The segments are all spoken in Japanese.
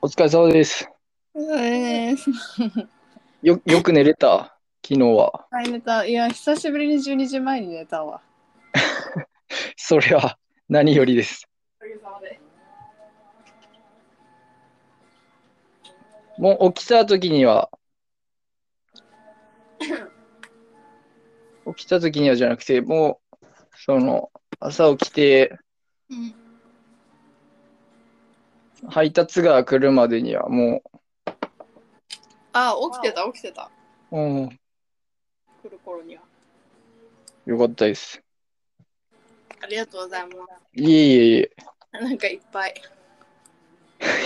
お疲れ様です。そうです。よ、よく寝れた昨日は。はい、寝た。いや、久しぶりに12時前に寝たわ。それは何よりです。もう起きた時には、起きた時にはじゃなくて、もう、その、朝起きて、うん。配達が来るまでにはもあ、起きてた、起きてた。う、うん、来る頃には。よかったです。ありがとうございまいえいえいす。なんかいっぱい。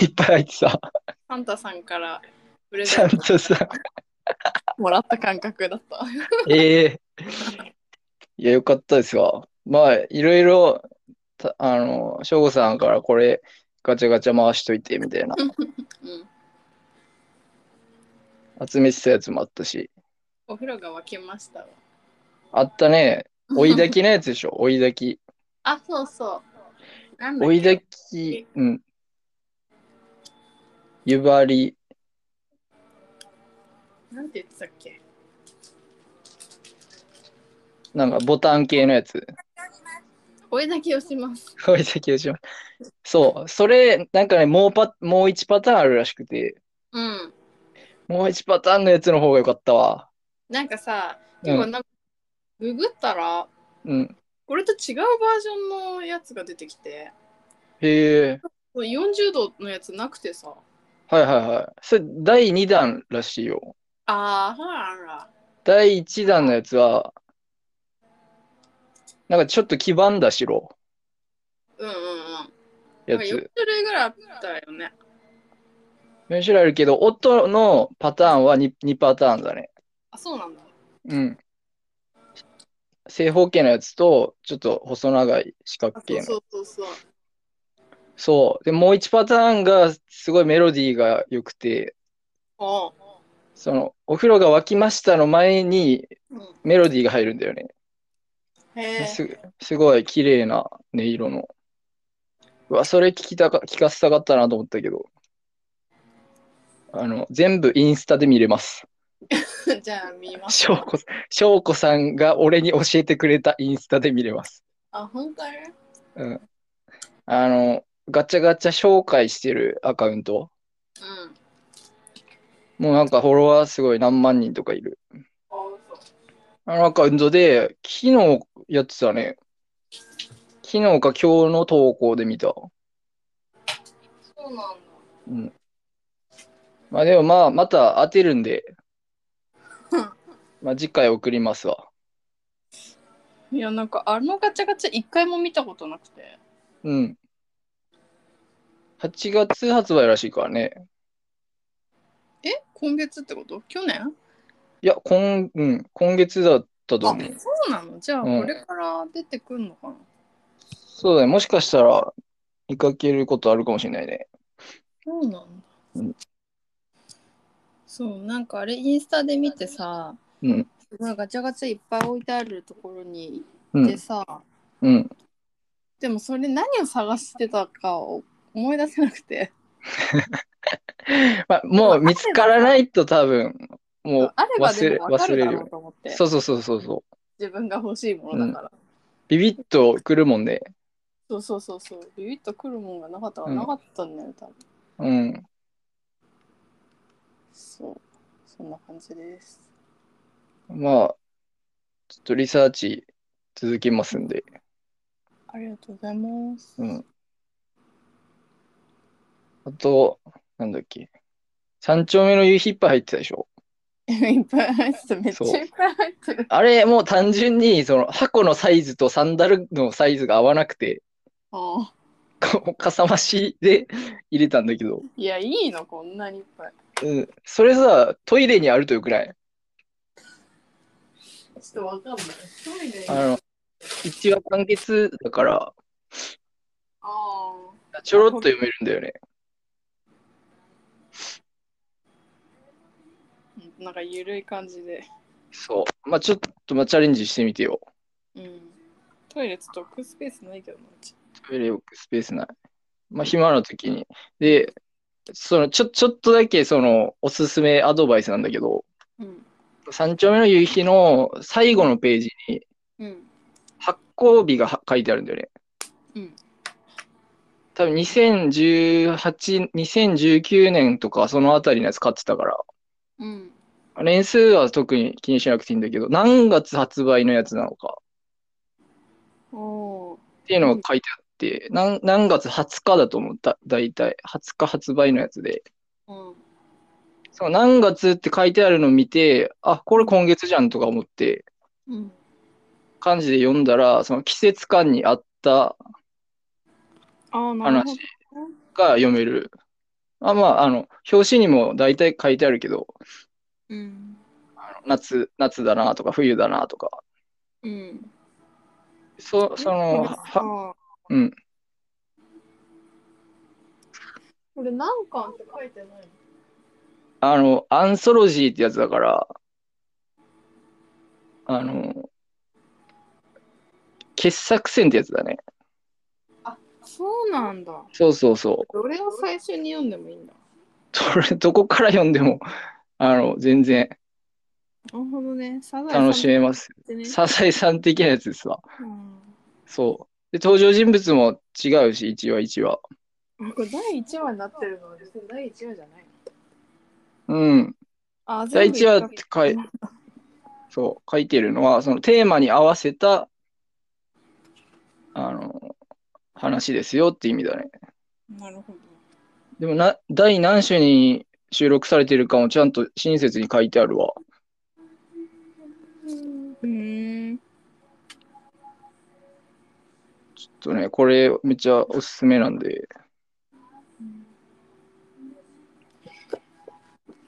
え、いっぱい入ってた。サンタさんからプレちゃ ゼンんとさ、トもらった感覚だった。ええ いや、よかったですわ。まあ、いろいろ、たあの、省吾さんからこれ、ガチャガチャ回しといて、みたいな、うん。集めてたやつもあったし、お風呂が沸きましたわ。あったね、追い炊きのやつでしょ、追い炊き。 あ、そうそう。なんだっ追いけ炊き、うん。湯張り、なんて言ってたっけなんかボタン系のやつ。 おいだけをします。追い炊きをします。そう、それ、なんかね、もうパ、もう一パターンあるらしくて、うん。もう一パターンのやつの方がよかったわ。なんかさ、うん結構なんか、ググったら、うん。これと違うバージョンのやつが出てきて、へえ。これ40度のやつなくてさ。はいはいはい。それ第2弾らしいよ。あーはあら。第1弾のやつは、なんかちょっと黄ばんだ白うんうんうん。やなんか4つ。種類ぐらいあったよね。 4種類あるけど、音のパターンは 2, 2パターンだね。あ、そうなんだ。うん。正方形のやつと、ちょっと細長い四角あ形そうの。そうそうそうそう。で、もう1パターンがすごいメロディーが良くて、おうその、お風呂が沸きましたの前にうメロディーが入るんだよね。ん、へえ。すすごい綺麗な音色の。うわ、それ聞きたか、聞かせたかったなと思ったけど。あの、全部インスタで見れます。 じゃあ見ます。しょうこ、しょうこさんが俺に教えてくれたインスタで見れます。あ、本当にうん。あの、ガチャガチャ紹介してるアカウント。うん。もうなんかフォロワーすごい何万人とかいる。あそうあのアカウントで、昨日やってたね。昨日か今日の投稿で見た。そうなんだ。うん。まあでもまあ、また当てるん でうん、まあ次回送りますわ。いや、なんかあのガチャガチャ一回も見たことなくて。うん。8月発売らしいからね。え今月ってこと去年いや、今、うん、今月だったとあ、思う。そうなのじゃうあんこれから出てくんのかな、そうだね。もしかしたら、見かけることあるかもしれないね。そうなんだ。うんそう、なんかあれインスタで見てさ、うん。すごいガチャガチャいっぱい置いてあるところにう行ってん。さ、うん。でもそれ何を探してたかを思い出せなくてまあ、もう見つからないと多分、もうあればでも分か忘るだれろるうと思っ、てそうそうそうそうそう。自分が欲しいものだから、ビビッとくるもんね。そうそうそうそうビビッとくるもんがなかったらうんなかったんだよ、多分うん。そうそんな感じですまあ、ちょっとリサーチ続けますんで。ありがとうございます、うん。あと、なんだっけ。三丁目の夕日いっぱい入ってたでしょ。いっぱい入ってるめっちゃいっぱい入ってるあれ、もう単純に、その箱のサイズとサンダルのサイズが合わなくて、 ああこうかさ増しで入れたんだけど、いやいいのこんなにいっぱいうん、それさ、トイレにあるとよくないちょっとわかんないトイレにああの、一話完結だから、あちょろっと読めるんだよね。うんなんかゆるい感じでそう。まあちょっと、まあチャレンジしてみてよ。うんトイレちょっと置くスペースないけどなうちトイレ置くスペースない。まあ、暇な時に。で、その、ちょ、ちょっとだけ、その、おすすめアドバイスなんだけど、うん。三丁目の夕日の最後のページに、うん。発行日がは書いてあるんだよね。うん。多分2018、2019年とか、そのあたりのやつ買ってたから、うん。年数は特に気にしなくていいんだけど、何月発売のやつなのかおーっていうのが書いてあって、何何月20日だと思った、大体。20日発売のやつで。うん。その何月って書いてあるのを見て、あ、これ今月じゃんとか思って、うん。漢字で読んだら、その季節感に合ったああ、なるほど話。が読める。あまあ、あの、表紙にも大体書いてあるけど、うん。あの夏、夏だなとか冬だなとか。うん。そその、これはさうん。これ何巻って書いてないのあの、アンソロジーってやつだから、あの、傑作選ってやつだね。そうなんだ。そうそうそう。どれを最初に読んでもいいんだ。それ、どこから読んでも、あの、全然なるほどね。サザエさん楽しめます。ってね。サザエさん的なやつですわ。うんそう。で、登場人物も違うし、1話1話。あこれ第1話になってるのは別に第1話じゃないのうん。あ第1話全っ部て一書回いそう、書いてるのは、そのテーマに合わせた、あの、話ですよって意味だね。なるほど。でもな、第何週に収録されてるかもちゃんと親切に書いてあるわ。うーん。ちょっとね、これめっちゃおすすめなんで。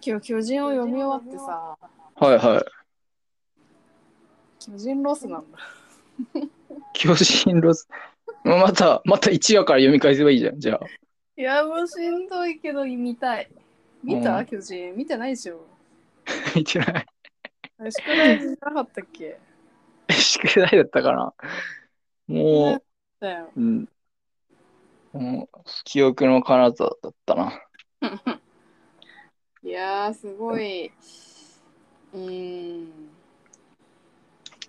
今日巨人を読み終わってさ、はいはい。巨人ロスなんだ。巨人ロス。 また、また1話から読み返せばいいじゃん、じゃあ。 いや、もうしんどいけど見たい。見た、うん巨人。見てないでしょ。見てない。あれ宿題じゃなかったっけ宿題だったかな。もだよ。う、うん。もう、記憶の彼方だったな。いやー、すごい。うーん。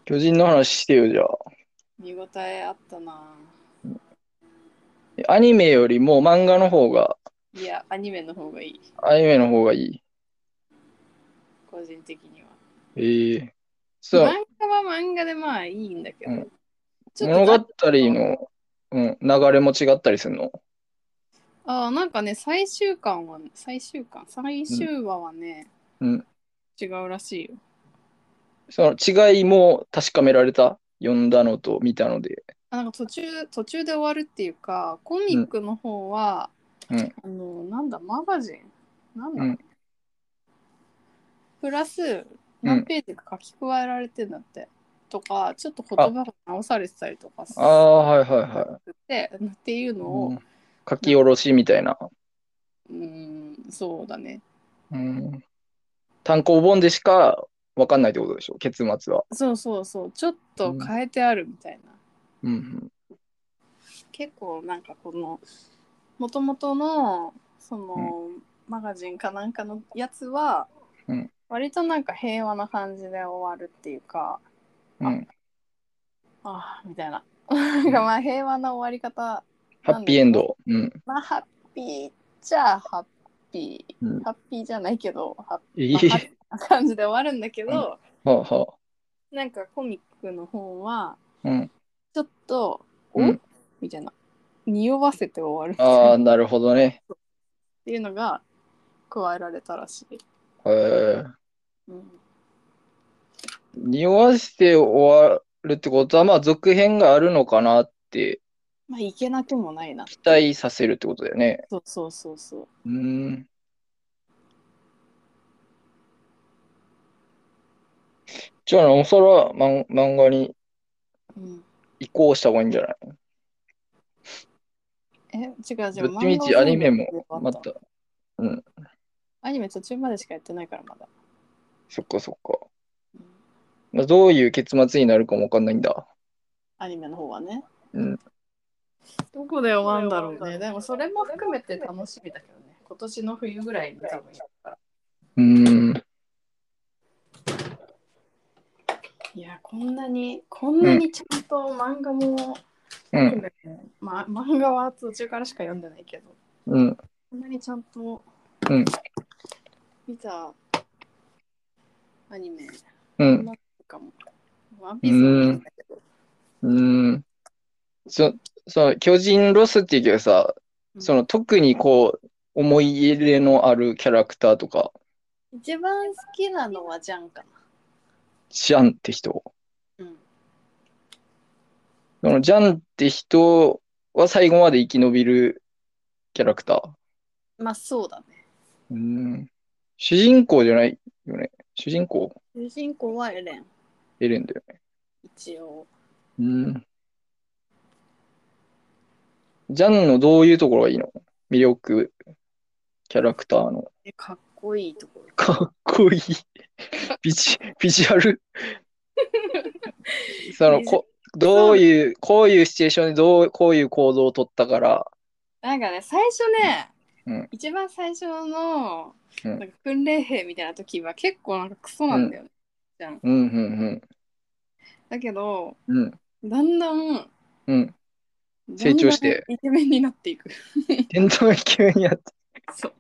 巨人の話してよ、じゃあ見応えあったな。え。アニメよりも漫画の方が、いや、アニメの方がいい。アニメの方がいい。個人的には。ええそう。漫画は漫画でまあいいんだけど。うんちょっと物語の、うん、流れも違ったりするの。ああ、なんかね、最終巻は、最終巻、最終話はね、うん、違うらしいよ。その違いも確かめられた読んだのと見たので。あなんか途中、途中で終わるっていうか、コミックの方は、うんあの、なんだ、マガジンなんだ、うんプラス、何ページか書き加えられてんだって。とか、ちょっと言葉が直されてたりとかああ、はいはいはして、っていうのを、い。うん書き下ろしみたいな。うーん、そうだね。うん、単行本でしか分かんないってことでしょ、結末は。そうそうそう、ちょっと変えてあるみたいな。うん結構なんかこのもともとのその、マガジンかなんかのやつは、うん割となんか平和な感じで終わるっていうかうんう ん、ああみたいななんかまあ平和な終わり方ハッピーエンド。うん、まあハッピーじゃあハッピー、うんハッピーじゃないけどハッいピー、いまあ、ハッピーな感じで終わるんだけ ど、はあはなんかコミックの方はあうん、ちょっと「お、うんみたいな匂わせて終わるみたいなあっあ、なるほどね。ていうのが加えられたらしい。えー、うん匂わせて終わるってことは、まあ、続編があるのかなってまあ、いけなくもないな。期待させるってことだよね。そうそうそうそう。うんじゃあ、なおさら漫漫画にうん、移行した方がいいんじゃないえ、違う違う。どっちみ漫ち画アはニ全部メも終わま、ったアニメ途中までしかやってないからまだ。そっかそっかうん。まあどういう結末になるかもわかんないんだ。アニメの方はね。うん。どこで終わるんだろうね。でもそれも含めて楽しみだけどね。今年の冬ぐらいに多分やるから。うーん。いや、こんなに、こんなにちゃんと漫画も、うん。ま、漫画は途中からしか読んでないけど、うん。こんなにちゃんと、うん見たアニメうん。かも。ワンピースは見たんだけどうん。そ、その、巨人ロスっていうけどさ、その、特にこう、思い入れのあるキャラクターとか、一番好きなのはジャンかジャンって人。な。うん。そのジャンって人は最後まで生き延びるキャラクター。まあそうだね。うん。主人公じゃないよね。主人公、主人公はエレン、エレンだよね。一応。うん。ジャンのどういうところがいいの魅力、キャラクターの。えかっこいいところ。かっこいい。ビジ、ビジュアル。その、こ、どういう、こういうシチュエーションでどう、こういう行動を取ったから、なんかね、最初ね、うん一番最初の、うんなんか訓練兵みたいな時は結構なんかクソなんだよね。ジャンうん、うん、だけど、うん、うん、だんだん、うん。成長してだんだんイケメンになっていく。 伝統イケメンやって。そう。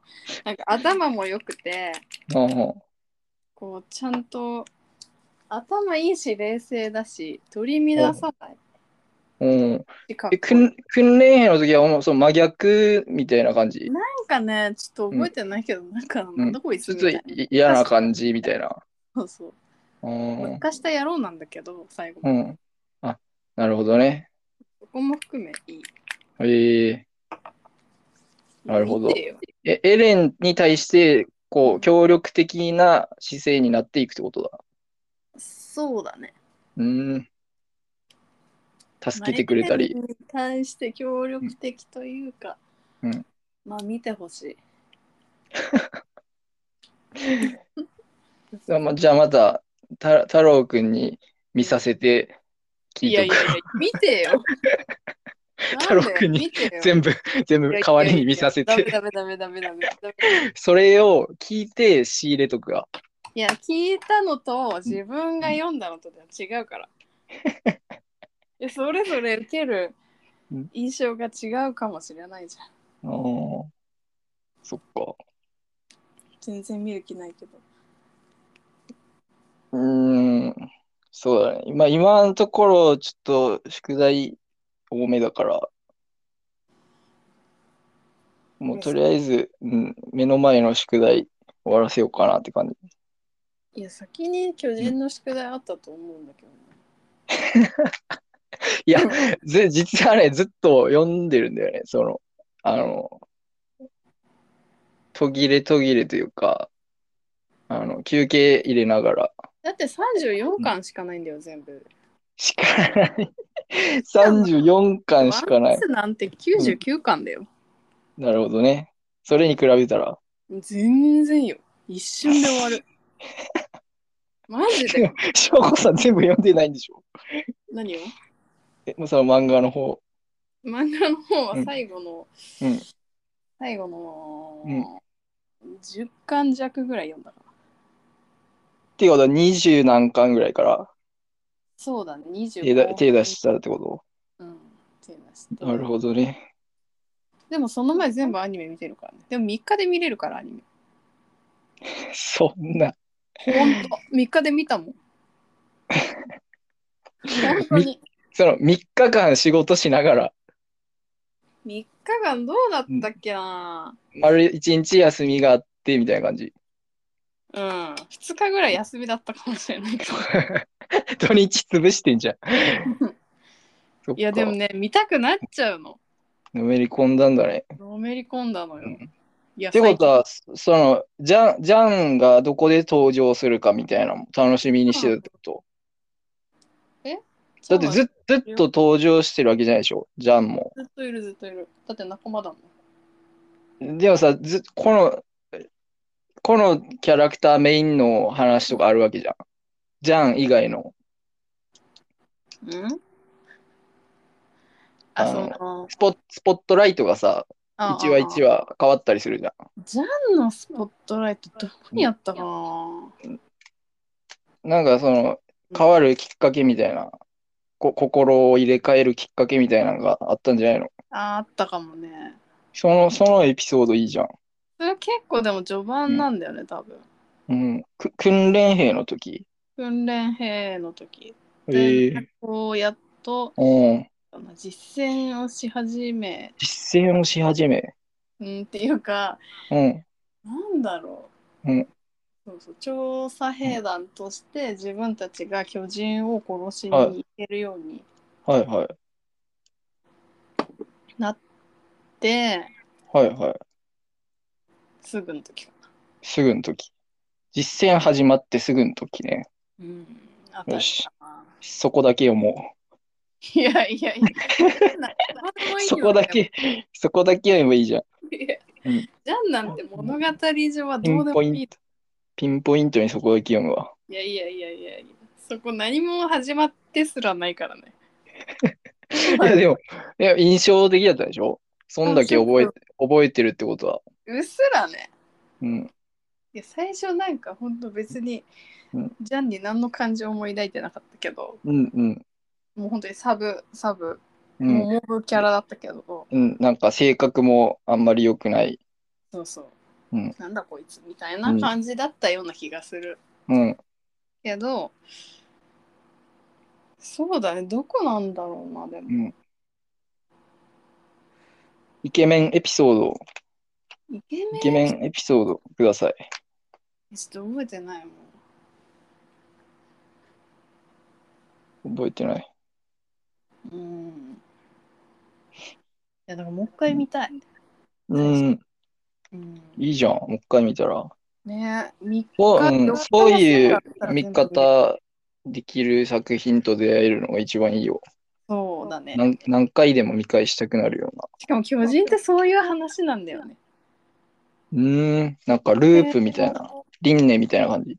なんか頭も良くて、ああ、こうちゃんと頭いいし冷静だし取り乱さないうん。しかっえ、こいい訓訓練兵の時はもうその真逆みたいな感じ。なんかねちょっと覚えてないけど、なんかなんだこいちつょっみとたいいな、嫌な感じみたいな。そうそううん。昔した野郎なんだけど最後、うん。あ、なるほどね。そこも含めいいええなるほどいいよえ、エレンに対して、こう、協力的な姿勢になっていくってことだ。そうだねうん。助けてくれたりマ。リネに対して協力的というか、うんまあ見てほしいあ まじゃあまた、た太郎くんに見させて聞いいやといく。やいや見て よ太郎くんになんだよ見てよ全部、全部代わりに見させいやいて。やいやダメダメダメダメダメそれを聞いて仕入れとくわ。いや聞いたのと自分が読んだのとでは違 うから。いやそれぞれ受けるうん印象が違うかもしれないじゃあん。ーそっか。全然見る気ないけど。うーん、そうだね。まあ今のところ、ちょっと宿題多めだから、もうとりあえず、うん、目の前の宿題終わらせようかなって感じ。いや先に巨人の宿題あったと思うんだけど、ねいや、ず実はね、ずっと読んでるんだよね。その、あの、途切れ途切れというか、あの、休憩入れながら。だって34巻しかないんだよ全部。しかない。34巻しかなワンいピー。スなんて99巻だよ。なるほどね。それに比べたら。全然よ。一瞬で終わ る。マジでしょうこさん全部読んでないんでしょ何をえ、もうその漫画の方。漫画の方は最後の、うん最後の、10巻弱ぐらい読んだからっていうことは二十何巻ぐらいからそうだね手25だ手出したってこうん、手出しとなるてほどね。でもその前全部アニメ見てるからねでも3日で見れるからアニメそんな。ほ んと3日で見たもん本当にその3日間仕事しながら、 3日間どうだったっけな丸1日休みがあってみたいな感じ。うん、2日ぐらい休みだったかもしれないけど土日潰してんじゃん。そっか いやでもね見たくなっちゃうののめり込んだんだね。のめり込んだのよ、うんいやってことは、その、ジャン、ジャンがどこで登場するかみたいなのも楽しみにしてるってことだっ最近てずっずっと登場してるわけじゃないでしょ、ジャンも。ずっといるずっといる。だって仲間だもん。でもさ、ずこの、このキャラクターメインの話とかあるわけじゃん。ジャン以外の。うんあのあ、その、スポスポットライトがさ、 1話1話。話変わったりするじゃん。ジャンのスポットライトどこにあったかな、なんかその変わるきっかけみたいな、こ心を入れ替えるきっかけみたいなのがあったんじゃないのああったかもね。そのそのエピソードいいじゃん。それ結構でも序盤なんだよね、多分。うん、く訓練兵の時。訓練兵の時。えで、えこうやっとうん、あの実践をし始め、実践をし始め。うん、っていうか、うん、なんだろう。うんそうそう調査兵団として自分たちが巨人を殺しに行けるようにはいはい。なって、はいはい。すぐの時かな。すぐの時。実践始まってすぐの時ね。うん、あったりかな。そこだけをもいやいやいや、う。 そこだ。け、 そこだけ読めばいいじゃん。うんジャンなんて物語上はピどうンポでもイいンい。ト。ピンポイントにそこだけ読むわ。いやいやいやいやいや、そこ何も始まってすらないからね。 いやでも、いや印象的だったでしょそんだけ覚えて覚えてるってことは。うっすらね。うん。いや最初なんかほんと別に、うんジャンに何の感情も抱いてなかったけど、うんうん。もう本当にサブ、サブ、うもんうモブキャラだったけど、うん、なんか性格もあんまり良くない。そうそう、うんなんだこいつみたいな感じだったような気がする。うん。けどそうだねどこなんだろうなでうもん、イケメンエピソード、イケメンイケメンエピソードください。ちょっと覚えてないもん覚えてない。うんいやだからもう一回見たい、うん、うん、いいじゃん。もう一回見たら。ね見そう,、他うどん、っかそういがう好きだったら見全部見る方できる作品と出会えるのが一番いいよ。そうだねなん何回でも見返したくなるような。しかも巨人ってそういう話なんだよねうーん、なんかループみたいな、輪廻みたいな感じ。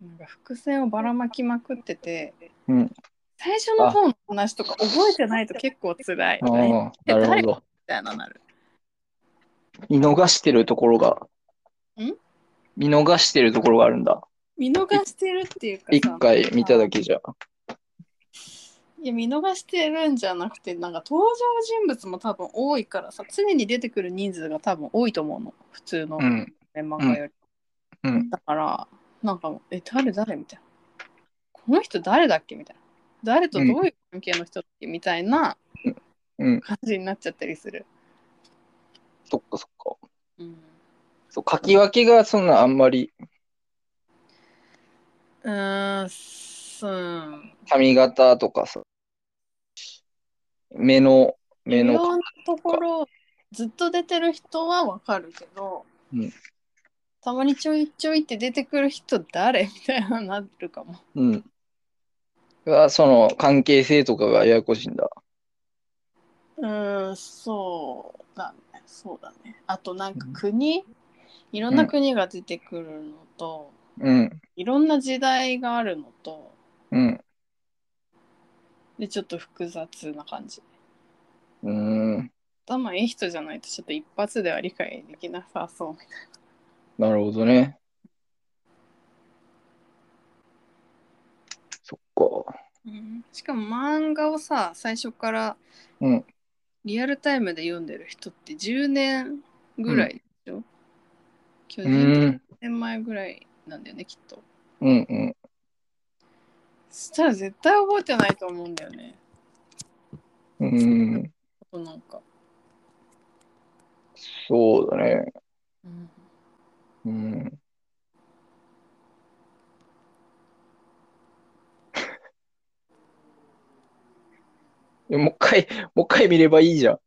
なんか伏線をばらまきまくってて、うん最初の方の話とか覚えてないと結構辛いああ、なるほど。みたいななる見逃してるところが。ん見逃してるところがあるんだ。見逃してるっていうか一さ回見ただけじゃ。いや見逃してるんじゃなくてなんか登場人物も多分多いからさ常に出てくる人数が多分多いと思うの普通のうん。メンバーより、うん。だからなんかもう「え誰誰?」みたいな「この人誰だっけ?」みたいな「誰とどういう関係の人だっけ?」みたいなうん。感じになっちゃったりする、そっかそっか。うん、そう、書き分けがそんなあんまりうーんすん髪型とかさ、目の、目いのろんなところずっと出てる人はわかるけど、うんたまにちょいちょいって出てくる人誰みたいなのになるかも。うん。が、その関係性とかがややこしいんだ。うーん、そうだね、そうだね。あとなんか国、いろんな国が出てくるのと、うん。いろんな時代があるのと、うん。で、ちょっと複雑な感じ。うーん。頭いい人じゃないと、ちょっと一発では理解できなさそうみたいなるほどね。そっか。な。うん、しかも漫画をさ、最初からうんリアルタイムで読んでる人って10年ぐらいでしょ、巨う人ってーん。 10年前ぐらいなんだよね、きっと。うんうん。そしたら絶対覚えてないと思うんだよね。うん。ことなんか。そうだね。うん。 いやもう一回、もう一回見ればいいじゃん。も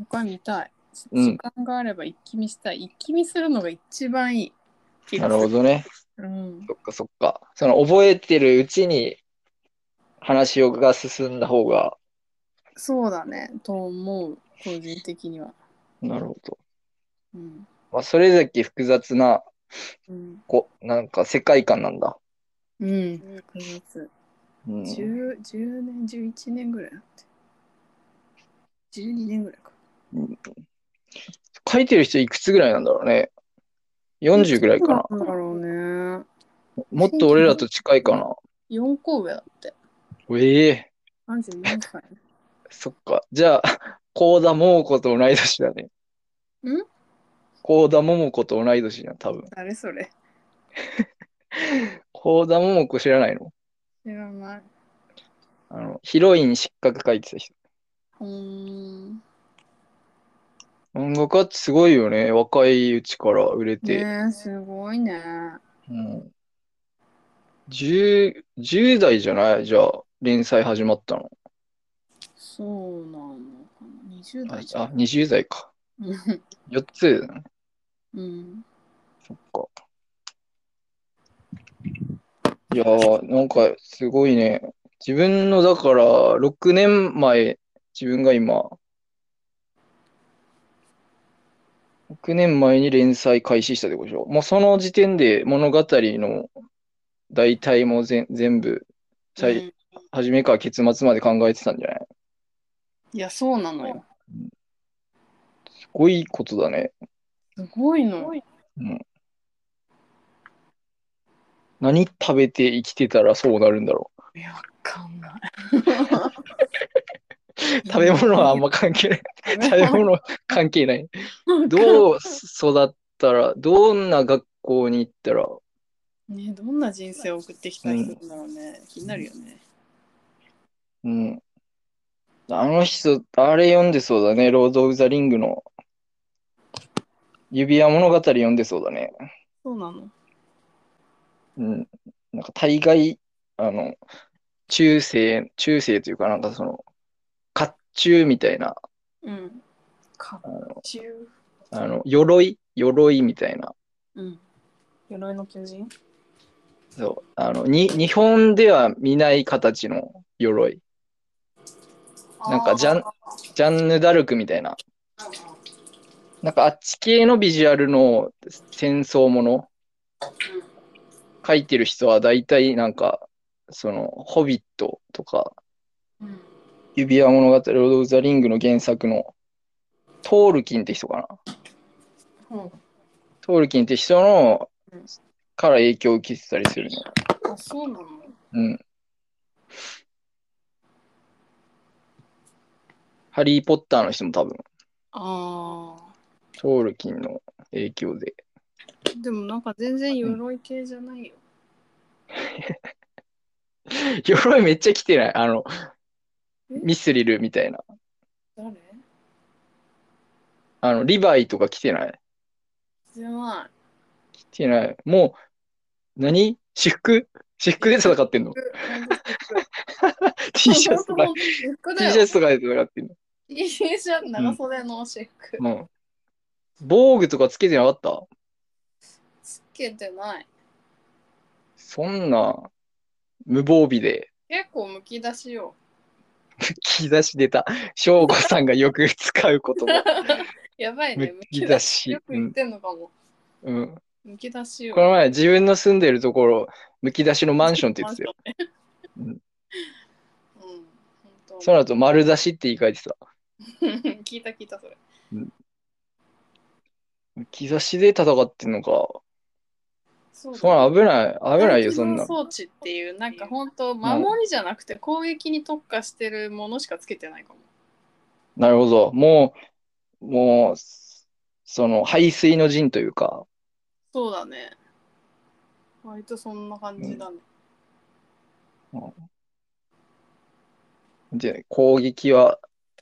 う一回見たい。うん時間があれば一気見したい。一気見するのが一番いい気ながす。るほどね。うん。そっかそっか。その覚えてるうちに話をが進んだ方が。そうだね。と思う。個人的には。なるほど。うん。まあ、それだけ複雑な、うん。こなんか世界観なんだ。うん。複雑。うん、 10, 10年、11年ぐらいだって。12年ぐらいか。書いてる人いくつぐらいなんだろうね。40ぐらいかな。なんだろうね。もっと俺らと近いかな。 4個上だって。ええ34歳。そっか。じゃあ、幸田桃子と同い年だね。ん幸田桃子と同い年じゃん、多分。誰それ幸田桃子知らないの知らない。あの、ヒロイン失格書いてた人。うーん。漫画家ってすごいよね。若いうちから売れて。ねえ、すごいね。うん、10, 10代じゃないじゃあ、連載始まったの。そうなのかな。20あ代じゃ、ん。 20代 か。4つだね。うん。そっか。いやー、なんかすごいね。自分のだから、6年前、自分が今、6年前に連載開始したってことでしょ。もうその時点で物語の大体も全全部、さいうん初めから結末まで考えてたんじゃないいや、そうなのよ。すごいことだね。すごいの。何食べて生きてたらそうなるんだろいや、わかんない。う。食べ物はあんま関係ない。食べ物は関係ない。うどう育ったら、どんな学校に行ったら、ねどんな人生を送ってきた人なんだろうね。気になるよね。うん。あの人、あれ読んでそうだね。ロード・オブ・ザ・リングの指輪物語読んでそうだね。そうなの。うん。なんか大概、あの、中世、中世というかなんかその、甲冑みたいな、うん。甲冑。あの、鎧、鎧みたいな。うん。鎧の巨人そう。あの、に、日本では見ない形の鎧。なんかジャンあジャンヌ・ダルクみたいな。なんかあっち系のビジュアルの戦争もの書いてる人は大体なんかその「ホビット」とかーうん「指輪物語」「ロード・オブ・ザ・リング」の原作のトールキンって人かなうんトールキンって人のうんから影響を受けてたりするねあ、そうなのうんハリー・ポッターの人も多分あトールキンの影響でーでもなんか全然鎧系じゃないよ。鎧めっちゃ着てないあのえミスリルみたいな誰あのリヴァイとか着てないじ ゃない。着てないもう何私服私服で戦ってんの T シャツとか T シャツとかで戦ってんの T シャツ長袖の私服。うん防具とかつけてなかったつけてない。そんな無防備で結構むき出しよ。吹き出し出た翔吾さんがよく使う言葉やばいね。むき出むき出ししよ、く言ってんのかも。うんうん、むき出しよ。この前自分の住んでるところむき出しのマンションって言ってたよマンションね。うん。本その後丸出しって言い換えてた当 聞いた聞いたそれ。むき出しで戦ってんのかそそんな危ない、危ないよ、そんな。装置っていう、なんか本当、守りじゃなくて攻撃に特化してるものしかつけてないかも。なるほど。もう、もう、その、排水の陣というか、そうだね。割とそんな感じだね。で、攻撃は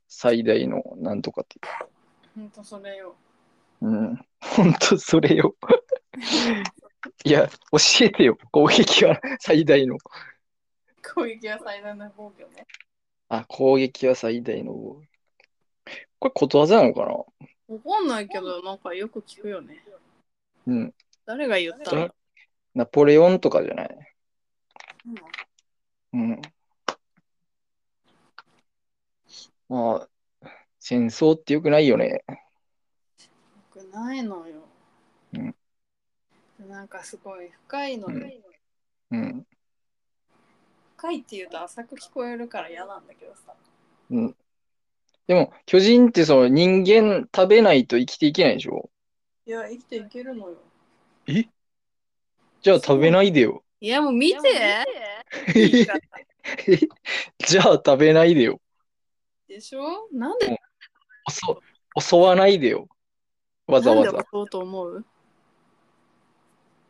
最大のなんとかって。本当それよ。 うん。 ほんと、それよ。 いや、教えてよ。攻撃は最大の。攻撃は最大の防御ね。あ、攻撃は最大の。これ、ことわざなのかわかんないけど、なんかよく聞くよね。なうん。誰が言っただのナポレオンとかじゃないうんうん。まあ、戦争ってよくないよね。よくないのよ。うんなんかすごい深いの、うんうん。深いって言うと浅く聞こえるから嫌なんだけどさ。うん。でも、巨人ってその人間食べないと生きていけないでしょいや、生きていけるのよ。じゃあ食べないでよ。いや、もう見て。いいから じゃあ食べないでよ。でしょなんで、襲襲わないでよ。わざわなんざで。そうと思う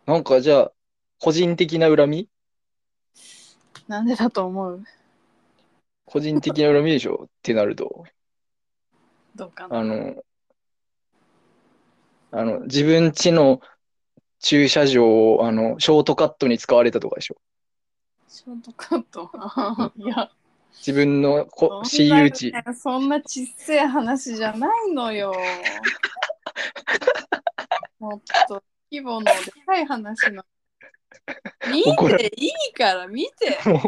なんかじゃあ、個人的な恨みなんでだと思う個人的な恨みでしょ ってなると。どうかな。あの、あの、自分家の駐車場を、あの、ショートカットに使われたとかでしょ。ショートカット。 いや、自分のこ私有地。そんなちっせえ話じゃないのよ。 もっと規模のでかい話なの。怒見らていいから見て。も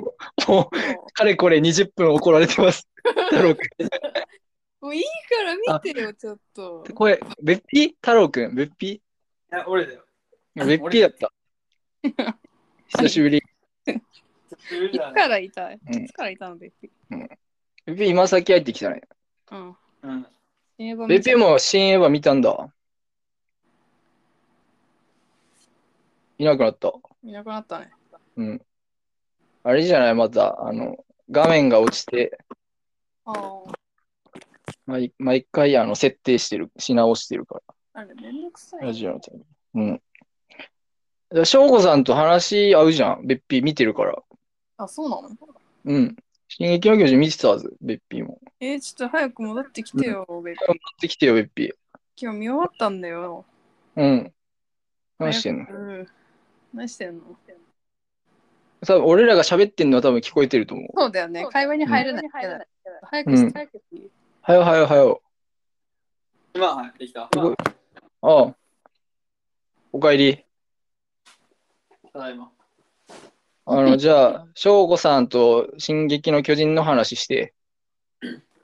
う、ももう、かれこれ20分怒られてます。太郎くうもういいから見てよ、ちょっと。ん。これ、べっぴ太郎くん、べっぴや、俺だよ。べっぴだった。久しぶり。いつからいたい、うんいつからいたの、べっぴ。べっぴ今先入ってきたね。うん。うん。英語べ見ってぴも新エヴァ見たんだ。いなくなった。いなくなったね。うん。あれじゃないまた、あの、画面が落ちて、ああ。毎毎回、あの、設定してる、し直してるかあれ、めんどくさら、ラい。ジオのために。うん。だから翔子さんと話合うじゃん、べっぴ見てるから。あ、そうなのうん。進撃の巨人見てたはず、べっぴも。えー、ちょっと早く戻ってきてよ、べっぴ。戻ってきてよ、べっぴ。今日見終わったんだよ。うん。何してんのうん何してんの多分俺らが喋ってんのは多分聞こえてると思う。そうだよね。会話に入れない。早くうんして、早くして。はよはよはよ。今、はい、できた。すごい。ああ。おかえり。ただいま。あの、じゃあ、翔子さんと進撃の巨人の話して。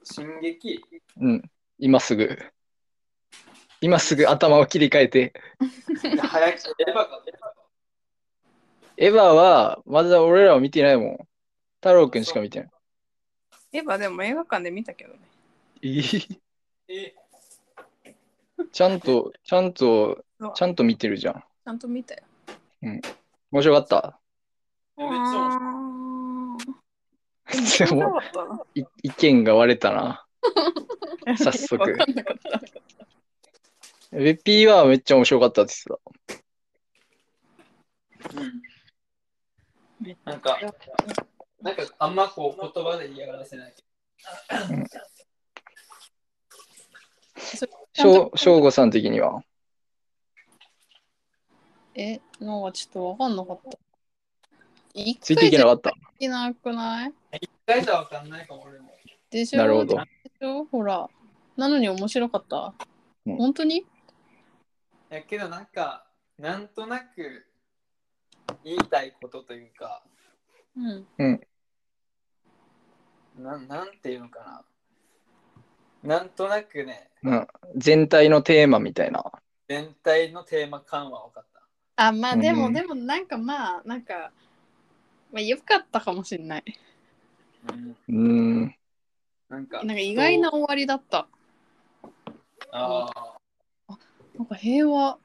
進撃うん。今すぐ。今すぐ頭を切り替えて。いや早くしエヴァか。エヴァは、まだ俺らは見てないもん。太郎くんしか見てない。エヴァでも映画館で見たけどね。いいちえ、ゃんと、 ちゃんと、ちゃんと見てるじゃん。ちゃんと見たよ。面白かった。めっちゃ面白い面白かったな。い意見が割れた な。早速わかんなかった。ベッピーはめっちゃ面白かったって言ってうん。なんか、なんかあんまこう言葉で嫌がらせない。た。翔翔吾さん的には。え、なんかちょっとわかんなかった。一ついていけなかった。回じゃなくない大体わかんないかも俺も。でしょなるほどで。しょほら。なのに面白かった。うん本当にいやけどなんか、なんとなく言いたいことというか、うん。なんなんていうのかな。なんとなくね、うん。全体のテーマみたいな。全体のテーマ感は分かった。あ、まあでも、うんでもなんかまあ、なんか、まあよかったかもしれない。うん、うーん。なんか、なんか意外な終わりだった。ああ、なんか平和、う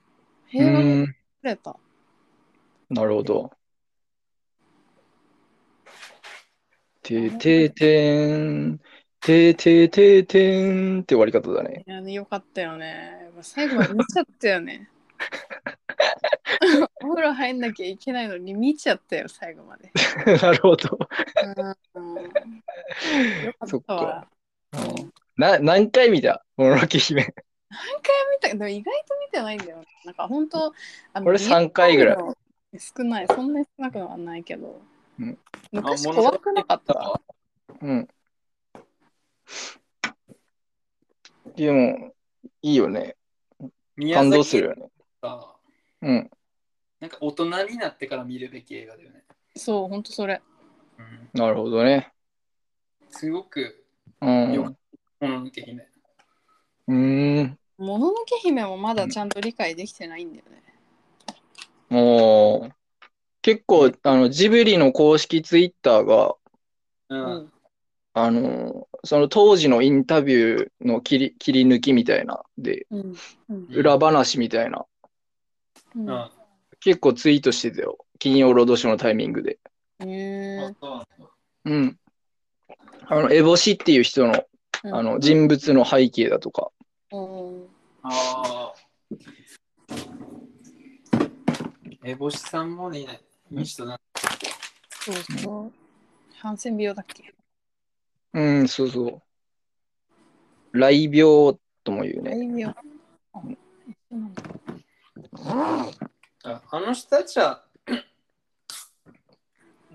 平和にーん。れた。なるほど。てててーん。ててててーんって終わり方だね。 いやね、よかったよね。やっぱ最後まで見ちゃったよね。お風呂入んなきゃいけないのに見ちゃったよ、最後まで。なるほど。うん、よかそっったか。わ。うんな何回見たもののけ姫。見たでも意外と見てないんだよね。なんか本当、あ俺3回ぐらい。い。少ない、そんなに少なくはないけど。うん昔あ物怖くなかった。うん。でも、いいよね。宮感崎動するよね。かうん。なんか大人になってから見るべき映画だよね。そう、本当それ。うん、なるほどね。すごく、うよんかっ。もののけ姫。うーん。もののけ姫もまだちゃんと理解できてないんだよね。もう、結構、あの、ジブリの公式ツイッターが、うう。んん。あの、その当時のインタビューの切り切り抜きみたいな、で、うんうん裏話みたいな、うんあ結構ツイートしてたよ。金曜ロードショーのタイミングで。へそうなんだうん。あの、エボシっていう人の、ーあの、人物の背景だとか、うんあーえ、星さんもね、いい人だ。そうそう。ハンセン病だっけうん、そうそう。雷病とも言う大ね。病。あそうなんだああの人たち は、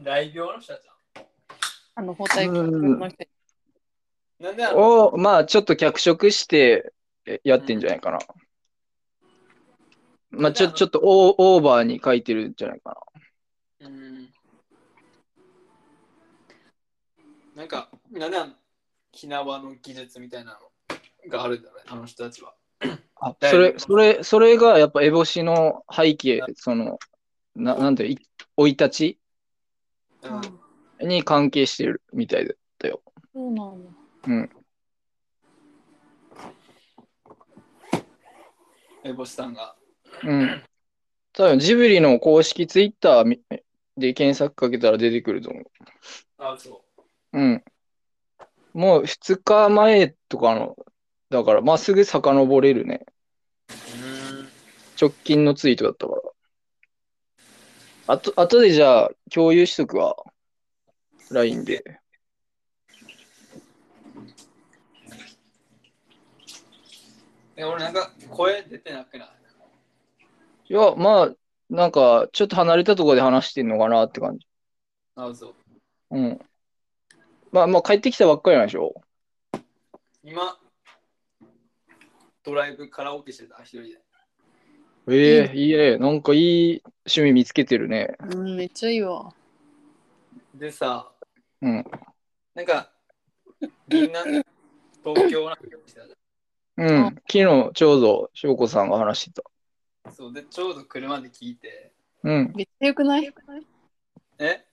大病の人たちだあの包帯君の人なんであのを、まあ、ちょっと脚色してえやってんじゃないかな。まあ、ちょ、ちょっとオーオーバーに書いてるんじゃないかうんなんか、なんであの、ひなわの技術みたいなのがあるんだろうね、あの人たちは。な。あ、だいそれ、ぶそれ、それがやっぱエボシの背景、その、ななんていう、い生い立ちうんうんに関係してるみたいで。そうなんだ。え、星さんが。うん。多分ジブリの公式ツイッターみで検索かけたら出てくると思う。あ、そうん。もう2日前とかの、だから、まあ、すぐ遡れるね。う。うん。直近のツイートだったから。あと、あとでじゃあ、共有しとくわ。LINE で。え、俺なんか、声出てなくないいや、まあ、なんか、ちょっと離れたところで話してんのかなって感じ。あ、そう。うん。まあ、まあ、帰ってきたばっかりなんでしょ。今、ドライブカラオケしてた、一人で。ええいいね。なんかいい趣味見つけてるね。うん、めっちゃいいわ。でさ、うん。なんか、みんな、東京なんかしてたじうん。昨日、ちょうど、翔子さんが話してた。ゃんそう、で、ちょうど車で聞いて、うん。めっちゃよくないえ、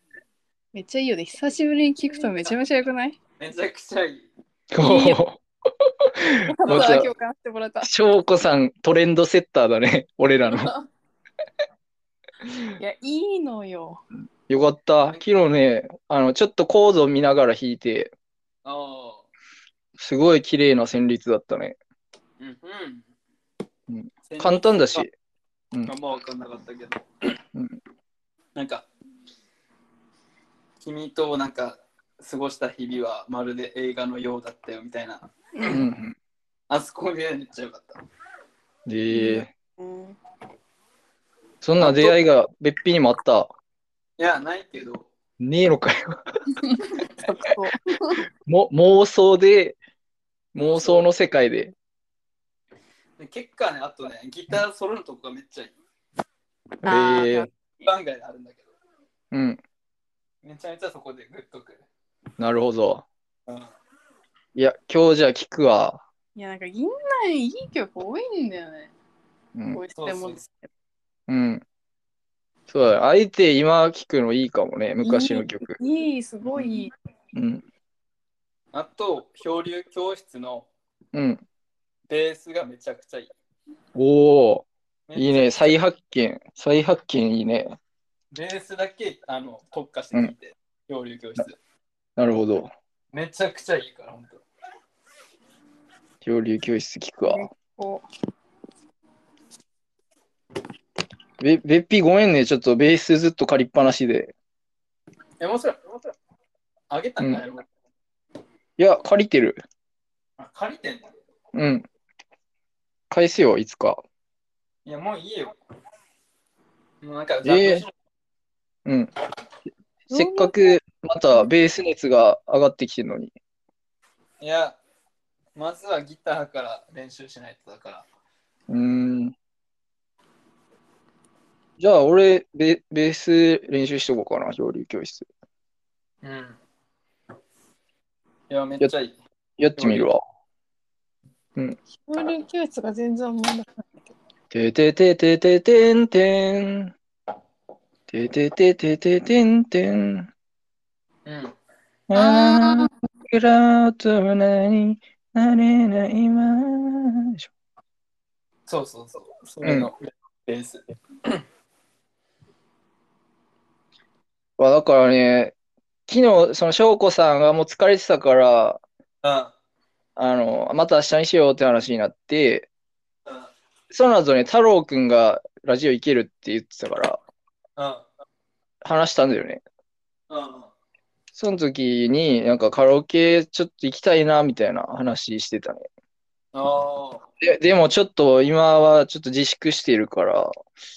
めっちゃいいよね。久しぶりに聞くとめちゃめちゃよくないめちゃくちゃいい。いいまあた共感してもらった。翔子さん、トレンドセッターだね。 俺らの。 いや、いいのよ。よかった。昨日ね、あの、ちょっとコードを見ながら弾いて、ああ、すごい綺麗な旋律だったね。うん、ううんん。簡単だし。あんま分かんなかったけどうん。なんか、君となんか、過ごした日々はまるで映画のようだったよみたいな、うん。あそこでめっちゃよかった。で、うん、そんな出会いが別品にもあった。いや、ないけど、ねえのかよ。 そこも妄想で、妄想の世界で。で結果ね、あとね、ギターソロのとこがめっちゃいい。あーえー番外であるんだけど、うん。めちゃめちゃそこでグッとくる。なるほど。うんいや、今日じゃあ聞くわ。いや、なんか銀杏いい曲多いんだよね。うんこ。うしてもですけどうん、そうだね。あえて今聞くのいいかもね。昔の曲。いい、すごいいい。うん。あと、漂流教室のうん。ベースがめちゃくちゃいい。おお。いいめね。っちゃ再発見。再発見いいね。ベースだけあの特化して聴いて、漂流教室。なるほど。めちゃくちゃいいから、本当。漂流教室聞くわ。こべ、べっぴごめんね。ちょっとベースずっと借りっぱなしで。え、面白い、面白い。あげたんだよ、いや、借りてる。あ借りてんだ。うん。返すよ、いつか。いや、もういいよ。もうなんか、ええうん。うせっかくまたベース熱が上がってきてるのに。いや、まずはギターから練習しないとだから。うーん。じゃあ、俺ベ、ベース練習しとこうかな、漂流教室。うん。いや、めっちゃいい。やってみるわ。う交流教室が全然思い出せないててててててんてん。ててててててんてん。うん。あーくらと胸になれないままでしょそうそうそう。それのベース。わだからね、昨日、その翔子さんがもう疲れてたから、うん。あの、また明日にしようって話になって、うん。その後ね、太郎くんがラジオ行けるって言ってたから、うん。話したんだよね。うん。その時に、なんかカラオケちょっと行きたいな、みたいな話してたね。あで、でもちょっと今はちょっと自粛しているから、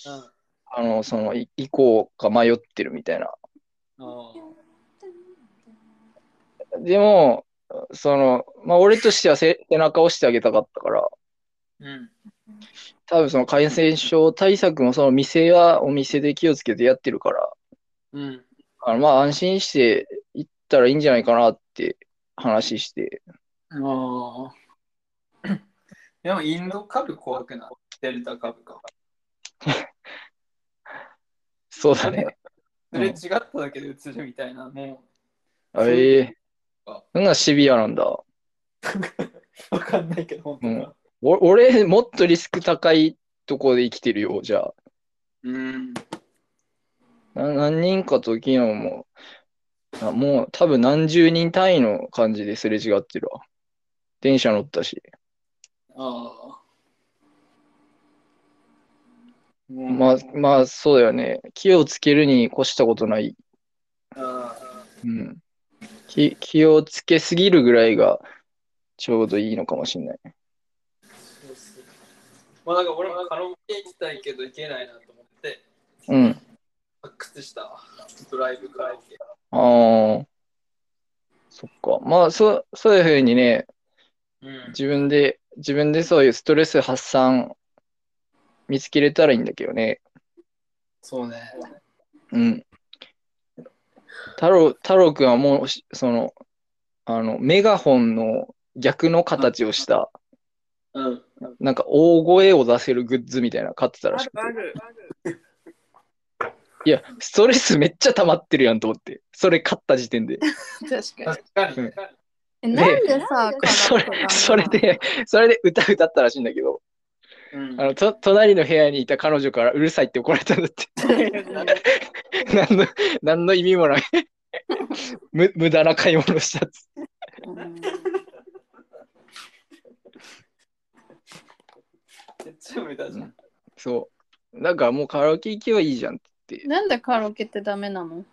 あ。うん。あの、その、い行こうか迷ってるみたいな。あでも、その、まあ、俺としてはせ背中を押してあげたかったから、うん。多分その感染症対策もその店はお店で気をつけてやってるから、うん。あのまあ安心して行ったらいいんじゃないかなって話して。ああ。でも、インド株怖くないデルタ株か。そうだね。それ違っただけでうつるみたいな、もあええあそんなシビアなんだ。う、わかんないけど、本当だお俺、もっとリスク高いとこで生きてるよ、じゃあ。うん。な何人かと昨日も、あもう多分何十人単位の感じですれ違ってるわ。電車乗ったし。ああ。ままあ、まあ、そうだよね。気をつけるに越したことない。あうん。気、気をつけすぎるぐらいがちょうどいいのかもしれない。そうっすねまあなんか俺もカラオケ行きたいけど行けないなと思って、うん。発掘したわドライブカラオケ。ああ。そっか。まあ、そ、そういうふうにね、うん。自分で、自分でそういうストレス発散見つけれたらいいんだけどね。そうね。うん。太郎、太郎くんはもうし、その、あの、メガホンの逆の形をした、うん。なんか大声を出せるグッズみたいなの買ってたらしくて。る。いや、ストレスめっちゃ溜まってるやんと思って。それ買った時点で。確かに。確かうに。んえ、なんでさ、それカラオケな、のそれ。で、それで歌歌ったらしいんだけど、うん あの、と、隣の部屋にいた彼女からうるさいって怒られたんだって。 何の、何の意味もない。 む、無駄な買い物したっつってうんめっちゃ無駄じゃん。そう。なんかもうカラオケ行けばいいじゃんって。なんでカラオケってダメなの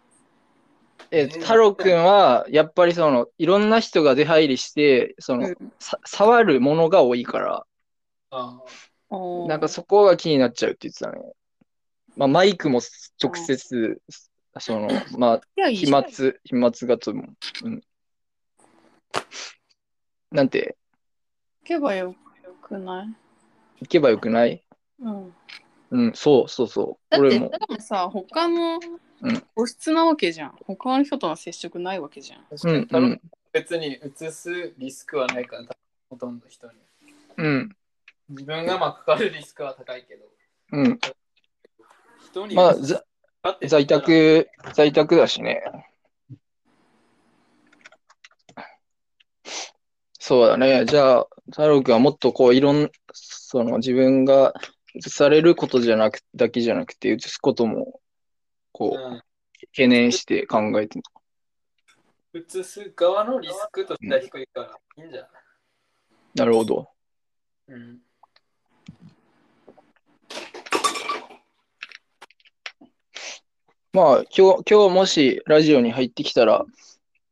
え、太郎くんは、やっぱりその、いろんな人が出入りして、その、さ触るものが多いから、あおーなんかそこが気になっちゃうって言ってたね。まあ、マイクも直接、その、まあ、いやいい飛じゃん沫、飛沫がつも、うん。なんて、行けばよくない行けばよくないうん。うん、そうそうそう。だっ俺て、もで。もさ、他のうん個室なわけじゃん。他の人との接触ないわけじゃん。あ。確うかにん、うん、別に移すリスクはないから、ほとんど人に。うん、自分がまあかかるリスクは高いけど、うん。人にまあ、移すざかって言在ったら宅、在宅だしね。そうだね。じゃあ、太郎くんはもっとこう、いろん、その自分が移されることじゃなく、だけじゃなくて、移すことも、こう、う懸念して考えてん、移す側のリスクとしては低いから、いいんじゃないなるほど。うん。まあ、今日、今日もしラジオに入ってきたら、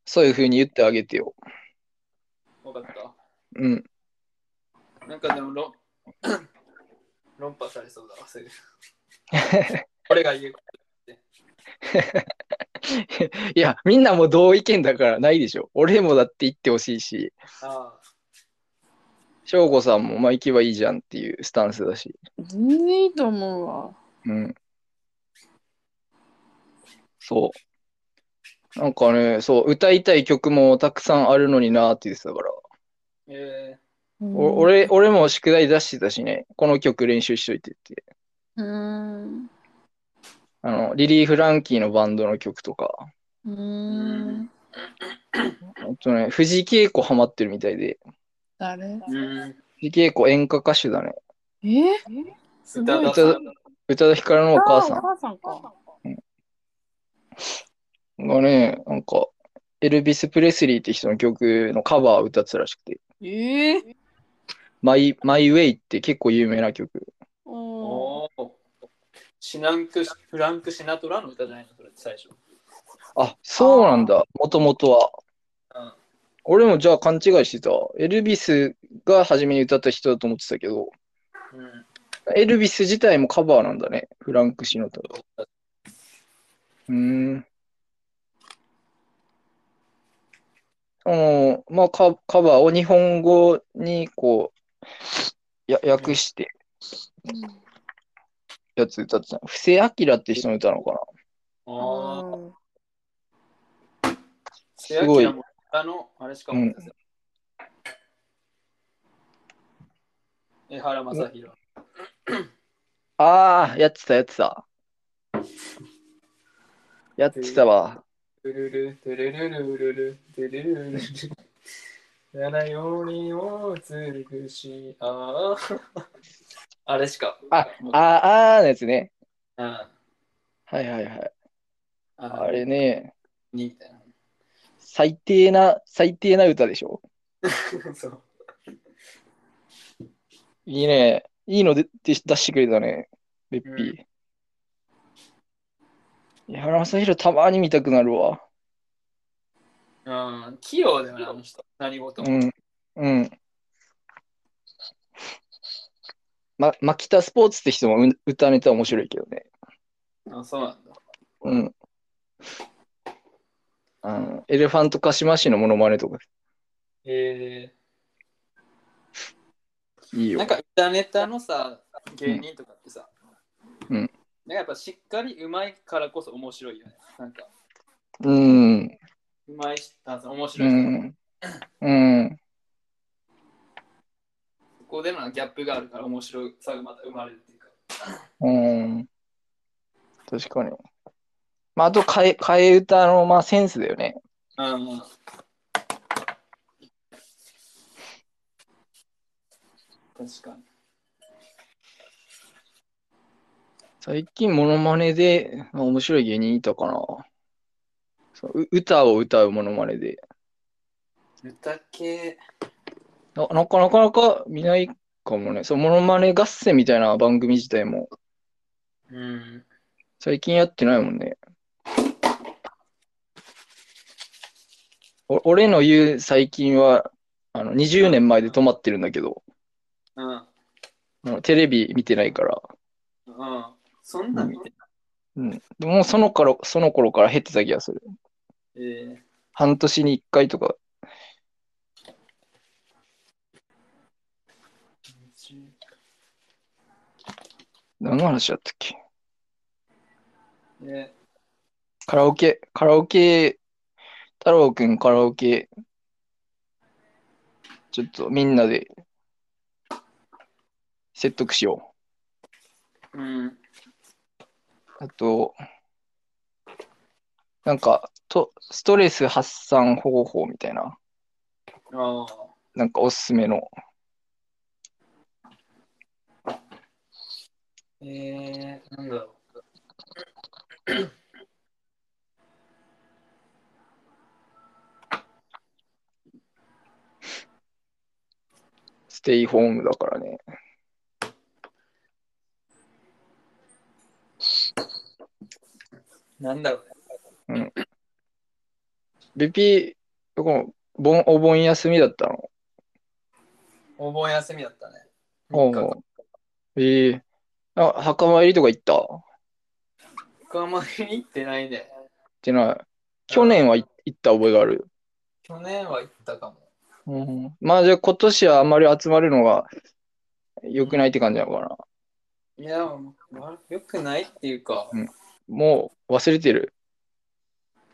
そういうふうに言ってあげてよ。分かった。うん。なんかでも論 論破されそうだわ、 すぐ。俺が言う。いや、みんなも同意見だからないでしょ。俺もだって言ってほしいし、あ翔子さんもまあ行けばいいじゃんっていうスタンスだし。全然いいと思うわ。うん。そう。なんかね、そう、歌いたい曲もたくさんあるのになって言ってたから。あ、えお俺、俺も宿題出してたしね、この曲練習しといてって。うん。あの、リリー・フランキーのバンドの曲とか。うん。あとね、藤井恵子ハマってるみたいで、誰うん。藤井恵子演歌歌手だね。えー、宇すご多い田さん。宇多田ヒカルのお母さあーお母さんか。んがね、なんか、エルビス・プレスリーって人の曲のカバーを歌ってたらしくて、ええー。マイ・マイ・ウェイって結構有名な曲。おーおーシナンクフランク・シナトラの歌じゃないのそれって最初。あ、そうなんだ、もともとは。うん俺もじゃあ勘違いしてた。エルビスが初めに歌った人だと思ってたけど、うん、エルビス自体もカバーなんだね、フランク・シノタが。うーん。その、まあカ、カバーを日本語にこう、や訳してやつ歌ってた。布施明って人の歌なのかなああ、うんすごい瀬明もあの、あれしか思ってた。江原正宏。ああ、やってた、やってた。やってたわ。ルルルルルルルルルルルルルやらよりをずくしあーあれしかあ、ああーのやつね。あはいはいはい。ああれね、にみたいな最低な、最低な歌でしょ。 そういいね。いいのでで出してくれたね。べっぴー。いや、原正宏たまに見たくなるわ。うん器用だよねあの人何事うもん。うん。ま、マキタスポーツって人もう歌ネタ面白いけどね。あそうなんだうん。あの、エレファントカシマシのモノマネとか、へいいえよなん。か歌ネタのさ芸人とかってさうんなんかやっぱしっかりうまいからこそ面白いよねなんかうん。うまいしあその面う白い人ん。うん。ここでのギャップがあるから面白さがまた生まれるっていうかうん。確かに。まあ、あと、替え、替え歌の、まあ、センスだよね。うん確かに。最近、モノマネで、まあ、面白い芸人いたかな。そうう歌を歌うモノマネで。歌系。ななかなかなか見ないかもね。そう、モノマネ合戦みたいな番組自体も、うん。最近やってないもんね。お俺の言う最近は、あの、20年前で止まってるんだけど、うん。もうテレビ見てないから。うん。そんなん見てうん。でも、その頃、その頃から減ってた気がする。えー、半年に1回とか。何の話だったっけえカラオケ、カラオケ、太郎くんカラオケ、ちょっとみんなで説得しようん。う。あと、なんか、と、ストレス発散方法みたいな、ああ。なんかおすすめの。えー、なんだろう。ステイホームだからね。なんだろうね。ベピー、この、盆お盆休みだったの。お盆休みだったね。お三日うええあ、墓参りとか行った行っ間。他前に行ってないね。てない。去年はい行った覚えがある。去年は行ったかも。うん、まあじゃあ今年はあんまり集まるのが良くないって感じなのかな。いや、もうわよくないっていうか。もう忘れてる。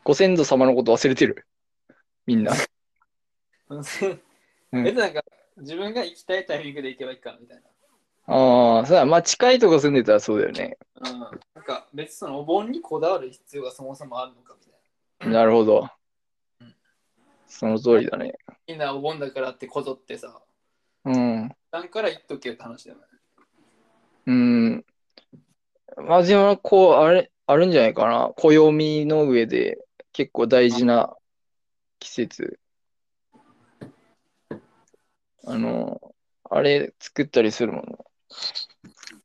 ご先祖様のこと忘れてる。みんな。うんえ、なんか、自分が行きたいタイミングで行けばいいかみたいああ、そうだ。まあ近いとこ住んでたらそうだよね。な。うん。なんか、別にそのお盆にこだわる必要がそもそもあるのかみたいなるほどうん。その通りだね。みんなお盆だからってこぞってさ、うん。だから言っとけよって話だよね。うん。まあでも、こう、あれ、あるんじゃないかな。暦の上で結構大事な季節。あの、あれ作ったりするもんね。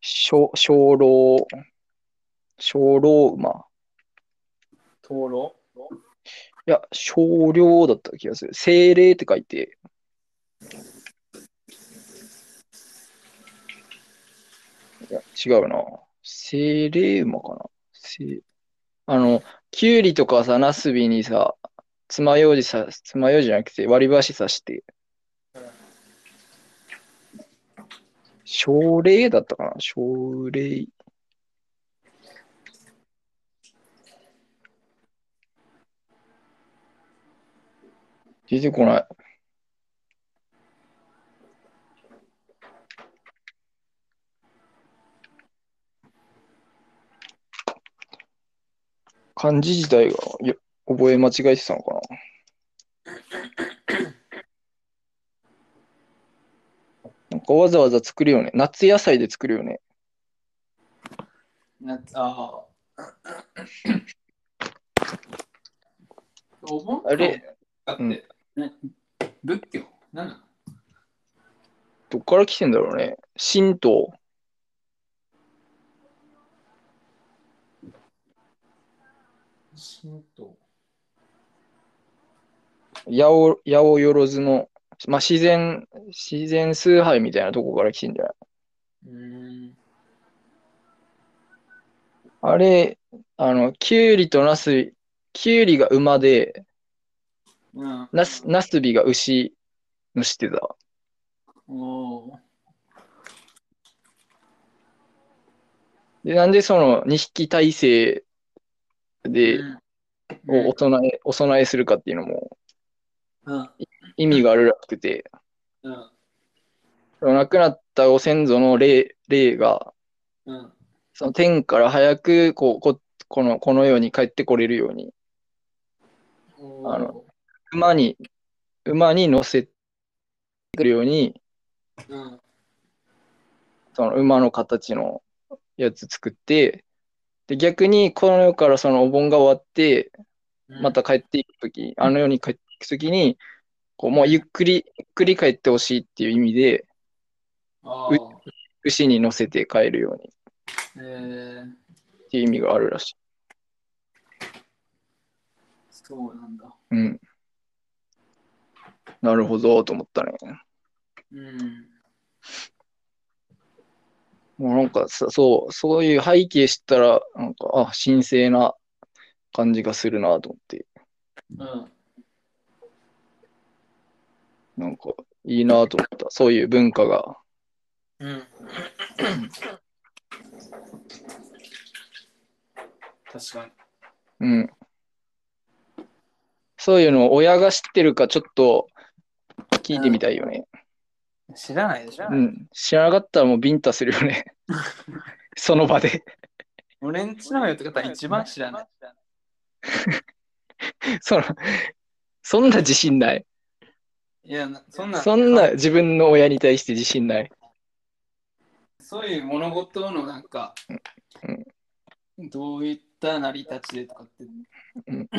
小、小老、小老馬。灯籠いや、少量だった気がする。精霊って書いて。いや、違うな。精霊馬かな。精あの、きゅうりとかさ、なすびにさ、爪楊枝さ、爪楊枝じゃなくて割り箸刺してうん。奨励だったかな奨励。出てこない。漢字自体がよ覚え間違えてたのかな。なんかわざわざ作るよね。夏野菜で作るよね。なああ。お盆あれだって、ね仏教なんなのどっから来てんだろうね。神道。神道。八百八百万の、まあ、自然、自然崇拝みたいなとこから来てんじゃないうーん。あれ、あの、きゅうりとなす、きゅうりが馬で、うん。なす、なすびが牛の知ってた。おーで、なんでその2匹体制で、うんをお供え、お供えするかっていうのもうん。意味があるらしくて、うん。亡くなったご先祖の霊、霊が、うん。その天から早くこうこ、この、この世に帰ってこれるように、おーあの馬に、馬に乗せてくるように、うん。その馬の形のやつ作って、で、逆にこの世からそのお盆が終わって、また帰っていくとき、あの世に帰っていくときに、こう、もうゆっくり、ゆっくり帰ってほしいっていう意味で、あー。牛に乗せて帰るようにえー、っていう意味があるらしい。そうなんだ。うん。なるほど、と思ったね。うん。もうなんかさ、そう、そういう背景知ったら、なんか、あ、神聖な感じがするなと思って、うん。なんか、いいなと思った。そういう文化が。うん。確かに。うん。そういうのを親が知ってるか、ちょっと聞いてみたいよね。知らないでしょ、うん。知らなかったらもうビンタするよね。その場で。俺んちのやって方一番知らない。その、そんな自信ない。いや、なそんな、そんな自分の親に対して自信ない。そういう物事のなんか、どういった成り立ちでとかって、うん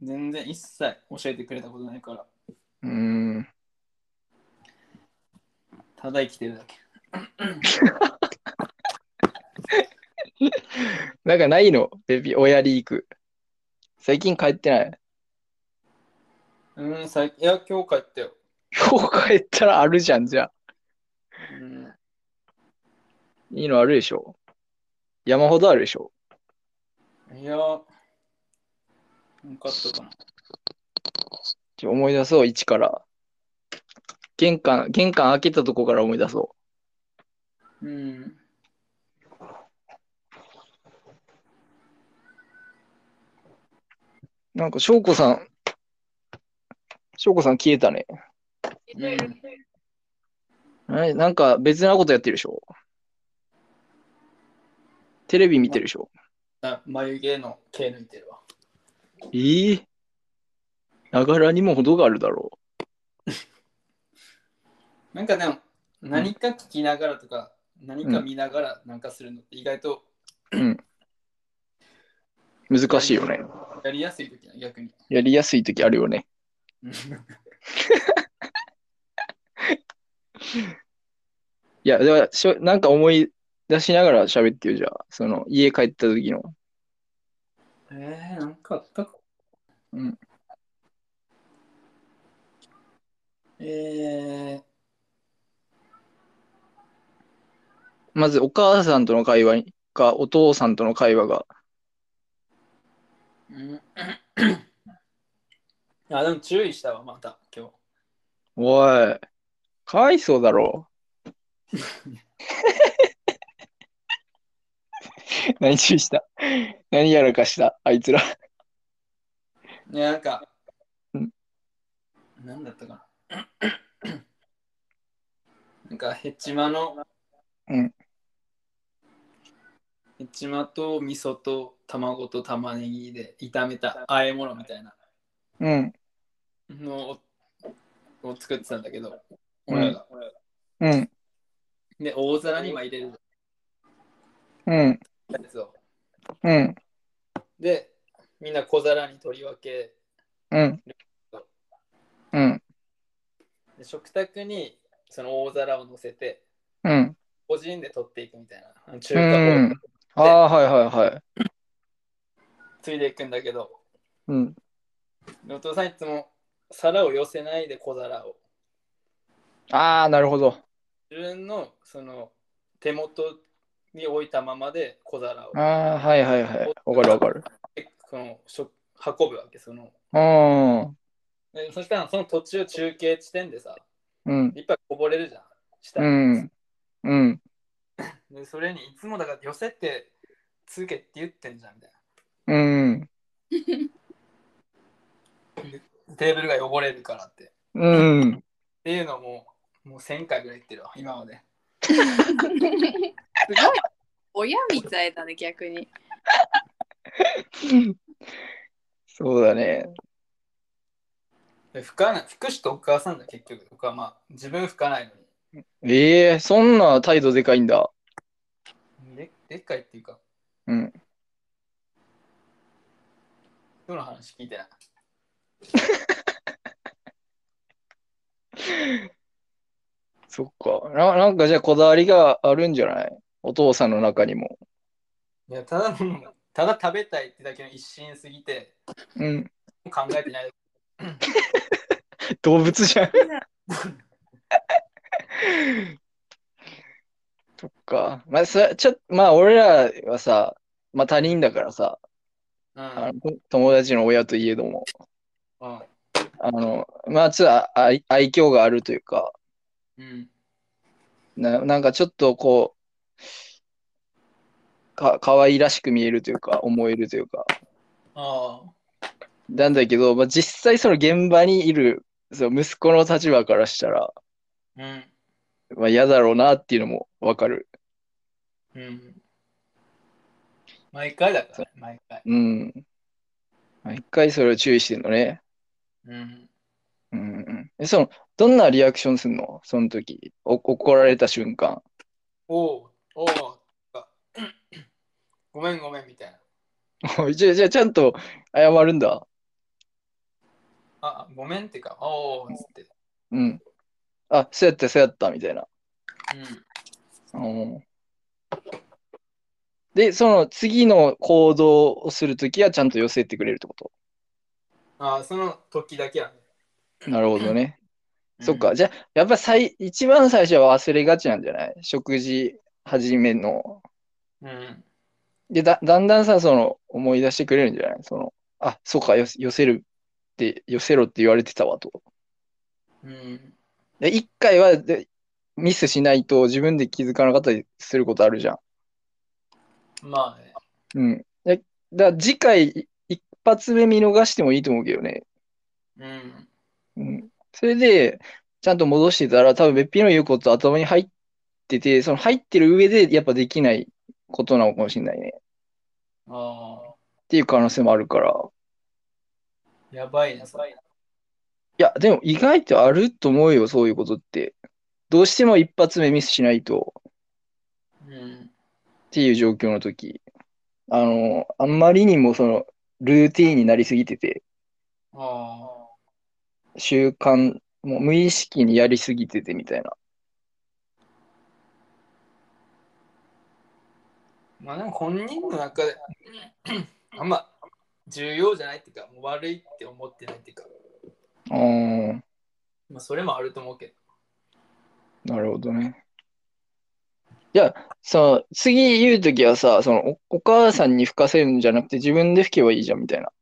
全然一切教えてくれたことないから、うん。ただ生きてるだけ。なんかないのベビー、親リーク。最近帰ってない。 うん、最近、いや、今日帰ったよ。今日帰ったらあるじゃん、じゃあ。うん、いいのあるでしょ。山ほどあるでしょ。いや、よかったかな。ちょ思い出そう、一から。玄関、玄関開けたとこから思い出そうん。う。なんか、翔子さん、翔子さん消えたね。うんななんか別なことやってるでしょ。テレビ見てるでしょ。あ眉毛の毛抜いてるわ。ええながらにも程があるだろなんかでも、何か聞きながらとか、何か見ながらなんかするのって意外とう。難しいよね。やりやすい時な、逆に。やりやすい時あるよね。いや、だからしょ、なんか思い出しながら喋ってよ、じゃあ。その、家帰った時の。えー、なんかあったか。うん。えー、まず、お母さんとの会話か、お父さんとの会話が。うん、あ、でも注意したわ、また、今日。おい、かわいそうだろ。何注意した何やらかしたあいつら。ね、なんかうん、なんだったかな。 なんか、ヘチマの、うんヘチマと味噌と卵と玉ねぎで炒めた和え物みたいなうん、のをを作ってたんだけど、うん俺が。うん、で、大皿に今入れるうん、やつを。うん、で、みんな小皿に取り分け、うん、うん、で食卓にその大皿を乗せて、うん。個人で取っていくみたいなあの中う華をん。ああ、はいはいはい。ついでいくんだけど、うん。お父さんいつも皿を寄せないで小皿をああ、なるほど。自分のその手元に置いたままで小皿をああ、はいはいはい。わかるわかる。でこの食運ぶわけそのうん。でそしたらその途中中継地点でさうん。いっぱいこぼれるじゃん下うに、ん。うん。でそれにいつもだから寄せてつけって言ってんじゃんみたいうん。なテーブルが汚れるからってっうん。ていうのももう1000回ぐらい言ってるわ今まですごい親みたいだね逆 にそうだね。で拭かない拭く人お母さんだ結局僕はまあ自分拭かないのにええそんな態度でかいんだ。ででっかいっていうか。うん。どの話聞いてない。そっか。ななんかじゃあこだわりがあるんじゃないお父さんの中にも。いや、ただの、ただ食べたいってだけの一心すぎて、うん。 考えてない。動物じゃん。そっか。まあ、そちょまあ、俺らはさ、まあ他人だからさ、うあん。の友達の親といえども、うん。あの、まあ、ちょっと愛愛嬌があるというか、うん。ななんかちょっとこう、か可愛らしく見えるというか、思えるというか、ああ。なんだけど、まあ、実際その現場にいるその息子の立場からしたら、うん。まあ、嫌だろうなっていうのもわかる。うん。毎回だからね、毎回。うん。一回それを注意してんのね。うん。うんうん。え、その、どんなリアクションすんのその時。お、怒られた瞬間。 おう、おう、あ ごめんごめんみたいな。おいじゃあ、じゃあ、ちゃんと謝るんだ。あ、ごめんっていうか、おう、つって。うん。あ、そうやった、そうやった、みたいな。うん。うん。で、その次の行動をするときはちゃんと寄せてくれるってこと。ああ、その時だけやね。なるほどね。うんそっか。。じゃあ、やっぱ最、一番最初は忘れがちなんじゃない食事始めの。うん。で、だ、だんだんさ、その、思い出してくれるんじゃないその、あ、そうか、よせ寄せるって、寄せろって言われてたわと。うん。で、一回は、でミスしないと自分で気づかなかったりすることあるじゃん。まあね。うん。でだ次回、い一発目見逃してもいいと思うけどね。うん。うん。それで、ちゃんと戻してたら、多分べっぴの言うこと頭に入ってて、その入ってる上でやっぱできないことなのかもしれないね。ああ、っていう可能性もあるから。やばいね、それ。や、でも意外とあると思うよ、そういうことって。どうしても一発目ミスしないとうん。っていう状況の時、あの、あんまりにもその、ルーティーンになりすぎてて、あ習慣、もう無意識にやりすぎててみたいな。あ。まあでも本人の中で、 あんま重要じゃないっていうか、もう悪いって思ってないっていうか、あーまあそれもあると思うけなるほどね。じゃあ、さ、次言う時はさ、そのお、お母さんに吹かせるんじゃなくて自分で吹けばいいじゃんみたいな。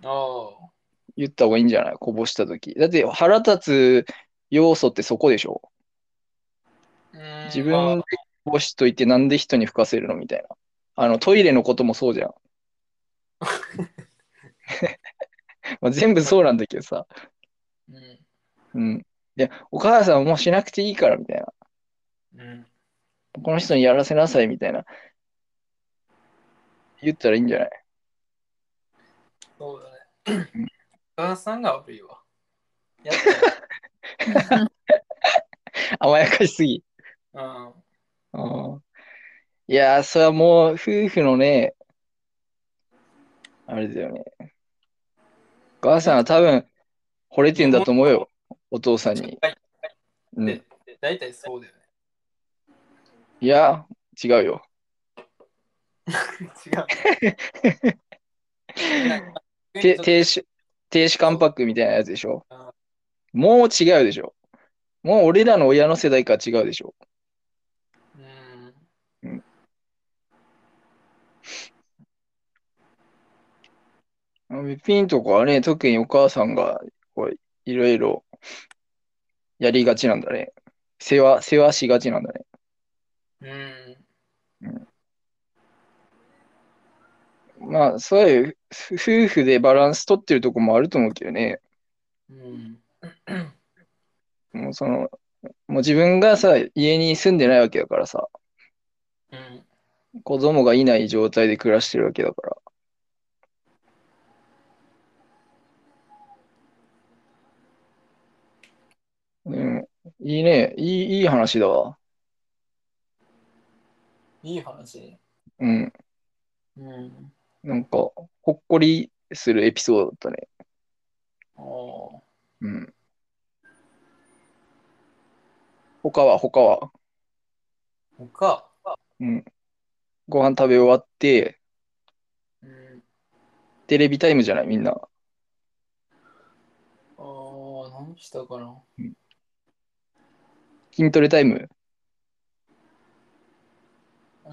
ど。ああ。言った方がいいんじゃないこぼした時。だって腹立つ要素ってそこでしょうん自ま分でこぼしといてなんで人に吹かせるのみたいな。あの、トイレのこともそうじゃん。 まあ全部そうなんだけどさ。あうんうん。いや、お母さんはもうしなくていいからみたいな。うんこの人にやらせなさいみたいな。言ったらいいんじゃないそうだね。お母さんが悪いわ。やったよ甘やかしすぎ。うん。うんいやー、それはもう夫婦のね、あれだよね。お母さんは多分惚れてんだと思うよ。お父さんに。うん、で、大体そうだよね。いや、違うよ。違う。て停止、停止関白みたいなやつでしょあ。もう違うでしょ。もう俺らの親の世代から違うでしょ。うんピンとこはね、特にお母さんがこういろいろやりがちなんだね。世話、世話しがちなんだね。うん。まあ、そういうふ夫婦でバランス取ってるとこもあると思うけどね。うん。もうその、もう自分がさ、家に住んでないわけだからさ、うん。子供がいない状態で暮らしてるわけだから。うん、いいね。いい、いい話だわ。いい話。うん。うん。なんか、ほっこりするエピソードだったね。おーうん。他は、他は。他。うん。ご飯食べ終わって、うん。テレビタイムじゃない、みんな。ああ、何したかな。筋トレタイム。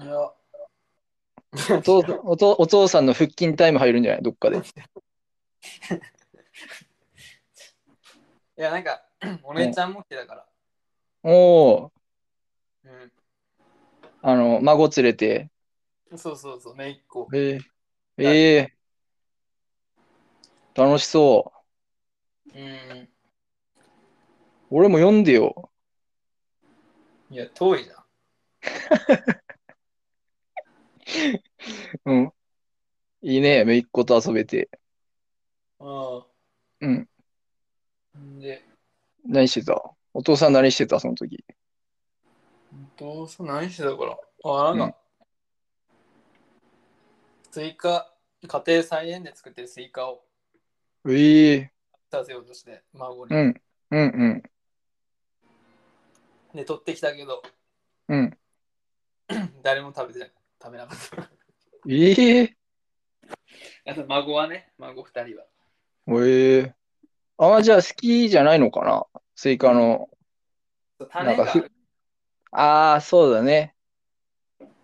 いや。お父さんお父お父さんの腹筋タイム入るんじゃないどっかで。いや、なんか、お姉ちゃんも来てたかおお、ら。あの、孫連れて。うん。そうそうそう、めいっ子。ええええ楽しそう。うん。俺も読んでよ。いや、遠いじゃん。うん。いいね、めいっ子と遊べて。あうん。あ。んで、何してたお父さん何してたその時。どうせ何してたから。あ、なんか、スイカ、家庭菜園で作ってるスイカをええさせようとして、孫に。うん。うんうん。で、取ってきたけど、うん。 誰も食べてない食べなかった。ええあと孫はね、孫二人は。ええあ、じゃあ好きじゃないのかなスイカの。そうなんか種がふああ、そうだね。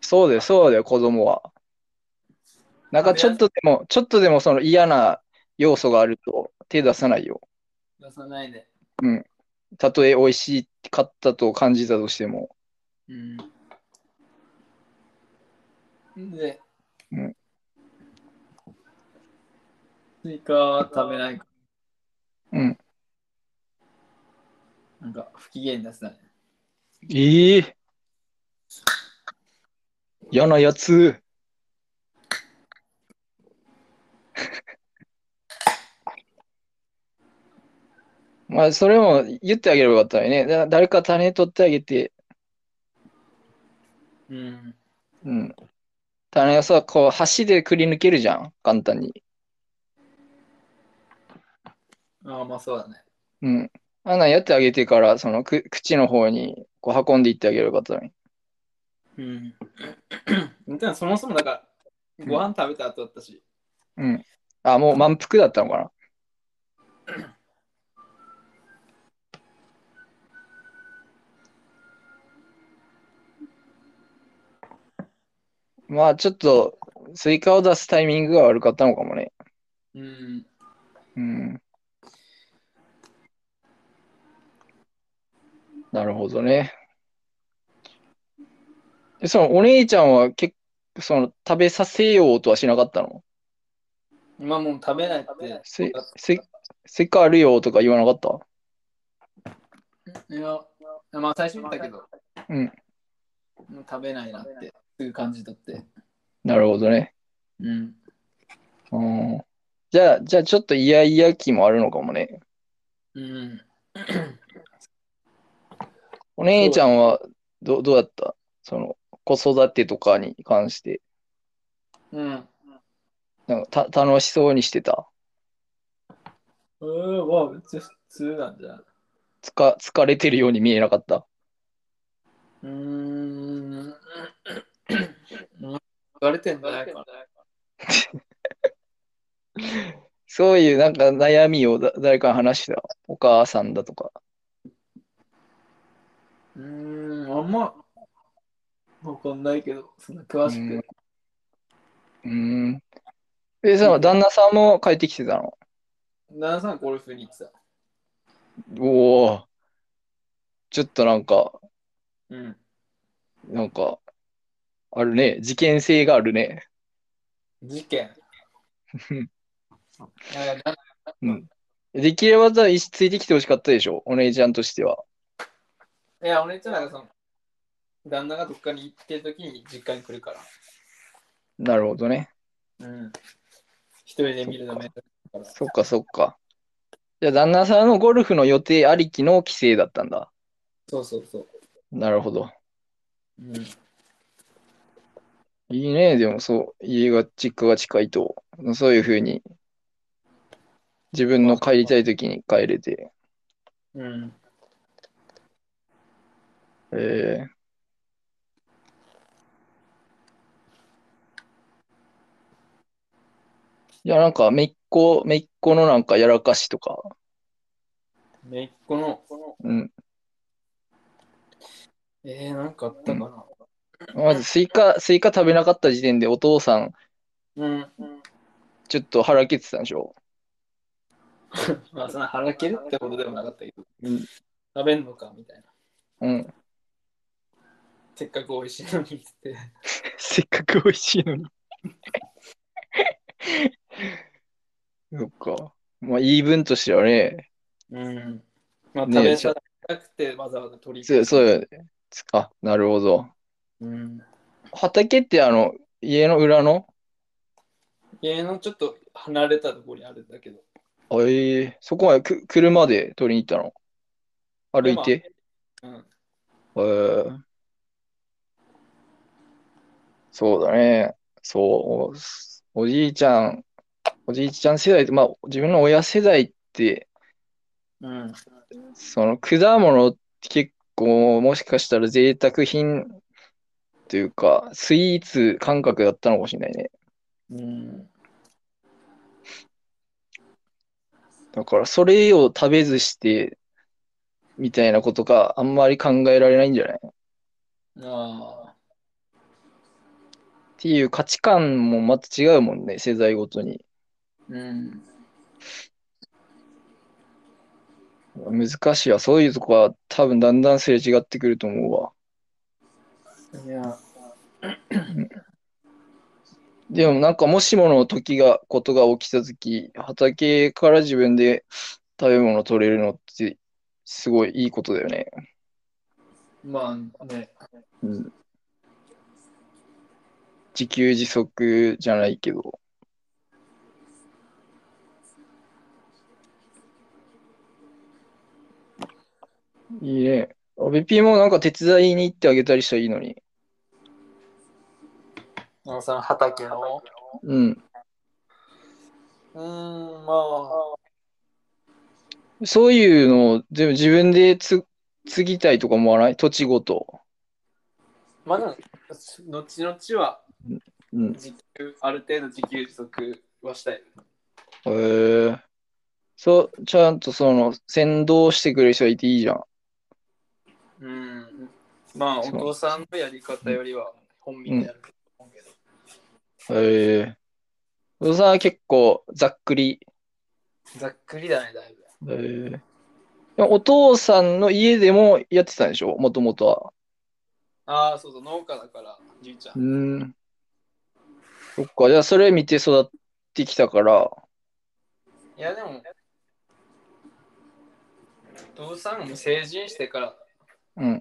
そうだよ、そうだよ、子供は。なんかちょっとでも、ちょっとでもその嫌な要素があると手出さないよ。出さないで。たとえ美味しかったと感じたとしても。うん。で、うんスイカは食べないかうん。ら、なんか不機嫌出すね。ええ嫌なやつ。 まあ、それも言ってあげればよかったよね。だ誰か種取ってあげて、うん。うん。種をさ、こう、箸でくり抜けるじゃん、簡単に。ああ、まあそうだね。うん。あんなんやってあげてから、そのく、口の方にこう運んでいってあげればよかったのに。うん。でもそもそもだから、ご飯食べた後だったし、うん。あ、もう満腹だったのかな。まあちょっと、スイカを出すタイミングが悪かったのかもね。うん。うん。なるほどね。え、そのお姉ちゃんは結構、その食べさせようとはしなかったの今もう食べないって。スイ、スイ、スイカあるよとか言わなかっいや、まあ最初に言ったけど、うんもう食べないなって、すぐ感じ取って。たなるほどね。うん。うん。じゃあ、じゃあちょっとイヤイヤ期もあるのかもね。うん。お姉ちゃんはど、どうだったその、子育てとかに関して、うん。なんかた、楽しそうにしてた。うん、まあ、めっちゃ普通なんじゃないつか、疲れてるように見えなかった。うーん。言われてんじゃないかな。そういうなんか悩みをだ誰かに話してた。お母さんだとか。うーん、あんま、わかんないけど、そんな詳しく。うん。え、その旦那さんも帰ってきてたの旦那さんゴルフに行ってた。おお。ちょっとなんか、うん。なんか、あるね。事件性があるね。事件。なんかうん。できればさ、石ついてきてほしかったでしょ、お姉ちゃんとしては。いや、俺んちなんかその、旦那がどっかに行ってる時に実家に来るかなるほどね。ら。うん。一人で見るのめんどくさいから。そっかそっか。じゃあ、旦那さんのゴルフの予定ありきの帰省だったんだ。そうそうそう。なるほど。うん。いいね、でもそう、家が、実家が近いと、そういうふうに、自分の帰りたい時に帰れて。うん。えーいや、なんか、めいっ子、めいっ子のなんかやらかしとか、めいっ子の、うん。えー、なんかあったかな。まずスイカ、スイカ食べなかった時点でお父さん、うん。うん、ちょっと腹切ってたんでしょまあ、その腹切るってことでもなかったけど、うん食べんのかみたいな。うん。せっかく美味しいのにって言って。 せっかく美味しいのに。そっか。まあ、言い分としてはね、うん。まあ、ね食べさせたくてわざわざ取りそうそうよね。つあ、なるほど。うん。畑ってあの、家の裏の家のちょっと離れたところにあるんだけど、あええそこまでく車で取りに行ったの歩いてうん。えーそうだね。そう。お、おじいちゃん、おじいちゃん世代って、まあ、自分の親世代って、うん。その果物って結構、もしかしたら贅沢品というか、スイーツ感覚だったのかもしれないね。うん。だから、それを食べずして、みたいなことがあんまり考えられないんじゃないああ。っていう価値観もまた違うもんね、世代ごとに。うん。難しいわ。そういうとこは多分だんだんすれ違ってくると思うわ。いや、でもなんかもしもの時が、ことが起きた時、畑から自分で食べ物取れるのってすごいいいことだよね。まあね。うん。自給自足じゃないけど。いいね。あべぴーもなんか手伝いに行ってあげたりしたらいいのに。あのその畑の。うん。うーん、まあ。そういうのを全部自分でつ継ぎたいとか思わない土地ごと。まあでも、後々はうん。時給、ある程度時給自足はしたい。へえそう、ちゃんとその、先導してくれる人がいていいじゃん。うん。まあ、おそう父さんのやり方よりは本命でやると思うけど。へえお父さんは結構ざっくり。ざっくりだね、だいぶ。へえでもお父さんの家でもやってたんでしょもともとは。ああ、そうそう、農家だから、じいちゃん。うん。そっか。じゃあそれ見て育ってきたから。いや、でも、お父さんも成人してからうん。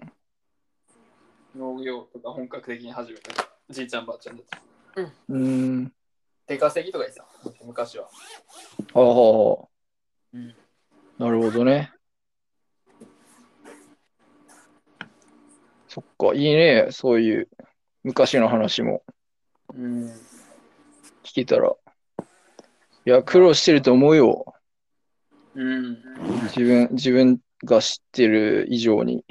農業とか本格的に始めたからじいちゃんばあちゃんだと。うん。出稼ぎとかでさ、昔は。はあはあ。うんなるほどね。そっか、いいね。そういう昔の話もうん。聞けたら。いや、苦労してると思うよ。うん。自分、自分が知ってる以上に。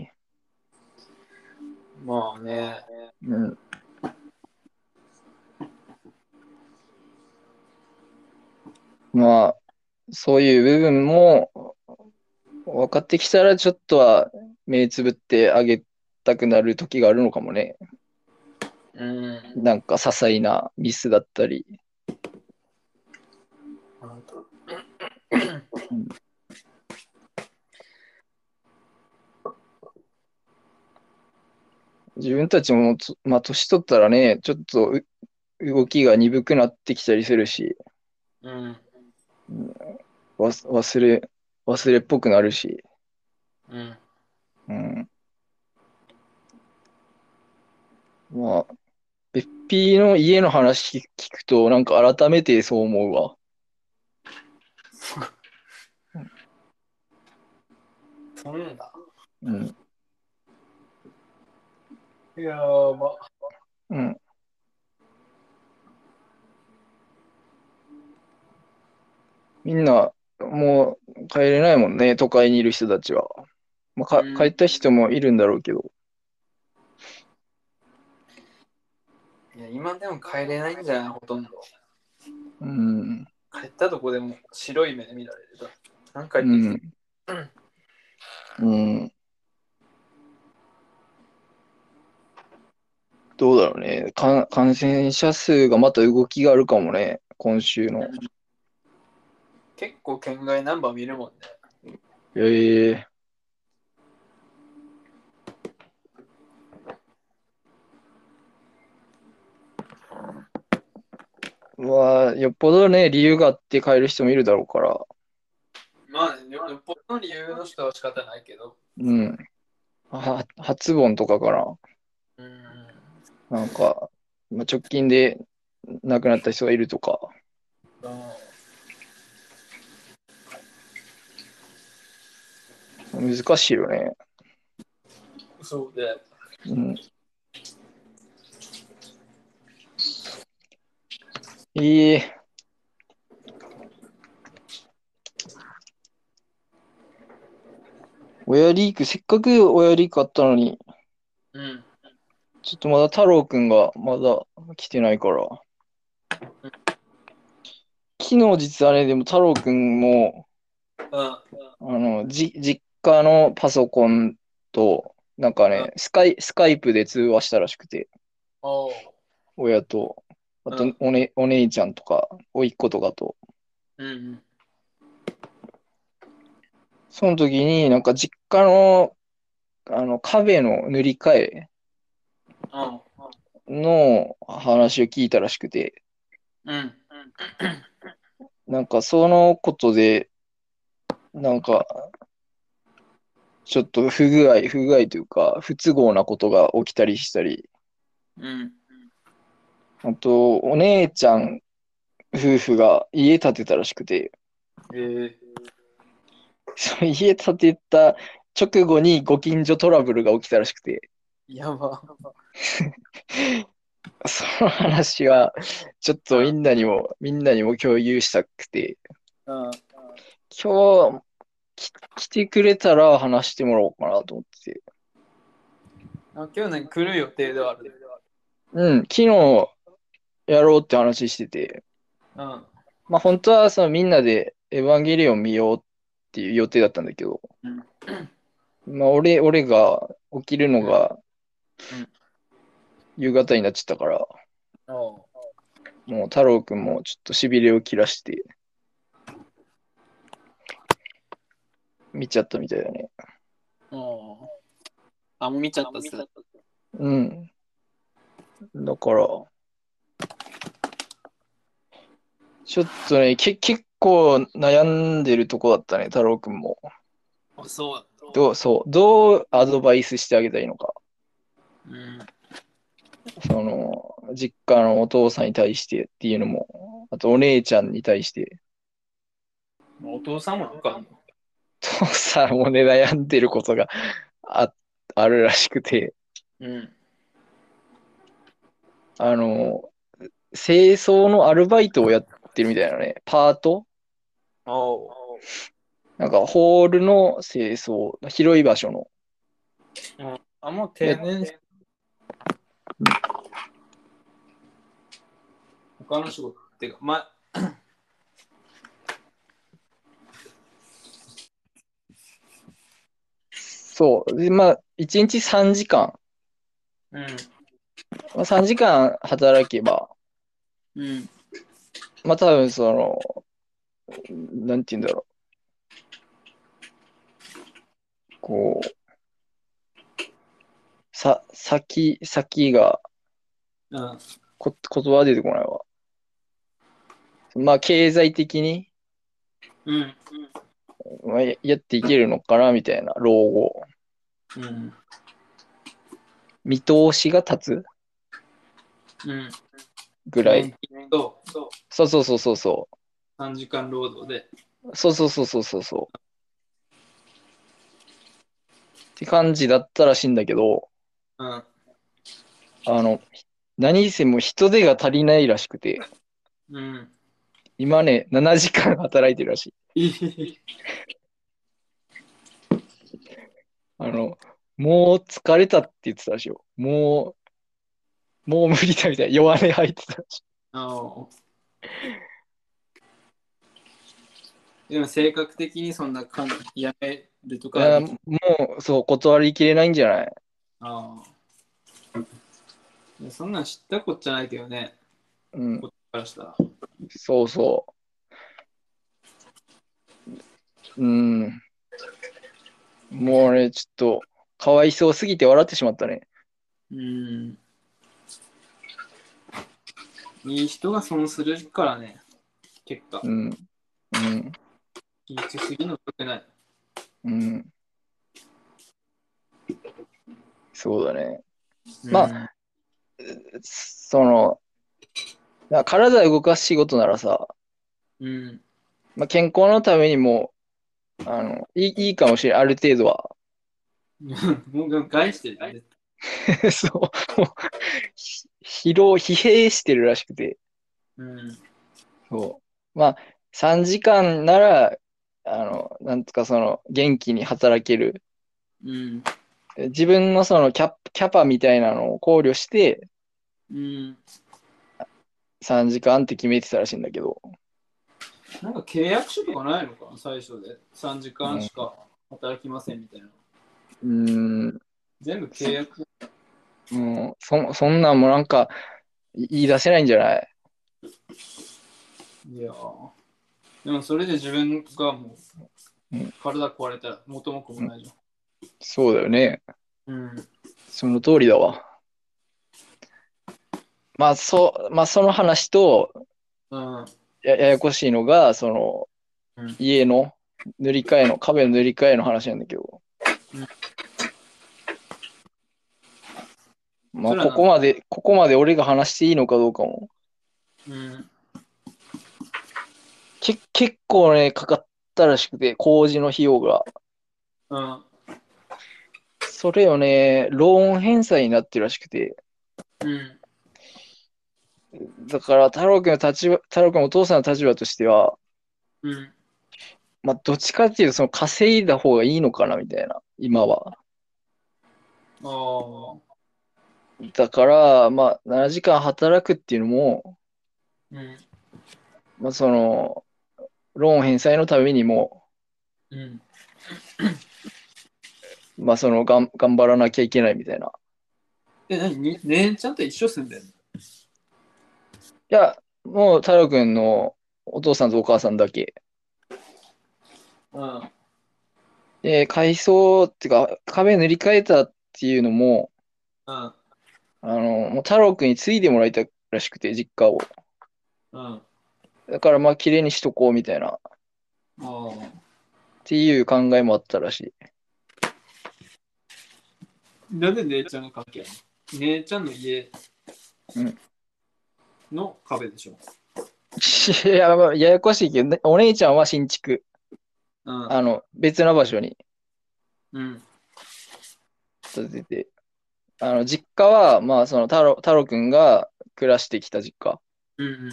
まあね。うん。まあ、そういう部分も分かってきたら、ちょっとは目つぶってあげたくなる時があるのかもね。うん。なんか些細なミスだったり。自分たちもつ、まあ、年取ったらね、ちょっとう動きが鈍くなってきたりするし、うん。忘忘れ、忘れっぽくなるし。うん。うん。まあ、べっぴーの家の話聞聞くと、なんか改めてそう思うわ。そんだ。うん。いやー、まあ。うん。みんな、もう帰れないもんね、都会にいる人たちは。まあ、かうん帰った人もいるんだろうけど。いや今でも帰れないんじゃないほとんど。うん。帰ったとこでも白い目で見られると。なんかう言ってん。うん。どうだろうね。か感染者数がまた動きがあるかもね。今週の。きて結構県外ナンバー見るもんね。ええわあ、よっぽどね、理由があって帰る人もいるだろうから。まあ、ね、よよっぽどの理由の人は仕方ないけど。うん。は、初盆とかかな。うん。なんか、まあ、直近で亡くなった人がいるとか。難しいよね。そうで。うん。いい。親リーク、せっかく親リークあったのに、うん。ちょっとまだ太郎くんがまだ来てないから。昨日実はね、でも太郎くんも、ああの、じ、実家のパソコンと、なんかね、スカイ、スカイプで通話したらしくて、おう親と、あうとんおね、お姉ちゃんとか、甥っ子とかと。うんその時に、なんか実家の、あの、壁の塗り替えうん。の話を聞いたらしくて、うん。なんかそのことで、なんか、ちょっと不具合、不具合というか、不都合なことが起きたりしたり、うん。あと、お姉ちゃん夫婦が家 建てたらしくて、ええその家建てた直後にご近所トラブルが起きたらしくて、やば。その話は、ちょっとみんなにも、みんなにも共有したくて、うん。今日、き来てくれたら話してもらおうかなと思ってて。あ去年来る予定ではある。うん、昨日やろうって話してて、うん。まあ本当はそのみんなでエヴァンゲリオン見ようっていう予定だったんだけど、まあ俺、俺が起きるのがうん夕方になっちゃったから、おうもう太郎くんもちょっとしびれを切らして、見ちゃったみたいだね。おうあ、もう見ちゃったっす。うん。だから、ちょっとね、け結構悩んでるとこだったね、太郎くんも。あ、そう。どう、そう、どうアドバイスしてあげたらいいのか。うん。その、実家のお父さんに対してっていうのも、あとお姉ちゃんに対して、お父さんもなんかあんのお父さんもね、悩んでることがあ、あるらしくて、うん。あの、清掃のアルバイトをやってるみたいなね、パートおうなんかホールの清掃、広い場所の。あ、もう定年し他の仕事ってか、ま、そう。で、まあ、1日3時間。うん。まあ、3時間働けば、うん。まあ多分その、なんて言うんだろう。こう、さ、先、先が、うん。こ、言葉出てこないわ。まあ、経済的に、うん。まあ、ややっていけるのかな、みたいな、老後。うん。見通しが立つうん。ぐらい。と、そう。そうそうそうそうそう。 3時間労働で。そうそうそうそうそうそう。って感じだったらしいんだけど、うん。あの、何せもう人手が足りないらしくて、うん。 今ね、7時間働いてるらしい。いいあの、もう疲れたって言ってたらしいよ。もう、もう無理だみたいな弱音入ってたらしい。おうでも性格的にそんな感じやめるといかやあるもう、そう、断りきれないんじゃないああそんなん知ったこっちゃないけどね、うん、こっちからしたら。そうそう。うん。もうね、ちょっと、かわいそうすぎて笑ってしまったね。うん。いい人が損するからね、結果。うん。うん。いい人すぎるの良くない。うん。そうだね。まあ、その、な体動かす仕事ならさ、うん。まあ、健康のためにも、あの、いいいいかもしれない、ある程度は。 もう害してるよね。そう。もうひ疲労、疲弊してるらしくて。うん。そう。まあ、3時間なら、あの、なんとかその、元気に働ける。うん。自分のそのキャ、キャパみたいなのを考慮して、うん。 3時間って決めてたらしいんだけど、なんか契約書とかないのかな最初で。3時間しか働きませんみたいな。うーん、全部契約。もう、そ、そんなんもなんか、い言い出せないんじゃないいやーでもそれで自分がもううん体壊れたら元も子もないじそうだよね。ゃん。うん。その通りだわ。まあ、そう、まあ、その話と、うん。や、ややこしいのが、そのうん、家の塗り替えの、壁の塗り替えの話なんだけどうん。まそあ、れはここまで、ここまで俺が話していいのかどうかも。うん。け、結構ね、かかったらしくて、工事の費用が。うん。それよね、ローン返済になってるらしくて、うん。だから太郎くんの立場、太郎くんお父さんの立場としては、うん。まあ、どっちかっていうと、その稼いだ方がいいのかなみたいな、今は。ああ。だから、まあ、7時間働くっていうのも、うん。まあ、その、ローン返済のためにも、うん。まあ、その、がん頑張らなきゃいけないみたいな。え、なにねえちゃんと一緒住んでんのいや、もう太郎くんのお父さんとお母さんだけ。うん。で、改装っていうか、壁塗り替えたっていうのも、うん。あの、もう太郎くんに継いでもらいたいらしくて、実家を。うん。あだから、まあ、綺麗にしとこうみたいな、っあ。ていう考えもあったらしい。なんで姉ちゃんが関係あるの姉ちゃんの家うんの壁でしょ。い や、まあややこしいけど、ねお姉ちゃんは新築。うん。あの、別な場所にうん。建てて。あの、実家は、まあ、その太郎、太郎くんが暮らしてきた実家。うんうん。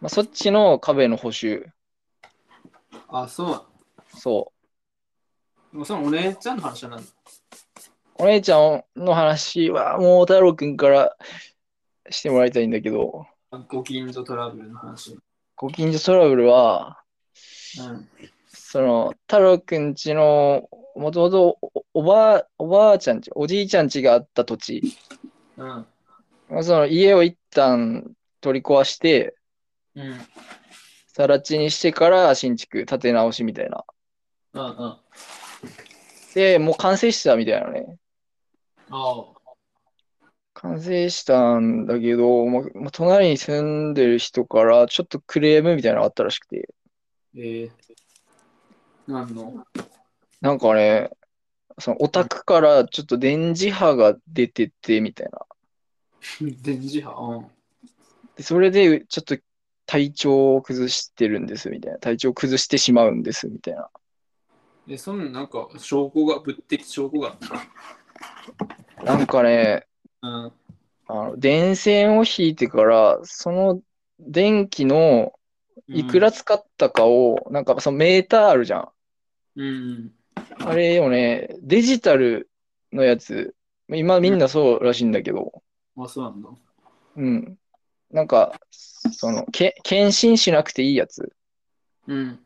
まあ、そっちの壁の補修。あ、そう。そでもそのお姉ちゃんの話は何う。お姉ちゃんの話は、もう太郎くんからしてもらいたいんだけど、あご近所トラブルの話。ご近所トラブルは、うん。その、太郎くんちの、もともとおばあ、おばあちゃんち、おじいちゃんちがあった土地、うん。まあその家を一旦取り壊して、うん。うん更地にしてから新築、建て直しみたいな。うん。あで、もう完成したみたいなね。あ。完成したんだけど、まあまあ隣に住んでる人からちょっとクレームみたいなのがあったらしくて、ええ何のなんかね、そのオタクからちょっと電磁波が出ててみたいな。電磁波で、それでちょっと体調を崩してるんですみたいな。体調を崩してしまうんですみたいな。うん。え、そんななんか証拠が、物的証拠があったなんかね、うん。あの電線を引いてから、その電気のいくら使ったかを、なんかそのメーターあるじゃん。うん。あれよね、デジタルのやつ、今みんなそうらしいんだけど、うん。あ、そうなんだ。うん。なんか、その、け検診しなくていいやつ。うん。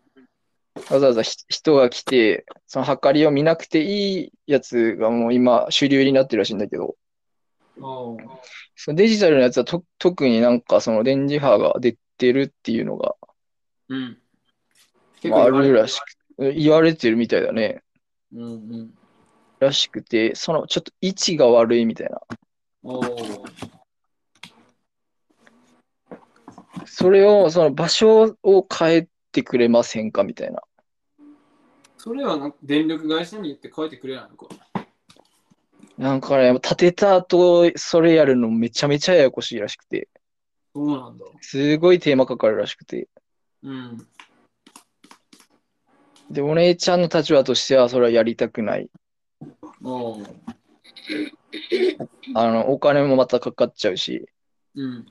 わざわざひ人が来て、その測りを見なくていいやつがもう今主流になってるらしいんだけど、ああ。そのデジタルのやつはと特になんかその電磁波が出てるっていうのが、うん。まあ、あるらしく、言われてるみたいだね。うんうん。らしくて、そのちょっと位置が悪いみたいな。おお。それを、その場所を変えてくれませんかみたいな。それはなんか電力会社に言って書いてくれないのか。なんかね、立てた後、それやるのめちゃめちゃややこしいらしくて、そうなんだ。すごい手間かかるらしくて。うん。で、お姉ちゃんの立場としては、それはやりたくない。おお。あの、お金もまたかかっちゃうし、うん。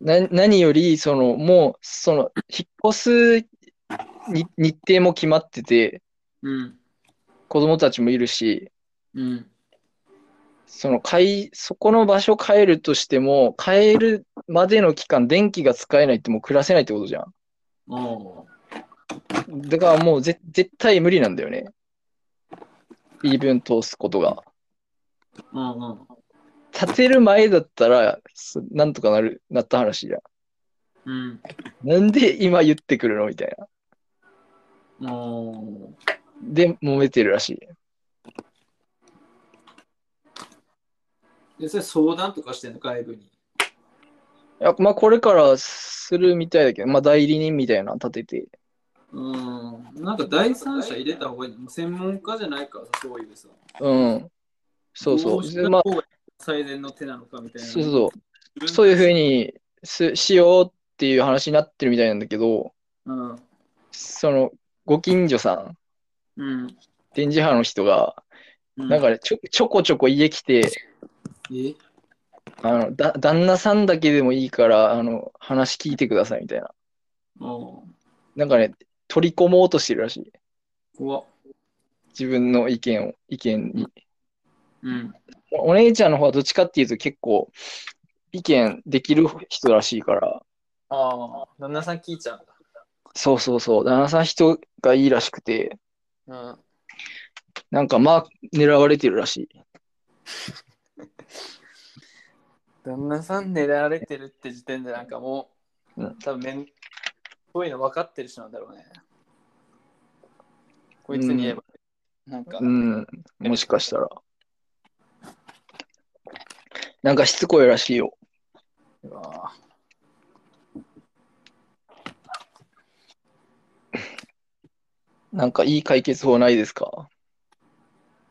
な何より、その、もう、その、引っ越すに日程も決まってて、うん。子供たちもいるし、うん。その、買い、そこの場所変えるとしても、変えるまでの期間、電気が使えないってもう暮らせないってことじゃん。おお。だからもうぜ、絶対無理なんだよね。言い分通すことが。うんうん。建てる前だったら、そなんとかなる、なった話じゃん。うん。なんで今言ってくるのみたいな。おで、揉めてるらしい。で、それ相談とかしてんの、外部に。いや、まあ、これからするみたいだけど、まあ、代理人みたいなの立てて。うん。なんか第三者入れた方がいいの。専門家じゃないからさ、そういうさ。うん。そうそどう。しでたまあ、方が最善の手なのかみたいな。そうそうう。そういうふう。にすしようっていう話になってるみたいなんだけど、うん。その、ご近所さん、うん。電磁波の人が、だからちょちょこちょこ家来て、えあのだ旦那さんだけでもいいからあの話聞いてくださいみたいな。もなんかね、取り込もうとしてるらしい。う、怖っ自分の意見を、意見に。うん。お姉ちゃんの方はどっちかっていうと結構意見できる人らしいから、ああ、旦那さん聞いちゃうんだ。そうそうそう、旦那さん人がいいらしくて、うん。なんかまあ狙われてるらしい。旦那さん狙われてるって時点でなんかもう、うん多分めんこういうの分かってる人なんだろうね。こいつに言えば、なんか、うん、もしかしたら。なんかしつこいらしいよ。うわなんかいい解決法ないですか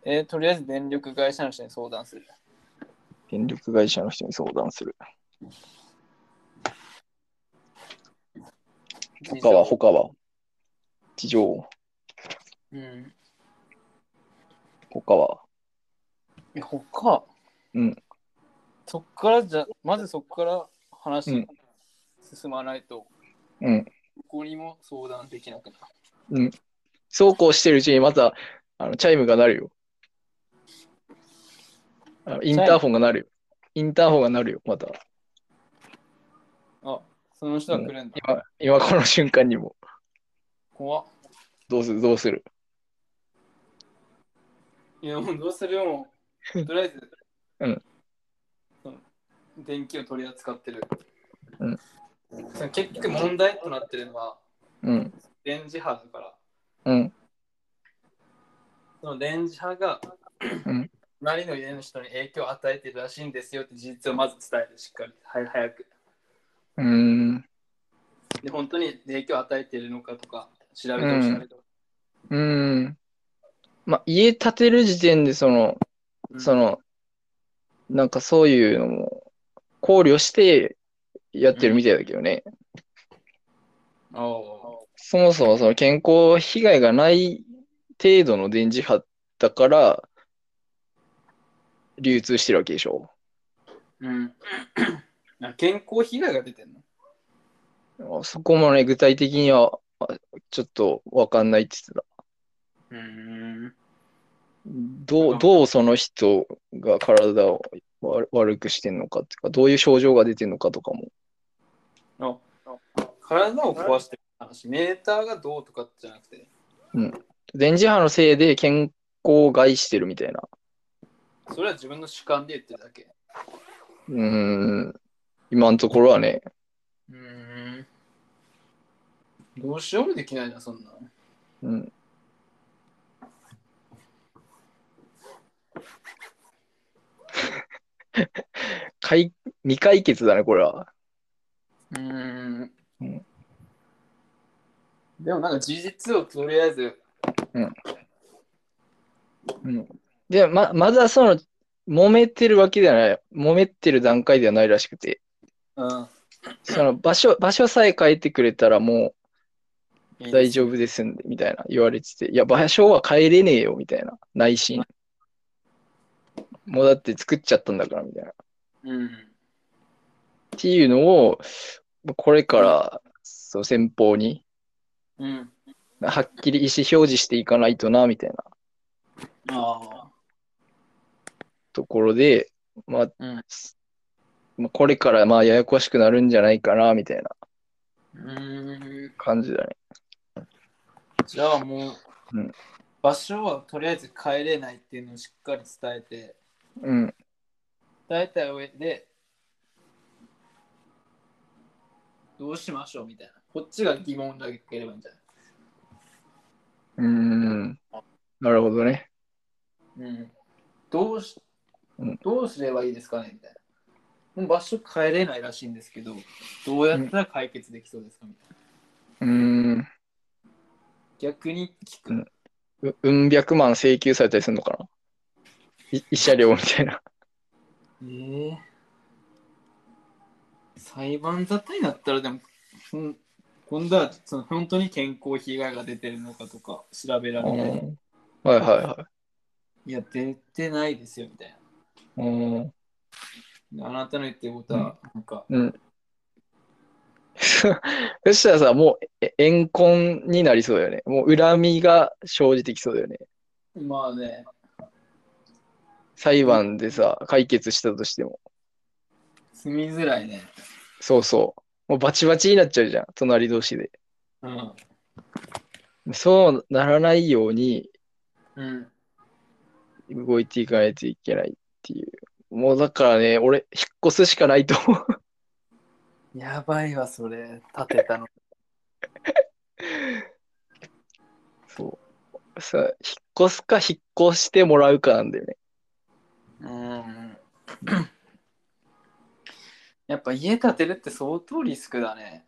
えーとりあえず電力会社の人に相談する。電力会社の人に相談する。他は他は地上、うん。他は。え、他うん。そっからじゃ、まずそっから話、うん進まないと、うん。ここにも相談できなくなる。そうこうしてるうちにまたあのチャイムが鳴るよ。あのインターホンが鳴るよ。インターホンが鳴るよ、また。あ、その人が来るんだ。今、今この瞬間にも。怖っ。どうする、どうする。いや、もうどうするよ、もう。とりあえず、うんうん。電気を取り扱ってる。うんその結局問題となってるのは、うん、電磁波だから、うん、その電磁波が、 ん隣の家の人に影響を与えてるらしいんですよって事実をまず伝える、しっかり。はい、早く。うーん、で、本当に影響を与えてるのかとか、調べてほしいなと。うーん。まあ、家建てる時点で、その、うんその、なんかそういうのも考慮してやってるみたいだけどね。おそもそもその健康被害がない程度の電磁波だから流通してるわけでしょ。ーうん。 あ健康被害が出てんのそこもね、具体的にはあちょっとわかんないって言ってた。うん。どう、どうその人が体を悪悪くしてんのかっていうか、どういう症状が出てんのかとかも。あ体を壊してる話、メーターがどうとかじゃなくて、電磁波のせいで健康を害してるみたいな。それは自分の主観で言ってるだけ。うーん、今のところはね、うん。どうしようもできないな、そんな。うん、 解未解決だね、これは。うんうん。でもなんか事実をとりあえず、で、ま、まだその、揉めてるわけではない、揉めてる段階ではないらしくて、うん。その場所、場所さえ変えてくれたらもいいうで大す丈夫ですんで、みたいな言われてて、いや、場所は変えれねえよ、みたいな、内心。もうだって作っちゃったんだから、みたいな。っうん。ていうのを、これから、そう、先方に、うん。はっきり意思表示していかないとな、みたいなあところで、まあ、あ。うん。まあこれから、まあ、ややこしくなるんじゃないかな、みたいなうん。感じだね。じゃあもう、うん場所はとりあえず帰れないっていうのをしっかり伝えて、うん。伝えた上で、どうしましょうみたいな。こっちが疑問だければいいんじゃないうーん。なるほどね。うん。どうしうん、どうすればいいですかねみたいな。もう場所帰れないらしいんですけど、どうやったら解決できそうですかみたいな。うーん。逆に聞く。うんう、うん百万請求されたりするのかない慰謝料みたいな。ええ裁判沙汰になったらでも、ほん今度はその本当に健康被害が出てるのかとか調べられない。はいはいはいや、出てないですよ、みたいうん。 な。あなたの言ってることは、なんか、うん。そしたらさ、もう、え怨恨になりそうだよね。もう恨みが生じてきそうだよね。まあね、裁判でさ、解決したとしても。住みづらいね。そうそう。もうバチバチになっちゃうじゃん。隣同士で。うん。そうならないようにうん。動いていかないといけないっていう。もうだからね、俺、引っ越すしかないと思う。やばいわ、それ。立てたの。そう。さ、引っ越すか引っ越してもらうかなんだよね。うん。やっぱ家建てるって相当リスクだね。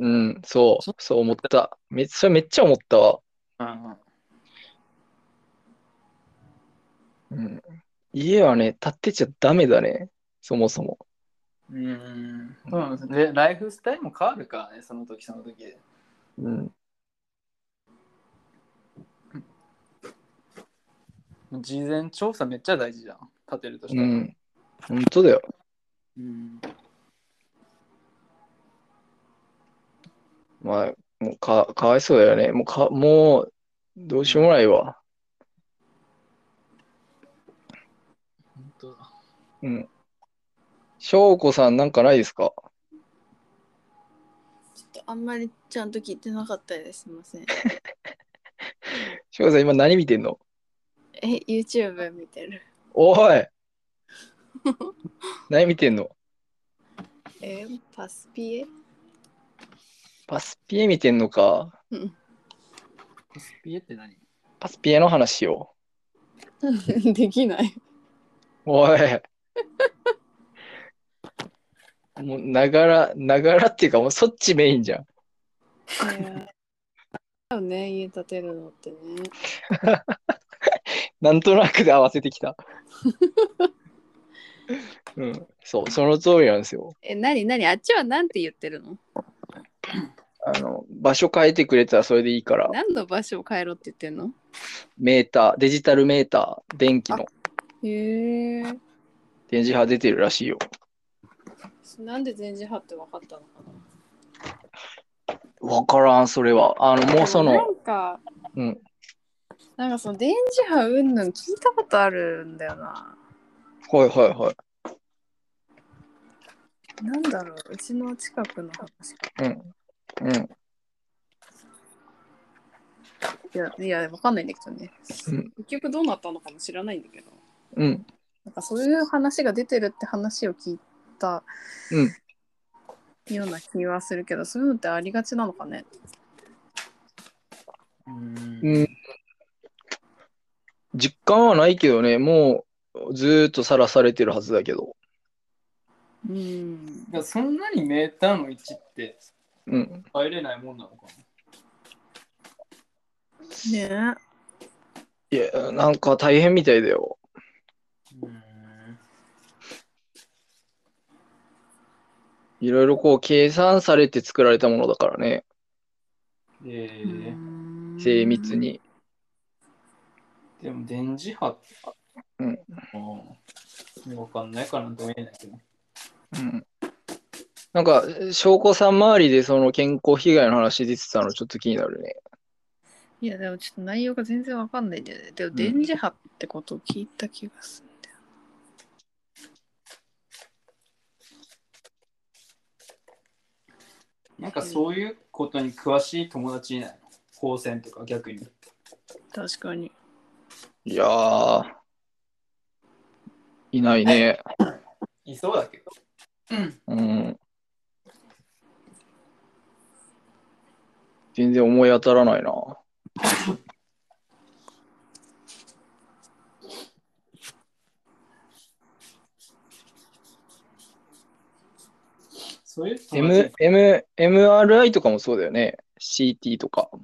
うん、そう、そう思った。めそれめっちゃ思ったわ。うん。うん、家はね、建てちゃダメだね。そもそも。うん。うん、で、ライフスタイルも変わるからね、その時その時で。うん。事前調査めっちゃ大事じゃん。建てるとしたうら。ん。本当だよ。うん。まあ、もうか、かわいそうだよね。もうか、もう、どうしようもないわ。本当だ。うん。翔子さんなんかないですかちょっとあんまりちゃんと聞いてなかったです。すいません。翔子さん今何見てんのえ、YouTube 見てる。お い何見てんのえ、パスピエパスピエ見てんのか。うん。コスピエって何パスピエの話を。 できない。おい。 もう、ながら、ながらっていうか、もうそっちメインじゃん。だよね、家建てるのってね。なんとなくで合わせてきた。うん、そう、その通りなんですよ。え、なになにあっちはなんて言ってるのあの、場所変えてくれたらそれでいいから、何の場所を変えろって言ってんのメーター、デジタルメーター、電気のへえ。電磁波出てるらしいよ。なんで全時派って分かったのかなわからん、それは。あの、もうそなの、んか、うん、なんかその電磁波うんぬん聞いたことあるんだよな。はいはいはい。なんだろう、うちの近くの話。うん、いや、いや、わかんないんだけどね。うん結局どうなったのかも知らないんだけど。うん、なんかそういう話が出てるって話を聞いたような気はするけど、そういうのってありがちなのかね。うんうん。実感はないけどね、もう、ずーっとさらされてるはずだけど。うんだ。からそんなにメーターの位置ってうん、入れないもんなのかねいや、なんか大変みたいだよ。ないろいろこう、計算されて作られたものだからね、ええー精密。に。でも電磁波ってうんうんわかんないからどう言えないけどうんなんか、翔子さん周りでその健康被害の話出てたのちょっと気になるね。いや、でもちょっと内容が全然わかんないんだよね。でも電磁波ってことを聞いた気がするんだよ。なんかそういうことに詳しい友達いないの光線とか逆に確かに。いやー、いないね。いそうだけどうん。全然思い当たらないな。そういう友 M 達、 M、MRI とかもそうだよね。CT とか。あ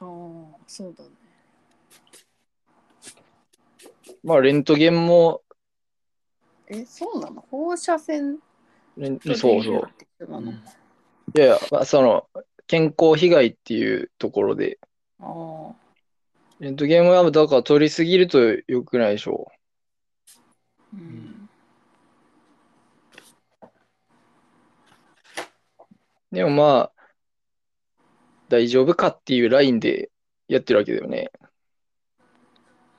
あ、そうだね。まあ、レントゲンも、え、そうなの放射線レンとそう電そう磁波。ってことなのうんいやいや、まあその、健康被害っていうところで、ああ。レッドゲームは、だから取りすぎると良くないでしょうんう。でもまあ、大丈夫かっていうラインでやってるわけだよね。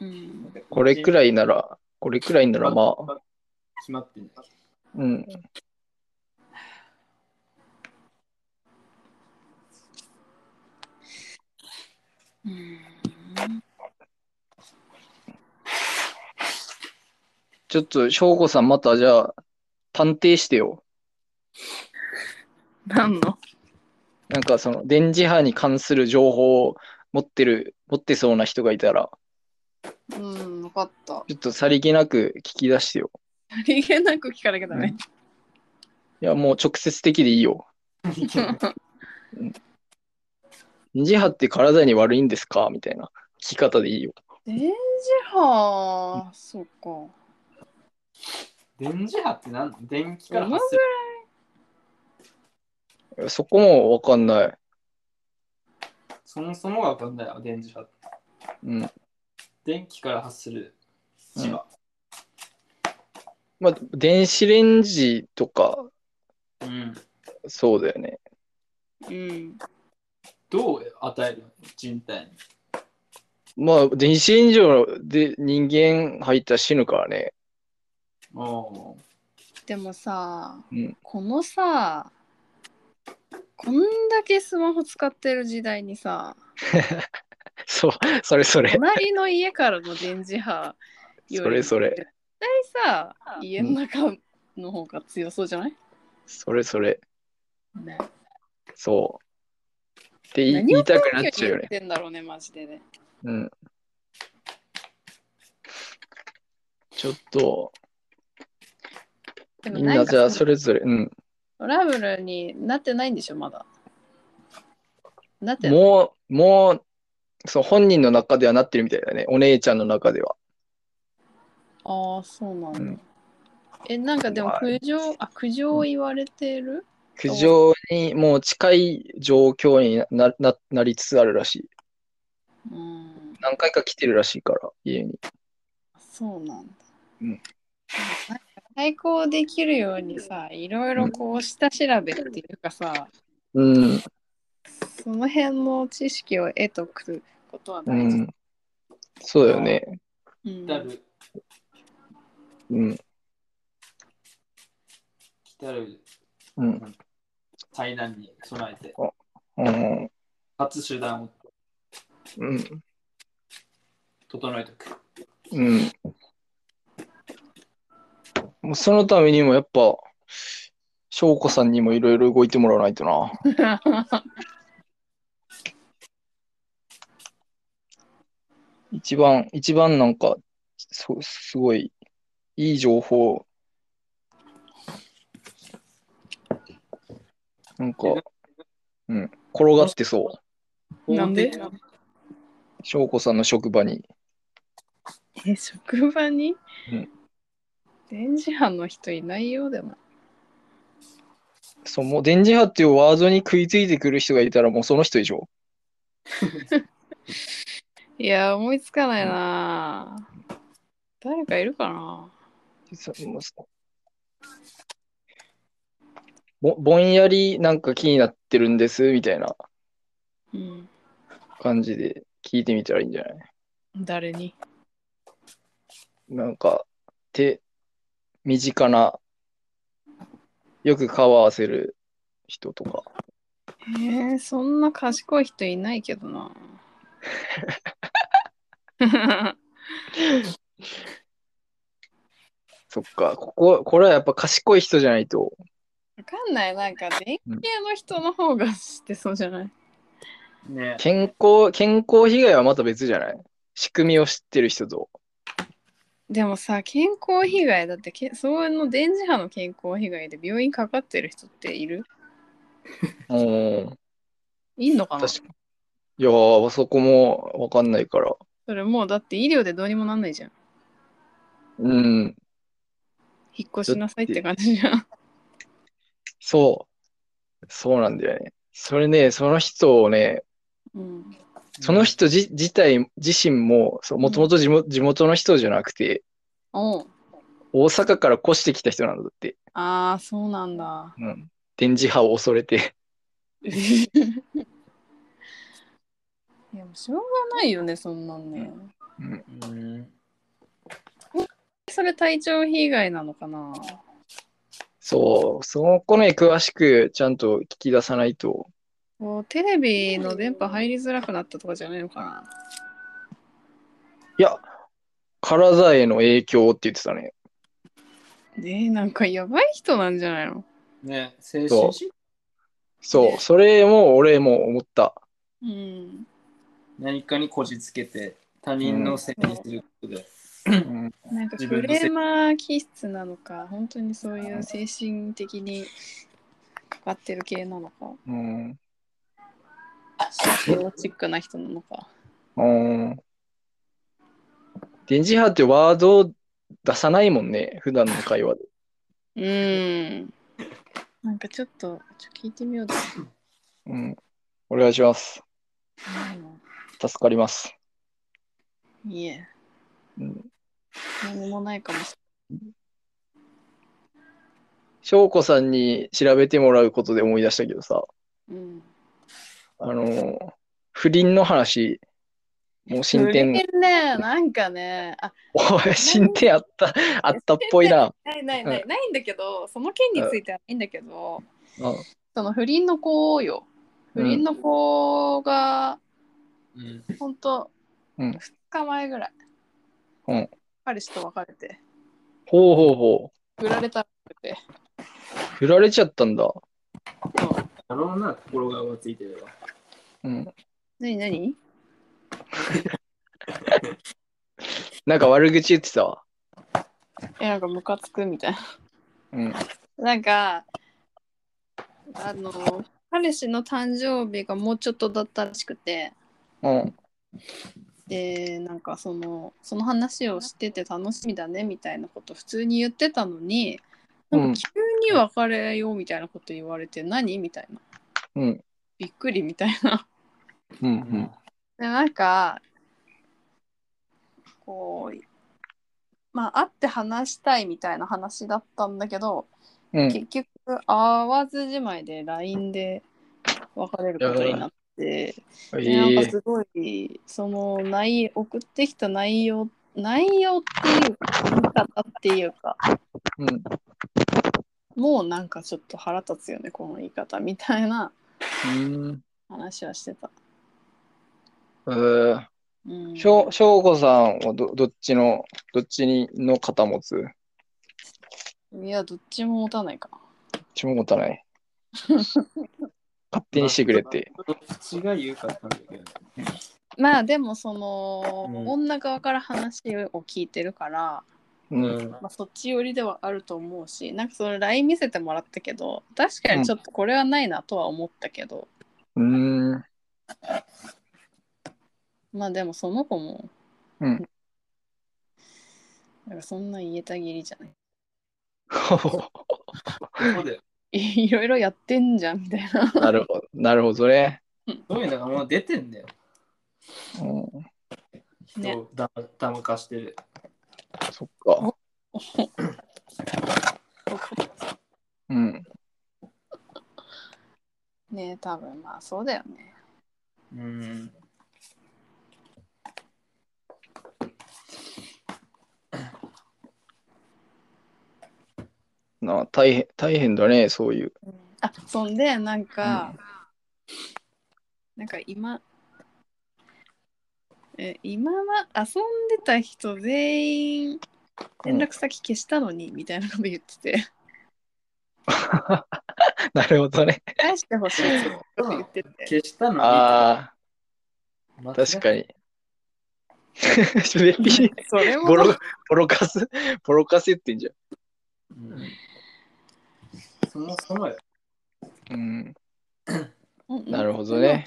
うんこれくらいなら、これくらいならまあ、決まってんだうん。うんちょっと、翔子さんまたじゃあ、探偵してよ。何のなんかその、電磁波に関する情報を持ってる、持ってそうな人がいたら、うん分かった。ちょっとさりげなく聞き出してよ。さりげなく聞かなきゃダメ。いや、もう直接的でいいよ。電磁波って体に悪いんですかみたいな聞き方でいいよ。電磁波、そうか。電磁波って何電気から発そこもわかんない。生そもそもが分かんないわ電磁波ってうん。電気から発する磁場まあ、電子レンジとか、うんそうだよね。うん。どう与えるの人体にまあ、電子レンジで人間入ったら死ぬからね。 おーでもさ、うんこのさ、こんだけスマホ使ってる時代 にさ、そう、それそれ。隣の家からの電磁波よそりれそれ。絶対さ、家の中の方が強そうじゃない、それそれ。ね、そう。って言い何言をいたくなっちゃうよ根拠にね。言ってんだろうね、マジでね。うん。ちょっと、でもみんななんじゃかあそれぞれ、うん。トラブルになってないんでしょ、まだ。なってないもう、もう、そう、本人の中ではなってるみたいだね。お姉ちゃんの中では。ああ、そうなんだ。うんえ、なんかでもまあ苦情、あ、苦情を言われてる、苦情にもう近い状況になななりつつあるらしい。うん、何回か来てるらしいから、家に。そうなんだ。うんなんか対抗できるようにさ、いろいろこう下調べっていうかさ、うん、その辺の知識を得とくことはう大事。ん。そうだよね。うん来たるうん、来たるうん、災難に備えてうん、初手段をうん、整えておくうん。もうそのためにもやっぱ、翔子さんにもいろいろ動いてもらわないとな。一番、一番なんか、そうすごい、いい情報。なんか、うん、転がってそう。なんで法的翔子さんの職場に。え、職場に、うん電磁波の人いないよ、でも。そう、もう電磁波っていうワードに食いついてくる人がいたらもうその人でしょ。いや、思いつかないな、誰かいるかなそもうそぼぼんやりなんか気になってるんですみたいなうん。感じで聞いてみたらいいんじゃない誰になんか手身近なよく顔合わせる人とかえー、そんな賢い人いないけどな。そっかこここれはやっぱ賢い人じゃないとわかんない、なんか電気系の人の方が知ってそうじゃない。ね健康健康被害はまた別じゃない仕組みを知ってる人とでもさ、健康被害だってけ、そういうの電磁波の健康被害で病院かかってる人っているうんいんのかな確かいやーそこもわかんないからそれもうだって医療でどうにもなんないじゃん。うん引っ越しなさいって感じじゃん。そう。そうなんだよね。それね、その人をね、うん、その人じ自体、自身も、もともと地元地元の人じゃなくて、おう大阪から越してきた人なんだって。ああそうなん だ。うん。電磁波を恐れて。いやもうしょうがないよねそんなんね。うんそれ体調被害なのかなそう、そこね、詳しくちゃんと聞き出さないと。こうテレビの電波入りづらくなったとかじゃないのかないや、体への影響って言ってたね。ねえなんかやばい人なんじゃないのね精神疾そう、それも俺も思った。うん何かにこじつけて他人のせいにすることで、なんか自ク分のせいレーマー気質なのか本当にそういう精神的にかかってる系なのかうん。ロチックな人なのかうん。電磁波ってワードを出さないもんね、普段の会話で。うんなんかちょっとちょ聞いてみようだうん。お願いします。な助かります。いえうん何もないかもし翔子さんに調べてもらうことで思い出したけどさ、れない、うん、あの、不倫の話、もう進展、不倫ねなんかねあ おい、進展あ った、あったっぽいな。ないないいなないい、ないんだけどその件ににつついてはいいんだけど、うんその不倫の子よ不倫の子がうん本当うん2日前ぐらい、うん彼氏と別れてほうほうほ振られたらしくてう。振られちゃったんだ。そうだろうな心が浮ついてればうん。何何なんか悪口言ってたわ。えなんかムカつくみたいなうん。なんかあの彼氏の誕生日がもうちょっとだったらしくてうん。でなんかそのその話をしてて楽しみだねみたいなこと普通に言ってたのになんか急に別れようみたいなこと言われて、何みたいなうん。びっくりみたいなうん。うん。でなん かこうまあ会って話したいみたいな話だったんだけど、うん。結局会わずじまいで LINE で別れることになって、えでなんかーすごいその内送ってきた内容内容っていうか言い方っていうかうん。もうなんかちょっと腹立つよねこの言い方みたいなうん。話はしてた。えーうん、しょう、しょうこさんはど、どっちの、どっちにの肩持つどっいやどっちも持たないかな。ちも持た ない。勝手にしてくれって。どっちが言うかったんだけどまあでもその、うん女側から話を聞いてるから、うん。まあ、そっち寄りではあると思うしなんかその LINE 見せてもらったけど確かにちょっとこれはないなとは思ったけど、うん。うんまあでもその子も、うんなんかそんな言えたぎりじゃない そうだよいろいろやってんじゃんみたい ななるほど。なるほどね。そういうのがもう出てんだようん。ね人をだだまかしてるそっか。うん。ね多分まあそうだよねうんなあ大変、大変だね、そう いう。あそんでなんか、なんか今え今は遊んでた人全員連絡先消したのに、みたいなこと言っててなるほどね。返してほしいってこと言ってて消したのにあ間あ、違確かに。 滑り、それもボロ、ボロカス、ボロカス言ってんじうんそもそもよゃん。うん。うんなるほどね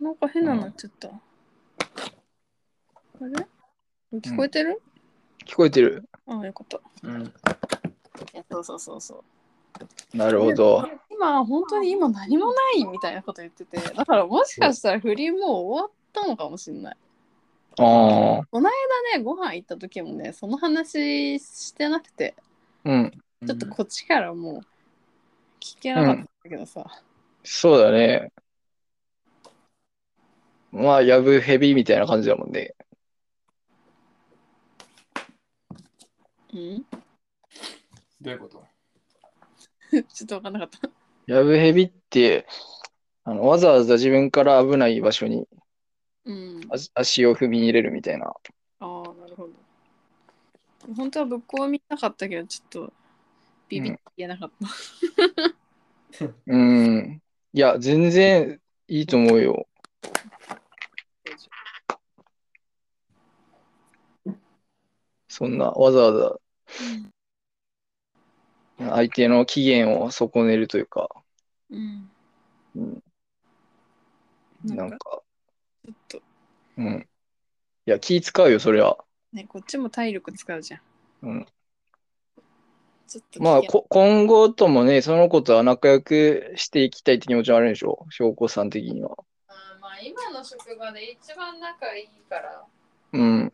なんか変なのちょっと、あれ聞こえてる、聞こえてる。ああよかったうんいやそうそうそうそうなるほど。で今本当に今何もないみたいなこと言っててだからもしかしたら振りもう終わったのかもしれないああ。この間ねご飯行った時もねその話してなくてうん。ちょっとこっちからもう聞けなかったんだけどさ、そうだね。まあ、やぶヘビみたいな感じだもんね。うん、どういうことちょっと分かんなかったやぶヘビって、あの、わざわざ自分から危ない場所にうん足足を踏み入れるみたいな。ああなるほど本当はぶっこを見たかったけどちょっとビビって言えなかった、うん。いや、全然いいと思うよ。そんな、わざわざ相手の機嫌を損ねるというか、うん、うんななんんかか、ちょっとうん。いや、気使うよ、そりゃ。ねこっちも体力使うじゃんうんちょっとまあ、危険こ今後ともね、その子とは仲良くしていきたいって気持ちはあるんでしょ翔子さん的には。あーまあ今の職場で一番仲いいからうん。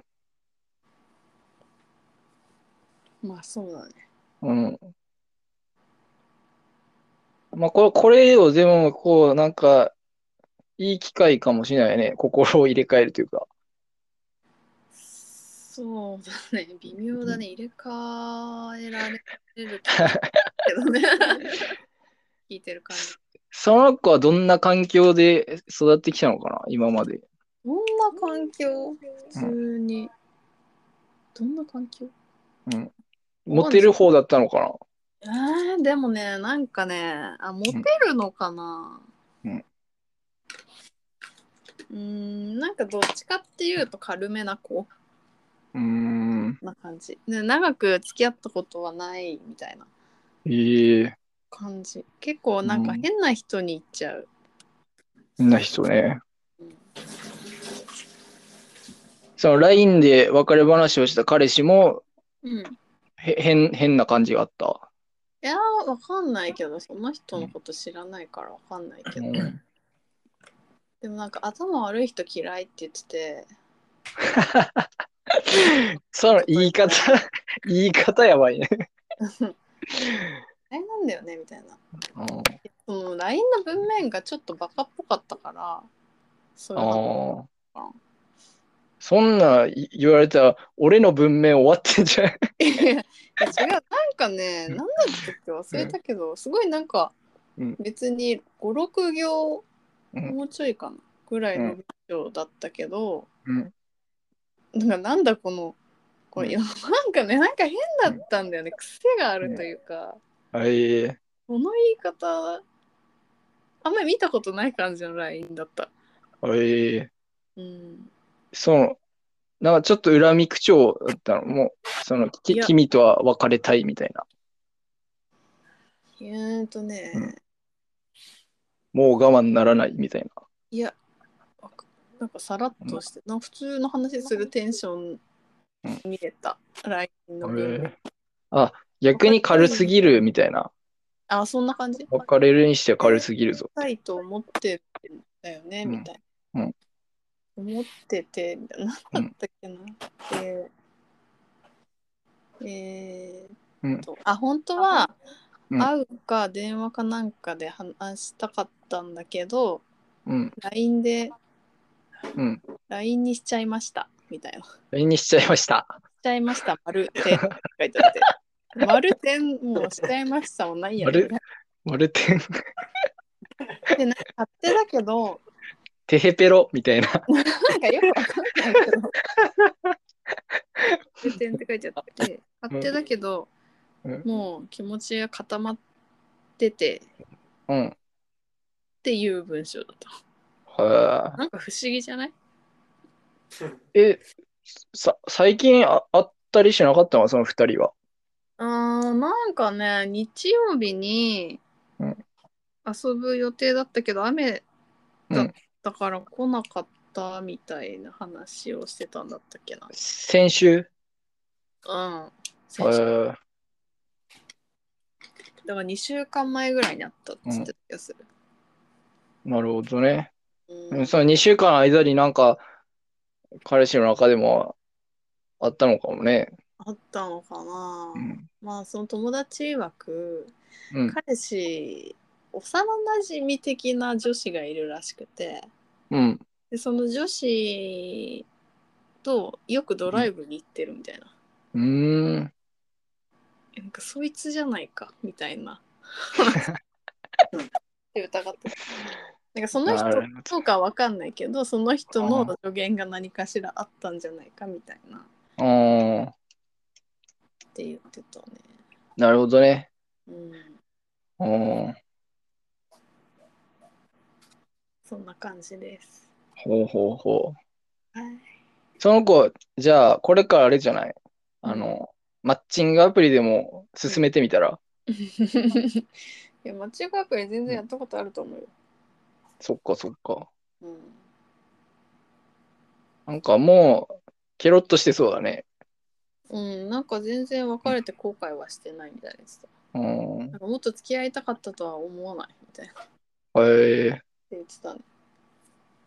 まあそうだねうん。まあ、これ、これをでも、こう、なんか、いい機会かもしれないね。心を入れ替えるというか。そうだね微妙だね入れ替えられるけどね 聞いてる感じその子はどんな環境で育ってきたのかな今まで。どんな環境普通に、どんな環境モテる方だったのかなえー、でもねなんかねあモテるのかなうんうーんなんかどっちかっていうと軽めな子うーん。な感じで長く付き合ったことはないみたいなええ感じ結構なんかうん変な人に行っちゃう、変な人ねうん。その LINE で別れ話をした彼氏もうん、いへ変変な感じがあった。やーわかんないけどその人のこと知らないからわかんないけど、うんでもなんか頭悪い人嫌いって言ってて その言い方、 言い方やばいね。嫌いなんだよねみたいなうんその LINE の文面がちょっとバカっぽかったからそういうのああ。そんなんい言われたら、俺の文明終わってんじゃん。 いや違うなんかね何だったっけ忘れたけどすごいなんかうん別に56行うんもうちょいかなぐらいの文章だったけどうんなんかなんだこのこれうなんかねなんか変だったんだよね癖があるというかはい。うこの言い方あんまり見たことない感じの LINE だった。はい。うん、その、なんかちょっと恨み口調だったの。もう、その、きいや君とは別れたいみたいな。えーとね、うんもう我慢ならないみたいな。いや、わかなんかさらっとして、なんか普通の話するテンション見れた、LINE の文面あ、逆に軽すぎるみたいな。あ、そんな感じ。別れるにしては軽すぎるぞ。したいと思ってるんだよね、うんみたいな。うん思ってて、みたいな。うなんんだったっけな。えー、えうんーっと、あ、本当は、うん会うか電話かなんかで話したかったんだけど、うん。 LINE で、うん。 LINE にしちゃいました、みたいな。 LINE にしちゃいました。しちゃいました、丸点って書いてあって。丸点もうしちゃいましたもんないやね。丸点、で、なんか勝手だけど、テヘペロみたいな。なんかよくわかんないけど。丸点って書いてあって、勝手だけど、うんもう気持ちが固まっててっうん。ていう文章だった。はあ。なんか不思議じゃないえ、さ、最近あ会ったりしなかったのその二人は。あーなんかね、日曜日にうん遊ぶ予定だったけど、雨だったから来なかったみたいな話をしてたんだったっけな。先週うん。えーだから2週間前ぐらいにあったっつってた気がする。なるほどね。うんうんその2週間の間になんか、彼氏の中でもあったのかもね。あったのかな、うん。まあその友達曰くうん。彼氏幼なじみ的な女子がいるらしくてうん。でその女子とよくドライブに行ってるみたいな。うーん。なんかそいつじゃないかみたいな。って 疑ってたなんかそのな人るほどそうかわかんないけどその人の助言が何かしらあったんじゃないかみたいなっあーて言ってたね。なるほどね。うん、うん。そんな感じです。ほうほうほう。はい、その子、じゃあ、これからあれじゃないあの、マッチングアプリでも進めてみたら。 いやマッチングアプリ全然やったことあると思うよ。そっかそっか。うん、なんかもう、ケロッとしてそうだね。うん、なんか全然別れて後悔はしてないみたいです。うん。なんかもっと付き合いたかったとは思わないみたいなってへえ、言ってたね。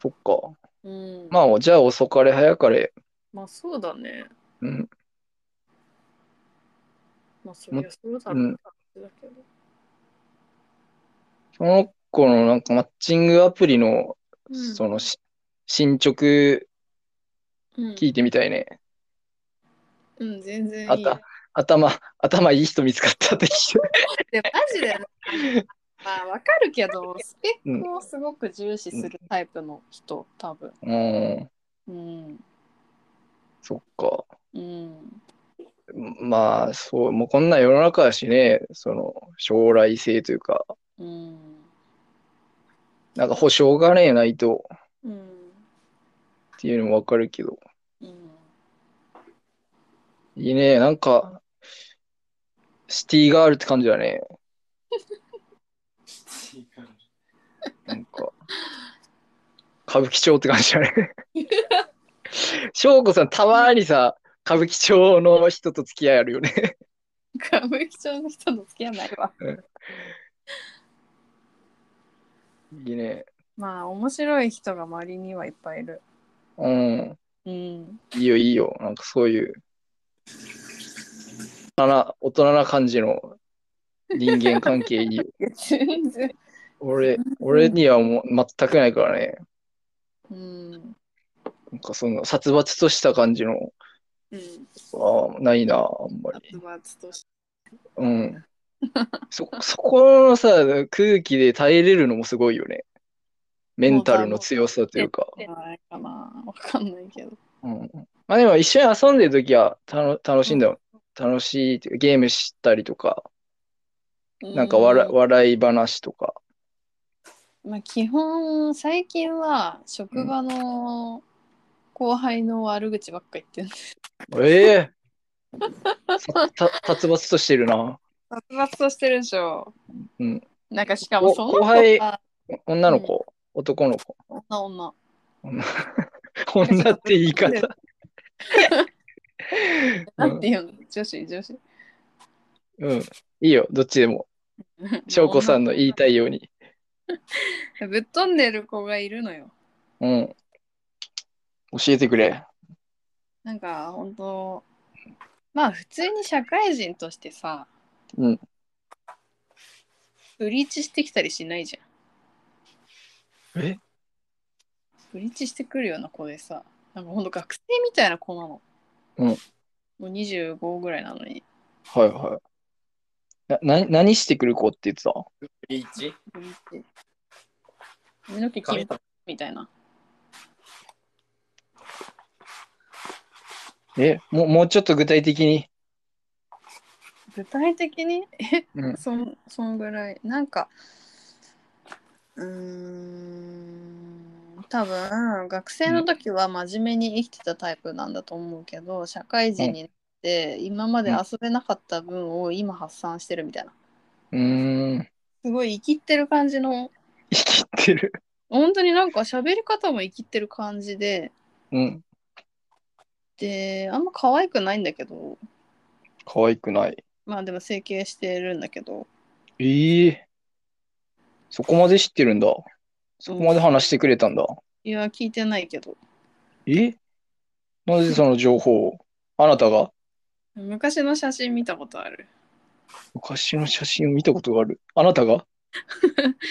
そっか。うん、まあ、じゃあ遅かれ早かれ、まあそうだね。うん、まあそりゃそうだろううんなってだけど。その子のなんかマッチングアプリの、うんそのし進捗うん聞いてみたいね。うん、全然あっいい。た頭、頭いい人見つかったって聞いて。でマジで、まあわかるけど、スペックをすごく重視するタイプの人、多分。うん、うん。そっか。うん。まあ、そう、もうこんな世の中だしね、その、将来性というか、うん。なんか保証がね、ないとうん。っていうのもわかるけど。うん。 いいね、なんか、シティガールって感じだね。なんか、歌舞伎町って感じだね。翔子さん、たまにさ、歌舞伎町の人と付き合いあるよね。歌舞伎町の人の付き合いないわ。いいね。まあ面白い人が周りにはいっぱいいる。うん。うん。いいよ、いいよ。なんかそういう、大人な、大人な感じの人間関係いいよ。いや全然。俺、俺にはもう全くないからね。うん。なんかその、殺伐とした感じの、うん。ああ、ないな、あんまり。殺伐としうん。そ、そこのさ、空気で耐えれるのもすごいよね。メンタルの強さというか。てないかな。わかんないけど。うん。まあでも一緒に遊んでるときはたの楽しいんだよ。楽しいっていうか、ゲームしたりとか、なんか笑う笑い話とか。まあ、基本最近は職場の後輩の悪口ばっか言ってる、 ええた、た、殺伐としてるな。殺伐としてるでしょうんなんかしかもおその後輩子が女の子、男の子。女女女女って言い方。 なんて言うの、女子女子うん、うんいいよ、どっちでも。翔子さんの言いたいように。女ぶっ飛んでる子がいるのようん。教えてくれ。なんか本当まあ普通に社会人としてさうんブリーチしてきたりしないじゃんえブリーチしてくるような子でさなんかほんと学生みたいな子なのうんもう25ぐらいなのにはいはい。な、な、何してくる子って言ってたリーチブリーチ髪の毛切髪るとみたいなえ、もう、もうちょっと具体的に。具体的にえ、うんそんそんぐらいなんかうーん多分学生の時は真面目に生きてたタイプなんだと思うけど社会人になって今まで遊べなかった分を今発散してるみたいなうーん。すごい生きってる感じの生きてる。本当になんか喋り方も生きってる感じでうん。であんま可愛くないんだけど可愛くない。まあでも整形してるんだけどええそこまで知ってるんだ。そこまで話してくれたんだ。いや、聞いてないけど。えなぜその情報をあなたが昔の写真見たことある。昔の写真を見たことがある。あな たが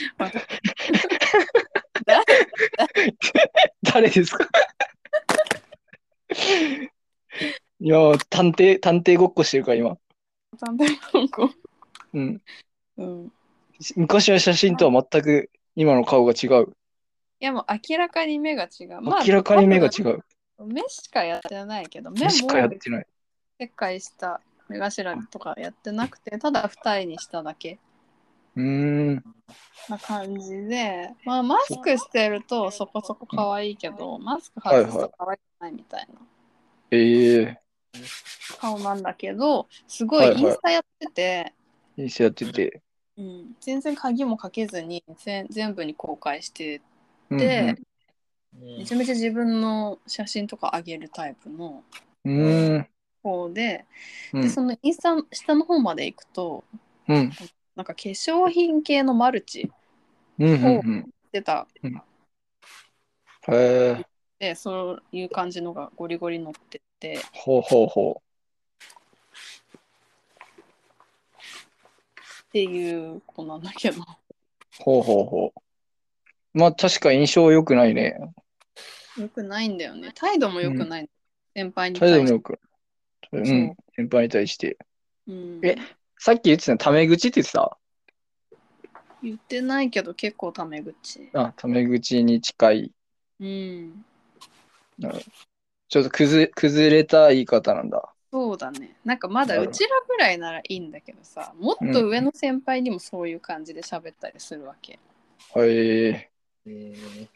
誰ですか いやー、探偵、探偵ごっこしてるから今。三大本校。うん。うん。い昔の写真とは全く今の顔が違う。や、もう明らかに目が違う。まあ明らかに目が違う。目しかやってないけど、目目もしかやってない。切開した目頭とかやってなくて、ただ二重にしただけうーん。な感じで、まあマスクしてるとそこそこ可愛いけど、マスク外すと可愛くないみたいなええ顔なんだけど、すごいはいはいインスタやってて、いい人やってて。うん、全然鍵もかけずに全全部に公開してうんて、うんめちゃめちゃ自分の写真とか上げるタイプのうん、うーん。方で,、うでんそのインスタの下の方まで行くとうん。なんか化粧品系のマルチうん。うん。出たうん。へえ。でそういう感じのがゴリゴリ乗っててほうほうほっていう子なんだけどう。ほうほうほう。まあ確か印象良くないね。 よくないんだよね態度もよくない、先輩に態度対もして。良く。う。そうん先輩に対して。うん、えさっき言ってたのタメ口って言ってた言ってないけど結構タメ口。あ、タメ口に近い。うん。ちょっと崩崩れた言い方なんだ。そうだね。なんかまなだるうほどちらぐらいならいいんだけどさ、もっと上の先輩にもそういう感じで喋ったりするわけ。へえ。えー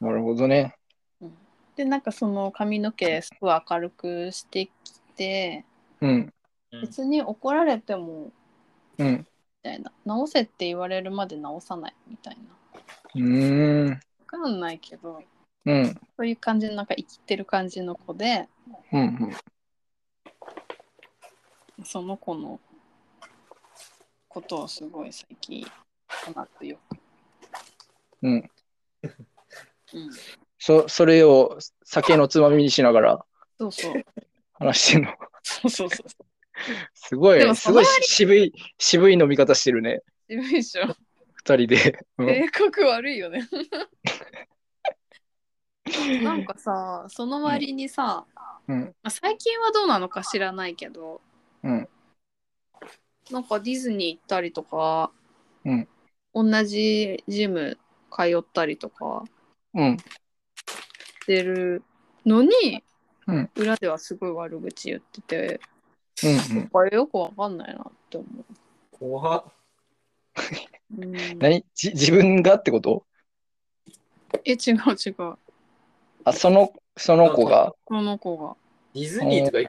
なるほどね。うん、で、なんかその髪の毛すごい明るくしてきて、うん。別に怒られてもうん。みたいな直せって言われるまで直さないみたいなうーん。わかんないけどうん。そういう感じのなんか生きてる感じの子でうん。うんその子のことをすごい最近話すよくうん、うん、そそれを酒のつまみにしながらそうそう話してるの。 そうそうそうすごいでもね、そすのごい渋い、渋い飲み方してるね。渋いでしょ二人で。 うん性格悪いよね なんかさその割にさ、うん。まあ最近はどうなのか知らないけどうん。なんかディズニー行ったりとか、うん同じジム通ったりとかうん。してるのに、うん裏ではすごい悪口言ってて、うんうん。これよくわかんないなって思怖っ。う。うん何じ自分がってことえ、違う違う。こあ、その、その子が。の子が。ディズニーとか行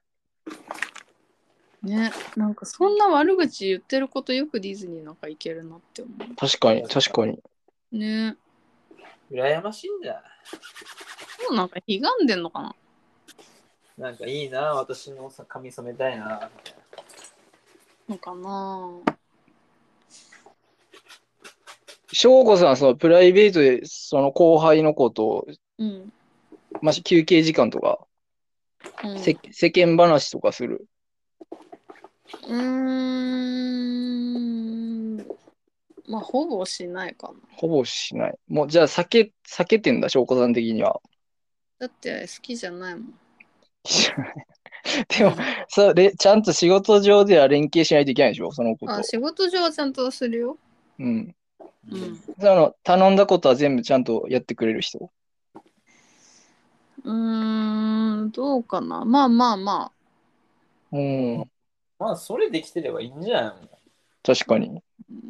ね、なんかそんな悪口言ってることよくディズニーなんか行けるなって思確かに、確かに。う。ね、く羨ましいんだ。もうなんか悲願でんのかななんかいいな、私もさ髪染めたいな。のかな翔子さん、そのプライベートで、その後輩の子と、うん。まあ、休憩時間とか、うん、せ世間話とかする。うーん。まあ、ほぼしないかな。ほぼしない。もう、じゃあ、避け、避けてんだ、翔子さん的には。 だって好きじゃないもん。でも、そうれ、ちゃんと仕事上では連携しないといけないでしょ、その子とあ、。仕事上はちゃんとするよ。うん。うん。その、頼んだことは全部ちゃんとやってくれる人。うーん、どうかな。まあまあまうん。まあ、それできてればいいんじゃん。確かに。あ。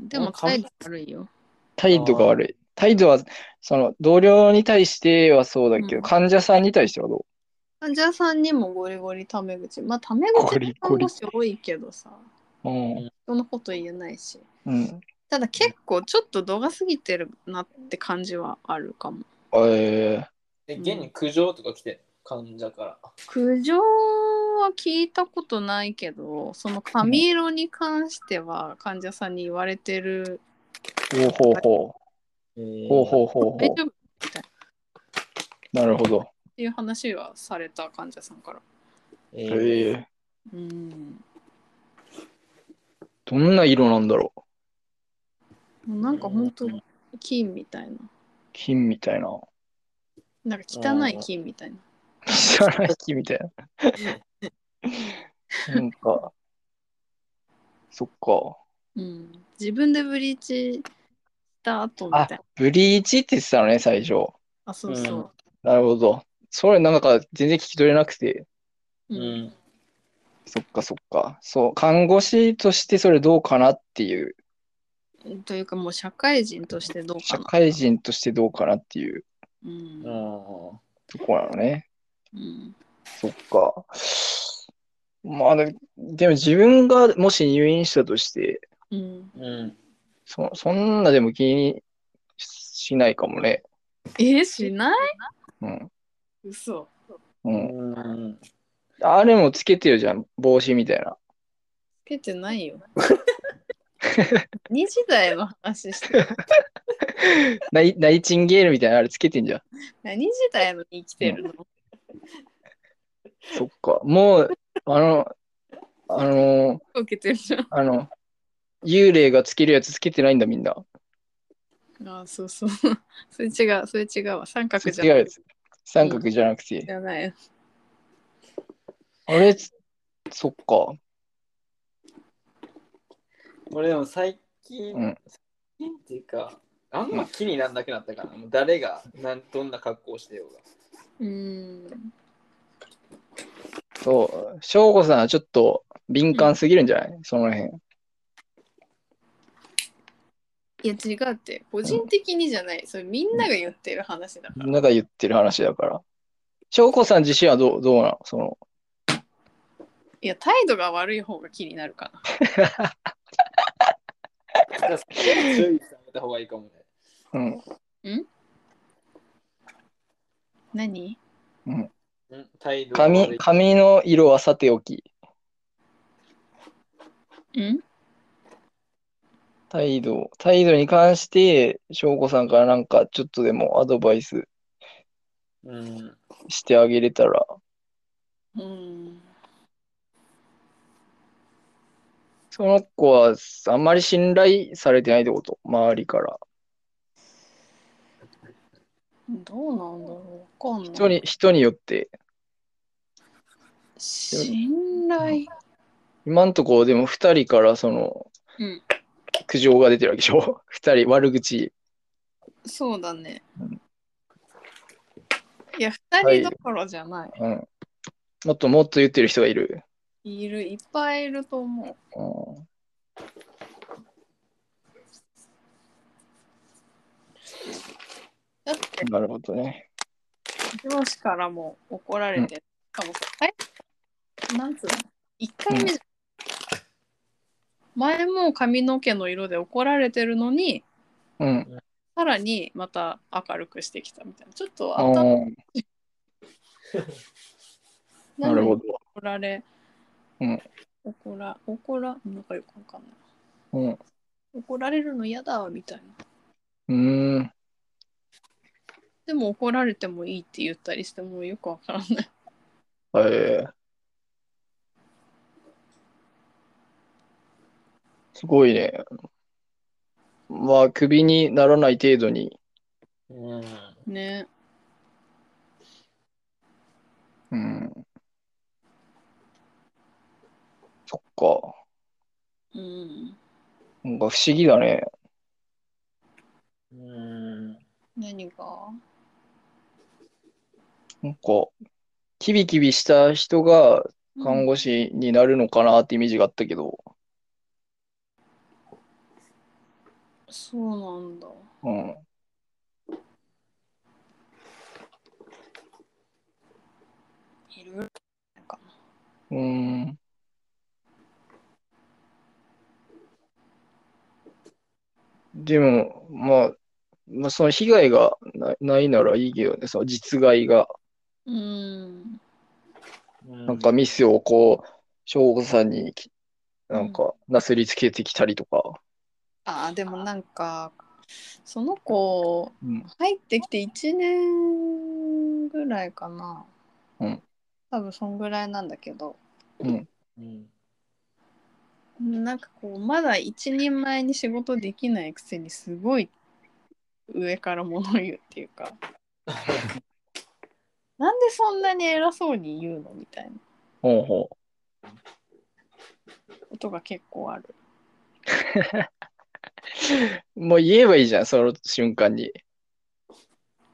でも、態度悪いよ。態度が悪い。態度は、その、同僚に対してはそうだけど、うん患者さんに対してはど患者さんにもゴリゴリタメ口。まあ、タメゴ 口リゴ看リ護師多いけどさ、ううん。人のこと言えないし。うん。ただ結構ちょっと度が過ぎてるなって感じはあるかも。えー、で、現に苦情とか来て、患者から。苦情は聞いたことないけどその髪色に関しては患者さんに言われてるほうほえーうほう。ほうほうほうほ大う。丈夫っなるほど。ていう話はされた患者さんから。えへーえ。うんどんな色なんだろう。もうなんか本当金みたいな。金みたいな。 なんか汚い金みたいな。汚い木みたい な。なんか、そっか。うん、自分でブリーチした後みたいな。ブリーチって言ってたのね、最初。あ、そうそう。なるほど。それなんか全然聞き取れなくて、ううんん。そっかそっか。そう、看護師としてそれどうかなっていう、というかもう社会人としてどうか社な。会人としてどうかなっていううんう。ん。とこなのね。うん。そっか。まあで、でも自分がもし入院したとして、うん、うん。そそんなでも気にしないかもね。えー、しないうん。嘘。う、うんん。あれもつけてるじゃん、帽子みたいな。つけてない よ。2時代の話して る。ナイナイチンゲールみたいなあれつけてんじゃん。何時代のに生きてるの、そっか。もう、あの、あの、受けてるじゃん。あの、幽霊がつけるやつつけてないんだ、みんな。あー、そうそう。それ違う、それ違うわ。三角じゃ違うなやい。つ。三角じゃなくて。じゃない。あれ、そっか。俺でも最近、うん最近っていうか、あんま気にならなくなったから、もう誰がなんどんな格好をしてよ うが。うん。そう。翔吾さんはちょっと敏感すぎるんじゃない、その辺。いや、違うって。個人的にじゃない。それみんなが言ってる話だから。みんなが言ってる話だから。翔吾さん自身はどうどうなのその、いや、態度が悪い方が気になるかな。だから注意してあげた方がいいかもね。うん。何うん、態度が悪い髪、髪の色はさておき。うん態度、態度に関して、翔吾さんからなんかちょっとでもアドバイスうん。してあげれたら、うん。その子はあんまり信頼されてないってこと周りから。どうなんだろうわかんない。人に人によって信頼。今んとこでも2人からそのうん。苦情が出てるわけでしょ 2人悪口そうだねうん。いや、二人どころじゃない。うんもっともっと言ってる人がいる、い、る、いっぱいいると思うん、う。だって、なるほどね上司からも怒られてるかもしれない。なんつうの一回目じゃ、前も髪の毛の色で怒られてるのに、うんさらにまた明るくしてきたみたいな。ちょっとあ頭ーなるほど、怒られ、うん怒ら、怒ら、なんかよくわかんない。うん、う怒られるの嫌だみたいな。ーんでも怒られてもいいって言ったりしてもうよくわからない。えーすごいねまあクビにならない程度に、うん。 ね。うん、そっかうん。なんか不思議だねうん。何がなんか、キビキビした人が看護師になるのかなってイメージがあったけど、そうなんだ。うん。いろいろなんかうん。でも、まあ、まあ、その被害がなないならいいけどね、その実害が。な。うん。うななんかミスをこう、省吾さんにき、なんか、なすりつけてきたりとか。あーでもなんかその子うん。入ってきて1年ぐらいかな、うん、多分そんぐらいなんだけどうんなんかこうまだ一人前に仕事できないくせにすごい上から物言うっていう かなんでそんなに偉そうに言うのみたいなほうほことが結構あるう。もう言えばいいじゃん、その瞬間に。う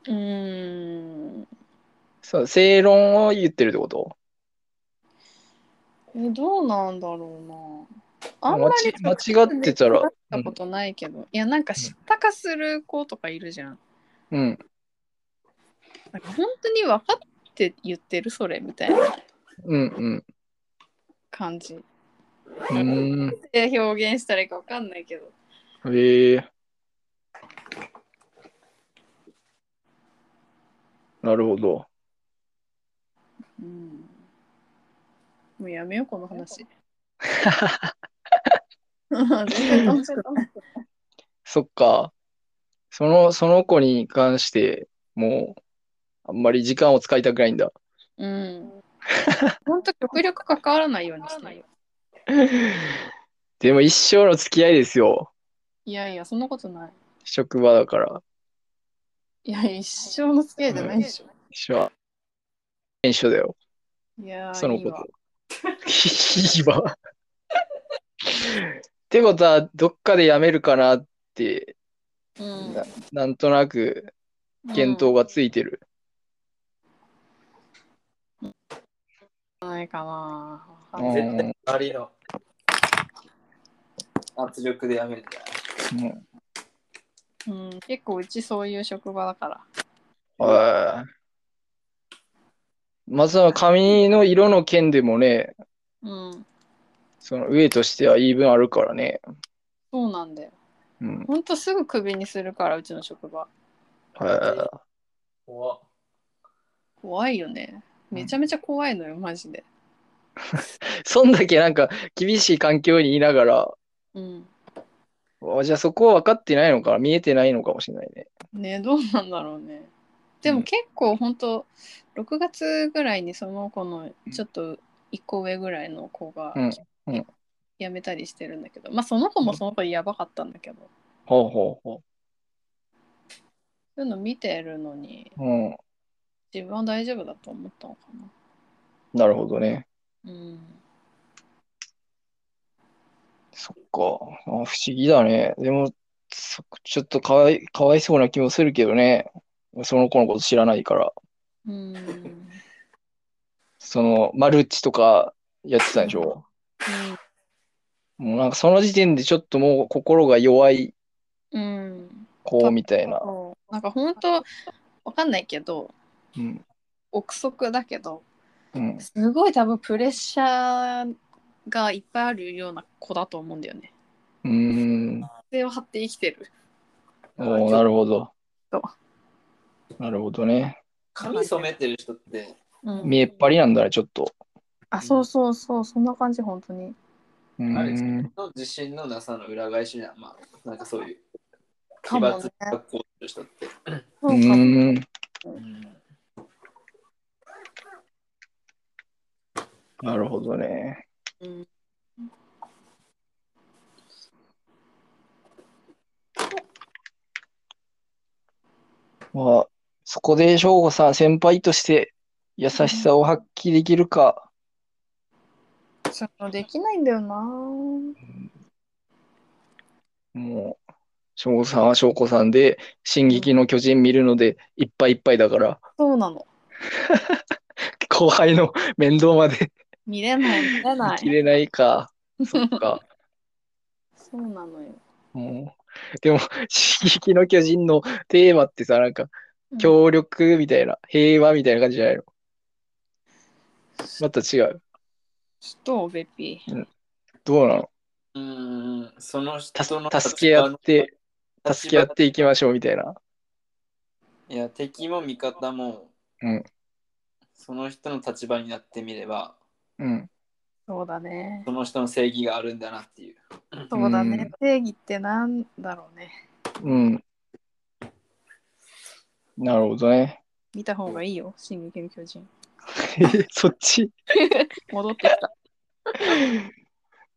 ーんそう、正論を言ってるってことえどうなんだろうなあんま間りち間違ってたら直接会ったことないけど、いやなんか知ったかする子とかいるじゃんうん。なんか本当に分かって言ってるそれみたいなうんうん。感じうーん。で表現したらいいか分かんないけどへえなるほど。うんもうやめようこ の話全然楽しくないそっか。その、その子に関して、もう、あんまり時間を使いたくないんだ。 うん本当極力関わらないようにしてるでも一生の付き合いですよ。いやいやそんなことない職場だから。いや一生の付き合いじゃないでしょ、一緒は。一緒だよ。いやーそのこいいわと。 いいわ。ってことは、どっかでやめるかなって、うんななんとなく検討がついてる。うんないかな。わかんうないん絶対ありの圧力でやめるんだうんうん、結構うちそういう職場だから。はいまあその髪の色の件でもね、うん、その上としては言い分あるからね。そうなんだよ。うん。ほんとすぐクビにするから、うちの職場。は怖っ怖いよね。めちゃめちゃ怖いのよ、マジで。い。そんだけなんか厳しい環境にいながら、うん。あじゃあそこは分かってないのかな見えてないのかもしれないね。ねどうなんだろうね。でうもん結構ほんと、6月ぐらいにその子のちょっと1個上ぐらいの子がうんうん辞めたりしてるんだけど、まあその子もその子でやばかったんだけど、ほうほうほそういうの見てるのに、う。うん。自分は大丈夫だと思ったのかな。なるほどね。うん、そっか。あ不思議だね。でも、そちょっとかわい、かわいそうな気もするけどね。その子のこと知らないから。うん、その、マルチとかやってたんでしょもうなんかその時点でちょっともう心が弱いうん、子みたいな。そうなんか本当わかんないけどうん。憶測だけどうん。すごい多分プレッシャーがいっぱいあるような子だと思うんだよね。うーん。手を張って生きてる。おーなるほどそう。なるほどね。髪染めてる人ってうん見えっ張りなんだね、ちょっと。あそうそうそうそんな感じ本当に。うーんあれですかの自信のなさの裏返しなまあなんかそういう奇かも抜ね。な格好してる人って、そううかもーん。なるほどね。うんまあ、そこで省吾さん、先輩として優しさを発揮できるか。そのできないんだよな。もう、省吾さんは省吾さんで、進撃の巨人見るので、いっぱいいっぱいだから、そうなの。後輩の 面倒まで見れない見れな見切い。れないか。そっ か。そうなのよ。うんでも、進撃の巨人のテーマってさ、なんか、うん協力みたいな、平和みたいな感じじゃないのまた違う。どうベッピー。どうなのうんうんそのた人の助け合って、助け合っていきまましょうみたいな。いや敵も味方も、うんその人の立場になってみれば、うん。そうだねそ。の人の正義があるんだなっていう。そうだうねん。正義ってなんだろうね。うん。なるほどね。 見た方がいいよ、進撃の巨人。そっち戻ってきた。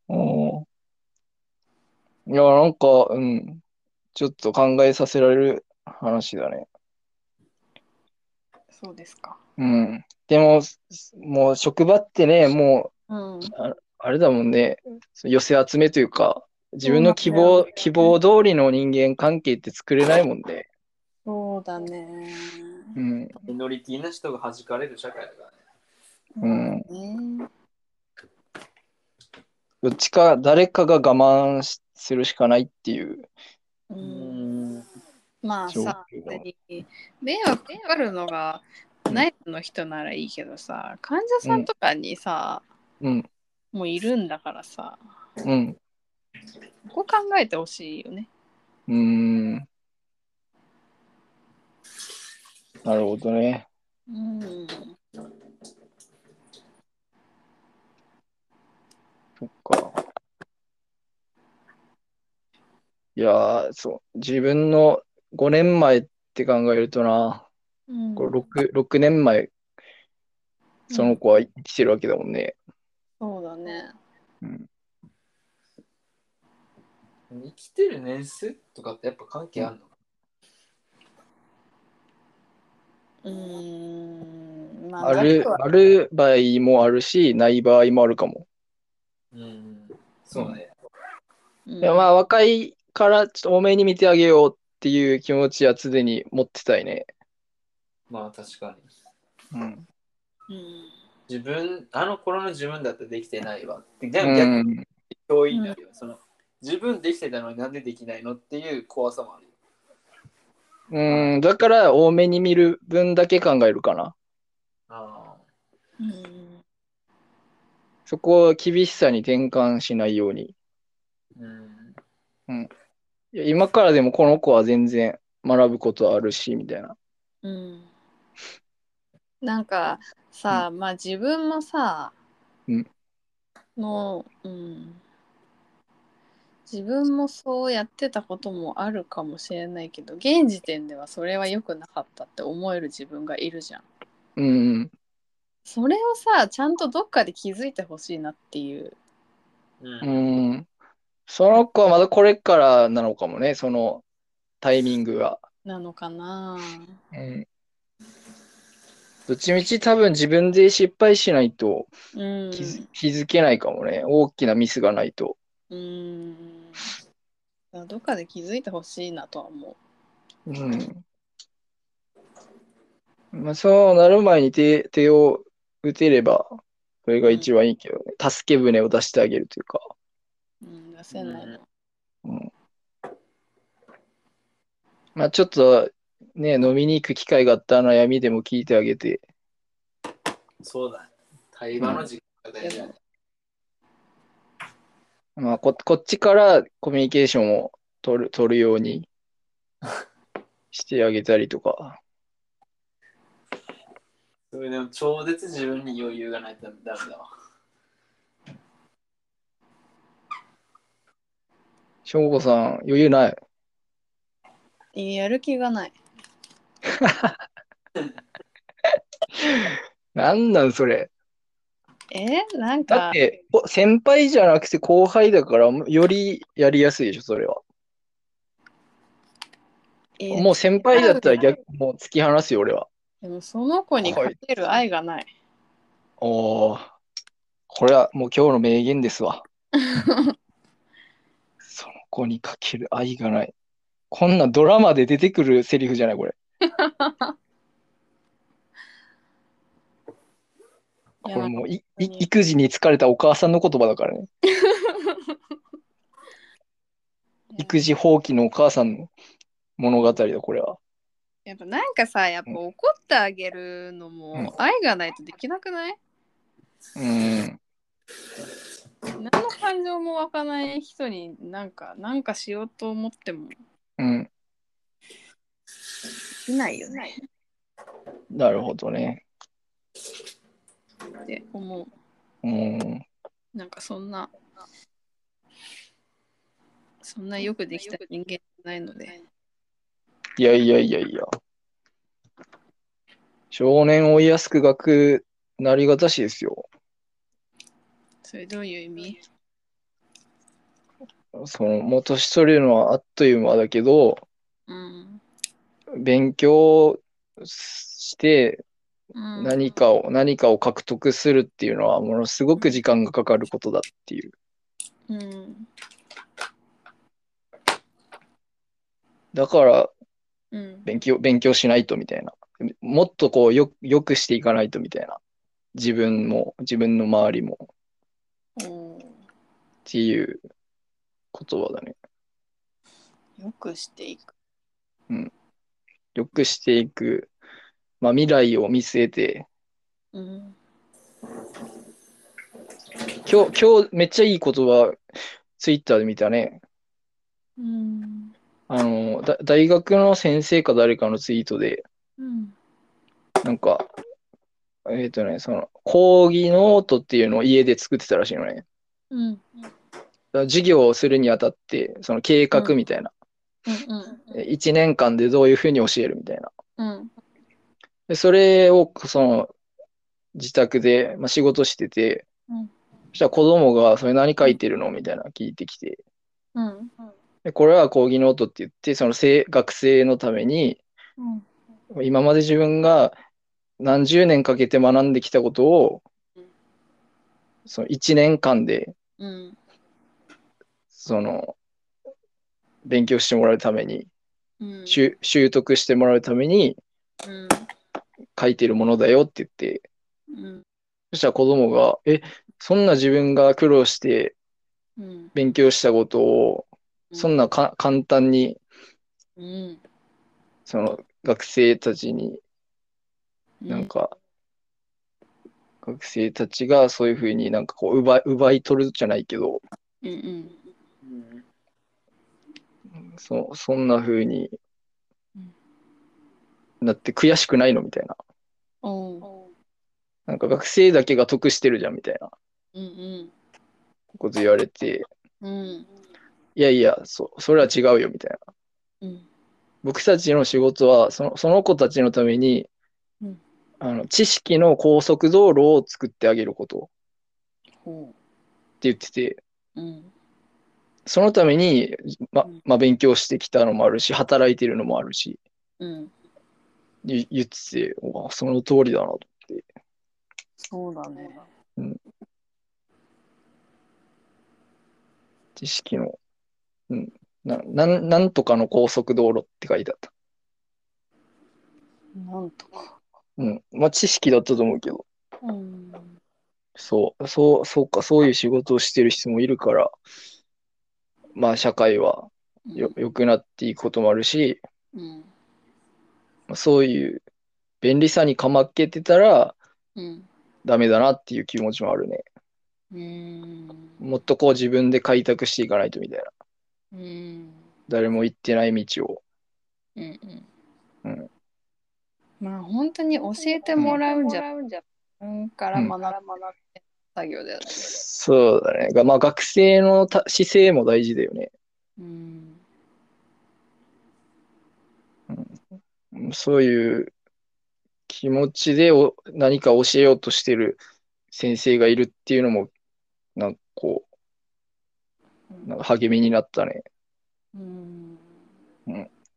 おいや、なんか、うん。ちょっと考えさせられる話だね。そうですか。うん。でも、もう職場ってね、もうん。う、あれだもんね、寄せ集めというか、自分の希そうなん望だよ、希望通りの人間関係って作れないもんね。そうだね。うん。ミノリティな人が弾かれる社会だからね。うんねどっちか、誰かが我慢しするしかないっていう。う。うんん。まあ状況さ、別に迷惑かかるのが内部の人ならいいけどさ、患者さんとかにさ、うん。もういるんだからさ、うん。ここ考えてほしいよね。うーん。なるほどね。うん。そっか。いやー、そう。自分の5年前って考えるとな、うんこれ 6, 6年前、その子は生きてるわけだもんね。そうだね。生きてる年数とかってやっぱ関係あるのか、うん。まあ、あるなくは、ある場合もあるし、ない場合もあるかも。うん。そうね。うんいやまあ若いからちょっと多めに見てあげようっていう気持ちは常に持ってたいね。まあ確かに。うん。うん自分、あの頃の自分だってできてないわ。でうでも逆にん、教員だよ、その。自分できてたのになんでできないのっていう怖さもあるよ。うん、だから多めに見る分だけ考えるかな。あうんそこを厳しさに転換しないように。あ。うん。いや今からでもこの子は全然学ぶことあるし、みたいな。うんなんかさ、まあ自分もさ、うんの、うん、自分もそうやってたこともあるかもしれないけど現時点ではそれは良くなかったって思える自分がいるじゃん。うん、それをさちゃんとどっかで気づいてほしいなっていう。うう。んん。うんその子はまだこれからなのかもね、そのタイミングが。なのかなうん。どっちみち多分自分で失敗しないとうん気づ気づけないかもね。大きなミスがないと。うんどっかで気づいてほしいなとは思ううん。まあ、そうなる前に手手を打てれば、それが一番いいけどね。助け舟を出してあげるというか。うん、出せないの。うん。まあ、ちょっと、ね、飲みに行く機会があったら悩みでも聞いてあげて。そうだ。対話の時間が大事だね。まあ、こ、こっちからコミュニケーションを取る、取るようにしてあげたりとか。それでも超絶自分に余裕がないとダメだわ。翔吾さん、余裕ない。やる気がない。なんなんそれ。えーなんだっか、て、お先輩じゃなくて後輩だから、よりやりやすいでしょ、それは。えーもう先輩だったら逆、もう突き放すよ、俺は。でもその子にかける愛がない。おー、これはもう今日の名言です わ。その子にかける愛がない。こんなドラマで出てくるセリフじゃない、これ。こいれやもういい本当に育児に疲れたお母さんの言葉だからね。育児放棄のお母さんの物語だ、これは。やっぱなんかさ、やっぱ怒ってあげるのも愛がないとできなくないうん。何の感情も湧かない人になんか、なんかしようと思ってもでうん。きないよね。なるほどね。って思う。うん。なんかそんな、そんなよくできた人間じゃないので。いやいやいやいや。少年を追いやすく学なりがたしですよ。それどういう意味その、もう年取るのはあっという間だけど、うん。勉強してうん何かを、何かを獲得するっていうのは、ものすごく時間がかかることだっていう。うん。だから、うん。勉強、勉強しないとみたいな。もっとこう、よ、よくしていかないとみたいな。自分も、自分の周りもおーっていう言葉だね。よくしていく。よくしていく。まあ、未来を見据えて、うん。今日、今日めっちゃいい言葉、ツイッターで見たね。うん。あの、だ、大学の先生か誰かのツイートで、うん。なんか、えっとね、その、講義ノートっていうのを家で作ってたらしいのね。うん。だから授業をするにあたって、その計画みたいな。うん。え1年間でどういうふうに教えるみたいな。うん。で、それを、その、自宅で、まあ、仕事しててうん、そしたら子供が、それ何書いてるのみたいなの聞いてきて、うん。で、これは講義ノートって言って、その生、学生のために、うん。今まで自分が何十年かけて学んできたことをうん、その1年間で、うん。その、勉強してもらうために、うん。習習得してもらうためにうん。書いてるものだよって言って、うん。そしたら子供が、え、そんな自分が苦労してうん。勉強したことを、そんなか簡単に、うん。その学生たちに、うん。なんか、学生たちがそういうふうになんかこう奪い、奪い取るじゃないけど、うん。うん。うんそそんなふうにうんなって悔しくないのみたいな。おう。なんか学生だけが得してるじゃんみたいなうん。こと言われて、うん。うん。いやいや、そ、それは違うよみたいな。うん。僕たちの仕事はその、その子たちのために、うんあの知識の高速道路を作ってあげることほって言ってて、う。うん。そのために、まうんまあ、勉強してきたのもあるし、働いてるのもあるし、うん。ゆ言ってて、うわその通りだなと。そうだね。知識の、うん、ななんなんとかの高速道路って書いてあった。なんとか。うん。まあ、知識だったと思うけど、うん。そう、そう、そうか、そういう仕事をしてる人もいるから、まあ、社会はよ良くなっていくこともあるし、うん。まあそういう便利さにかまけてたらうん。ダメだなっていう気持ちもあるね。うん。もっとこう自分で開拓していかないとみたいな。うん。誰も行ってない道を。うん。ううんん。まあ、本当に教えてもらうんじゃ、うん、から学ぶ作業だよね。そうだね。がまあ学生のた姿勢も大事だよね。うん。うんそういう気持ちでお何か教えようとしてる先生がいるっていうのも、なんかこう、なんか励みになったね。うん。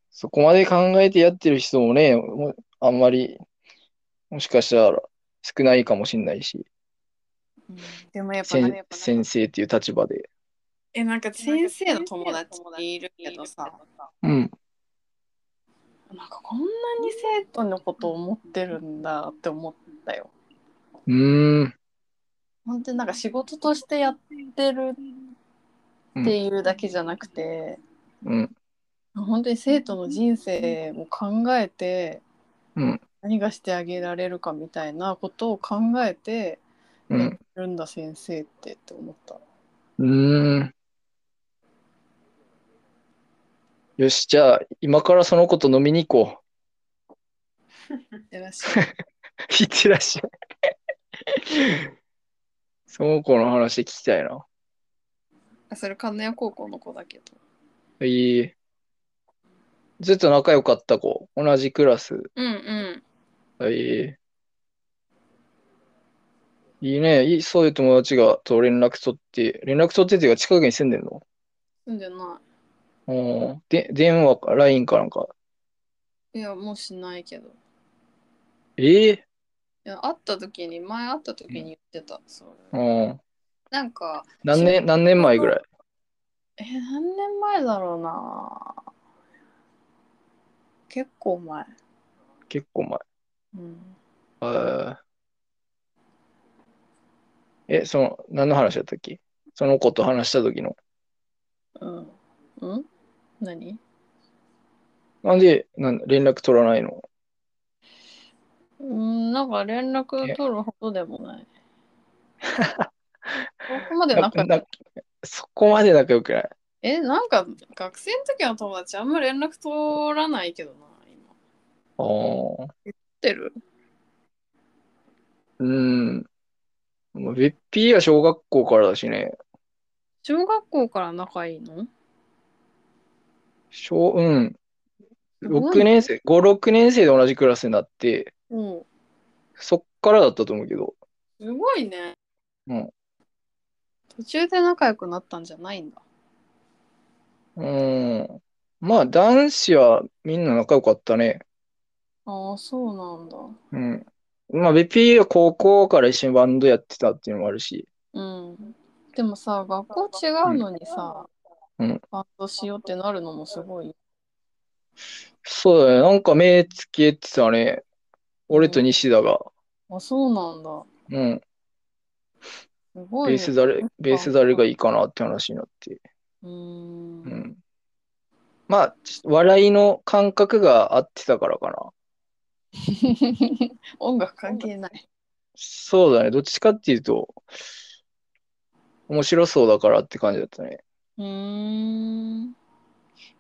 そこまで考えてやってる人もね、もあんまり、もしかしたら少ないかもしれないし、でもやっぱせなんんか先生っていう立場で。え、なんか先生の友達いるけどさ、うん。なんかこんなに生徒のことを思ってるんだって思ったよ。うーん。本当になんか仕事としてやってるっていうだけじゃなくて、うん。本当に生徒の人生を考えてうん。何がしてあげられるかみたいなことを考えてうやっんて。るんだ先生ってって思 った。うーん。よし、じゃあ、今からその子と飲みに行こう。いってらっしゃいいってらっしゃい。その子の話聞きたいな。あそれ金谷高校の子だけどいい。ずっと仲良かった子。同じクラス。うんうんいい。いいね。いい、そういう友達がと連絡取って、連絡取ってっていうか近くに住んでんの住んでなうん。で、電話か、LINE かなんか。いいやもうしないけどいええや会った時に前会った時に言ってた、それうん。なんか何年、何年前ぐらいえ何年前だろうな結構前結構前。うんあーえ、その、何の話だったっけその子と話した時の。うんうん何なんで、なん連絡取らないのうんなんか連絡取るほどでもないそこまで仲良くななそこまで仲良くない。え、なんか学生の時の友達あんま連絡取らないけどな、今。あ取あ。ってるうん。まあべっぴーは小学校からだしね。小学校から仲いいの小、うん。すごい6年生、5、6年生で同じクラスになって、うん。そっからだったと思うけど。すごいね。うん。途中で仲良くなったんじゃないんだ。うん。まあ、男子はみんな仲良かったね。ああ、そうなんだ。うん。まあ、べっぴーは高校から一緒にバンドやってたっていうのもあるし。うん。でもさ、学校違うのにさ、うんバンドしようってなるのもすごい。そうだね。なんか目つけてたね。俺と西田が。あ、そうなんだ。うん。すごい、ベーね。ス誰、ベース誰がいいかなって話になって。うー。うん ん。まあ、ち笑いの感覚が合ってたからかな。音楽関係ない。そうだね。どっちかっていうと、面白そうだからって感じだったね。うーん。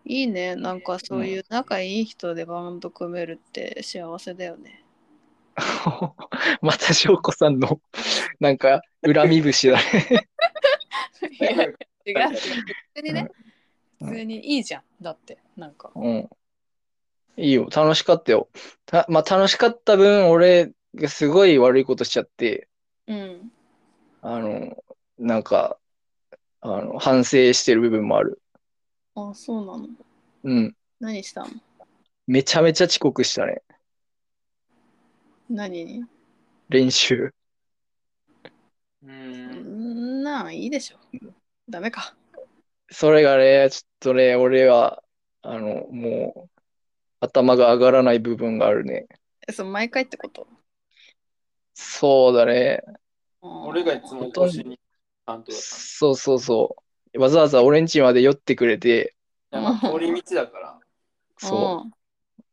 いいね。なんかそういう仲いい人でバンド組めるって幸せだ よね。また翔子さんの、なんか、恨み節だね。いや、違う。普通にね、うん普通にいいじゃん。だって、なんか。うん。いいよ。楽しかったよ。た、まあ、楽しかった分、俺がすごい悪いことしちゃって、うん。あの、なんか、あの、反省してる部分もある。あ、そうなの。うん。何したのめちゃめちゃ遅刻したね。何に練習。うんん。ーなあ、いいでしょ。ダメか。それがね、ちょっとね、俺は、あの、もう、頭が上がらない部分があるね。えそう、毎回ってこと。そうだね。俺がいつも投資に担当だっそうそうそう。わざわざ俺んちまで寄ってくれて、た。いやまあ、通り道だから。そ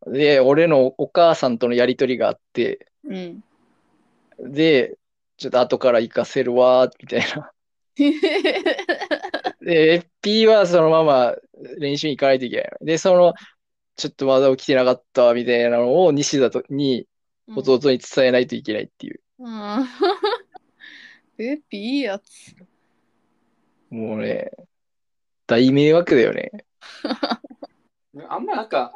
うう。で、俺のお母さんとのやりとりがあって、うん。うん、で、ちょっと後から行かせるわ、みたいな。で、P はそのまま練習に行かないといけないの。で、その、ちょっとまだ起きてなかった、みたいなのを西田とに、弟に伝えないといけないっていう。うん。ベッピーいいやつ。もうね、大迷惑だよね。あんまなんか、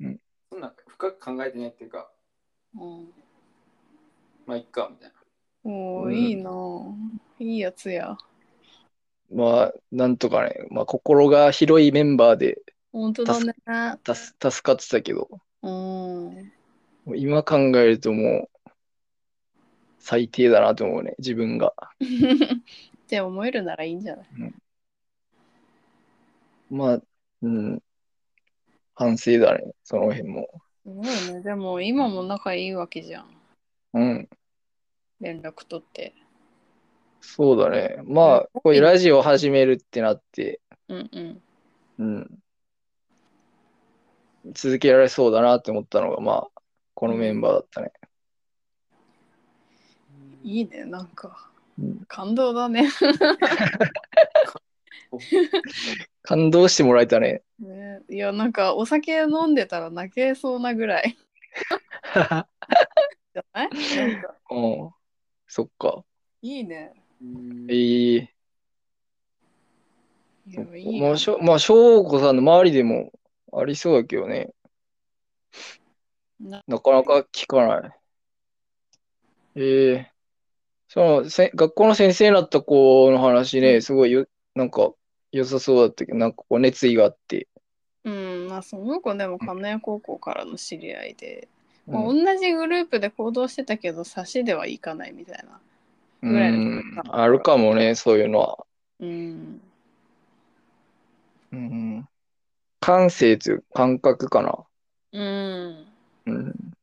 うんそんな深く考えてないっていうか、うんまあ、いっか、みたいな。おうお、んいいなぁ。いいやつや。まあ、なんとかね、まあ、心が広いメンバーで本当だね。助助かってたけど、うん。もう今考えるともう、最低だなと思うね、自分が。って思えるならいいんじゃないまあ、うん、反省だね、その辺も。すごいね。でも今も仲いいわけじゃん。うん、連絡取って。そうだね。まあ、こういうラジオ始めるってなって、うんうん。うん、続けられそうだなって思ったのが、まあ、このメンバーだったね。いいね、なんかうん。感動だね。感動してもらえたね。ねいや、なんかお酒飲んでたら泣けそうなぐらい。じゃないなんか うん、そっか。いいね。えー、いそっやかいいまなあ、しょまあ、翔子さんの周りでもありそうだけどね。ななかなか聞かない。ええそのせ、学校の先生になった子の話うね、んすごいよ、なんか良さそうだったけど、なんかこう熱意があって。うん、まあその子でも金谷高校からの知り合いで、うまあ、ん、同じグループで行動してたけど差しではいかないみたいな。ぐらいのうんあるかもね、そういうのは。うん。うん、感性という感覚かな。うん。うん。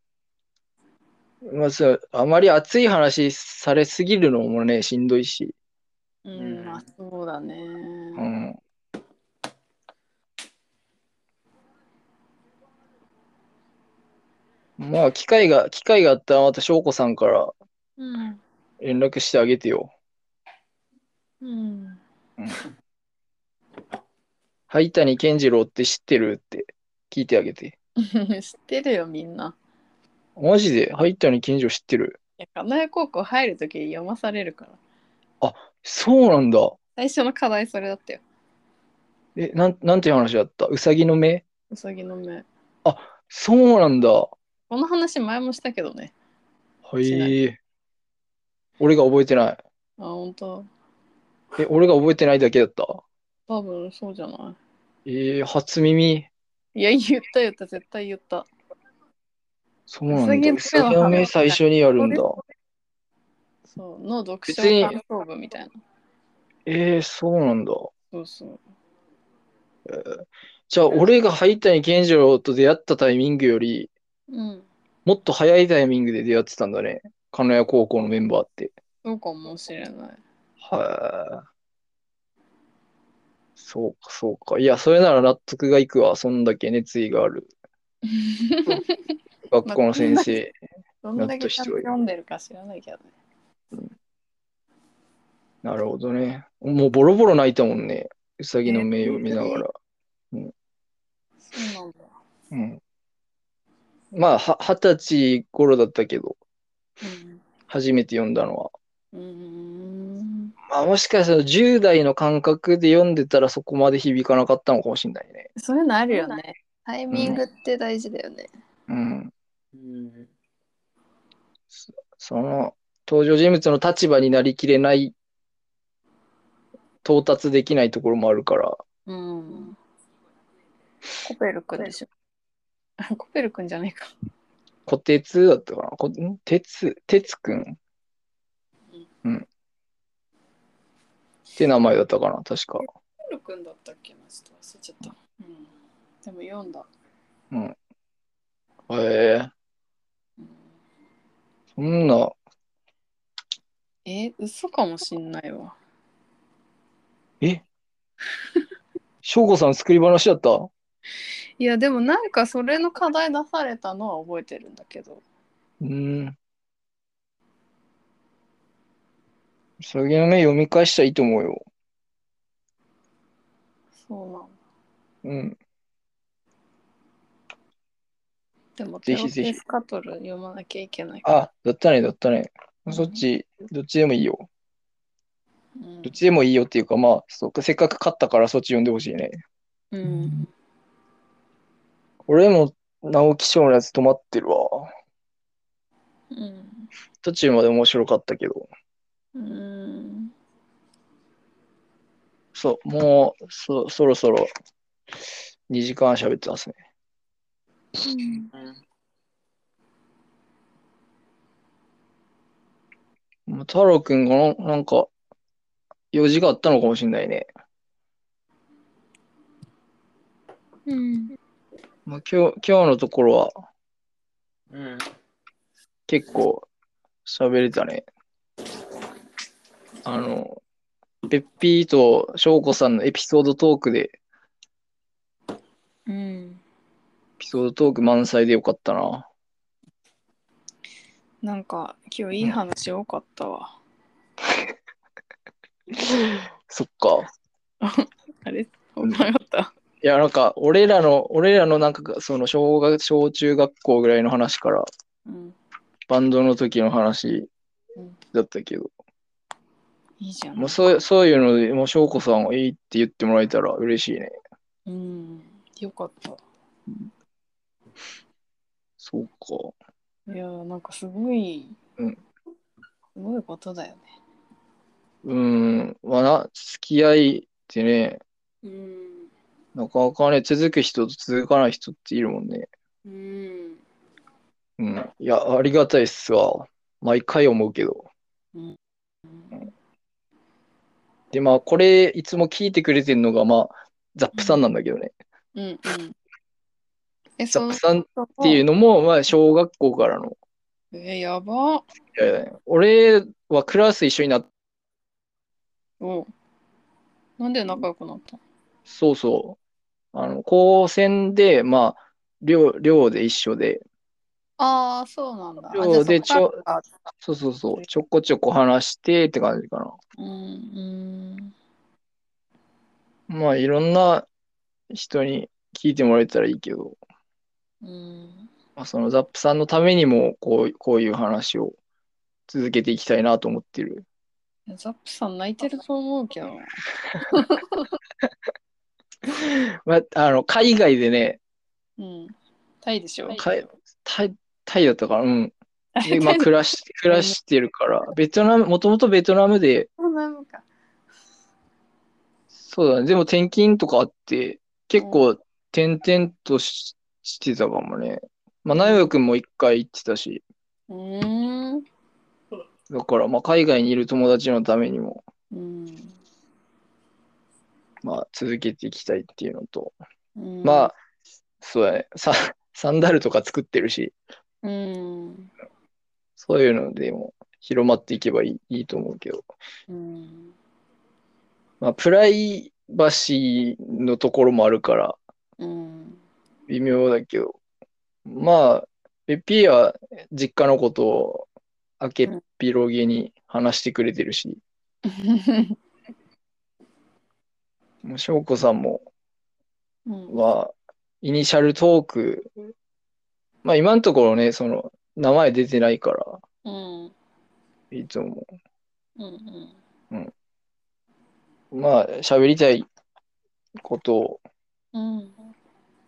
まあ、そう、あまり熱い話されすぎるのもね、しんどいし。ううんん、まあそうだね。うん。まあ、機会が、機会があったらまた翔子さんからうん。連絡してあげてよ。うん。 灰谷健次郎って知ってるって聞いてあげて。知ってるよみんな。マジで灰谷健次郎知ってるいや金谷高校入るとき読まされるから。そうなんだ。最初の課題それだったよ。え、なん、なんていう話だったうさぎの目うさぎの目。そうなんだ。この話前もしたけどね。はい。俺が覚えてない。あ、本当。え、俺が覚えてないだけだった。多分そうじゃなえー、初耳。い。いや言った言った絶対言った。そうなんだ。ううさぎさのぎ目のは目最初にやるんだ。そうの読書別に感想部みたいな。えー、そうなんだ。そうそう。じゃあ、俺が灰谷健次郎と出会ったタイミングより、うん。もっと早いタイミングで出会ってたんだね。金谷高校のメンバーって。そうかもしれない。はい。そうか、そうか。いや、それなら納得がいくわ。そんだけ熱意があ る。学校の先生。どんだけちゃんと読んでるか知らないけどね。なるほどね。もうボロボロ泣いたもんね。うさぎの目を見ながら。そうなんだ。うん。まあ、は二十歳頃だったけど、初めて読んだのは。うん。うん。まあ、もしかしたら10代の感覚で読んでたらそこまで響かなかったのかもしれないね。そういうのあるよね。タイミングって大事だよね。うん。うんその登場人物の立場になりきれない、到達できないところもあるから。うん。コペル君でしょ。 あコペル君じゃないか。小鉄だったかなこん鉄、鉄くんうん。って名前だったかな確か。コペル君だったっけなちょっと忘れちゃった。うん。でも読んだ。へえそんな、え、嘘かもしんないわ。え翔子さん作り話だったいや、でもなんかそれの課題出されたのは覚えてるんだけど。うん。うさぎの目読み返したらいいと思うよ。そうなんだ。うん。でも、ぜひぜひテオテスカトル読まなきゃいけないから。あ、だったね、だったね。そっち、どっちでもいいよ。うんどっちでもいいよっていうか、まあ、そうか、せっかく勝ったからそっち読んでほしいね。うん。俺も直木賞のやつ止まってるわ。うん。途中まで面白かったけど。うん。そう、もう、そ、そろそろ2時間喋ってますね。もう太郎くんがな、なんか、用事があったのかもしれないね。うん。まあ、今日、今日のところはうん結構喋れたね。あの、べっぴーと翔子さんのエピソードトークで、うん。エピソードトーク満載でよかったな。なんか、今日いい話多かったわ。そっか。あれ お前だった。いや、なんか、俺らの、俺らのなんか、その小学、小中学校ぐらいの話から、うん。バンドの時の話うん、だったけど、いいじゃんもうそうそういうので、もう翔子さんがいいって言ってもらえたら嬉しいね。うんよかったそうか。いやーなんかすごい、うんすごいことだよねうーん、まあな、付き合いってね、うんなかなかね、続く人と続かない人っているもんね。うんうん。いや、ありがたいっすわ。毎回思うけど。で、まあ、これ、いつも聞いてくれてるのが、まあ、ザップさんなんだけどね。うんうんえザそッのプさんっ人っていうのも、まあ、小学校からの。えやばいやいや俺はクラス一緒になっおうなんで仲良くなったのそうそう。あの、高専で、まあ、寮、寮で一緒で、ああそうなんだあそうじゃあでそこからそうそうそう、ちょこちょこ話してって感じかうんな。まあ、いろんな人に聞いてもらえたらいいけど、うんうんまあ、そのザップさんのためにも、こう、こういう話を続けていきたいなと思ってる。いやザップさん泣いてると思うけどなまあ、あの、海外でね、うんタイでしょかいタイ、タイだったから、うん。タで、 まあ、暮らし、暮らしてるから、ベトナム、もともとベトナムで、なんかそうだね。でも転勤とかあって、結構転々とし、してたかもね。まあ、ナヨヤ君も一回行ってたし、うーんだから、まあ、海外にいる友達のためにも、うんまあ、続けていきたいっていうのと、うんまあ、そうだね。サ、 サンダルとか作ってるし、うんそういうのでも広まっていけばいい、いいと思うけど、うんまあ、プライバシーのところもあるから、うん微妙だけど、まあ、エピは実家のことを明けっ広げに話してくれてるし、もう翔子さんもうんは、イニシャルトーク、まあ今のところね、その、名前出てないから、うんいいと思うんうんう。まあ、喋りたいことを、うん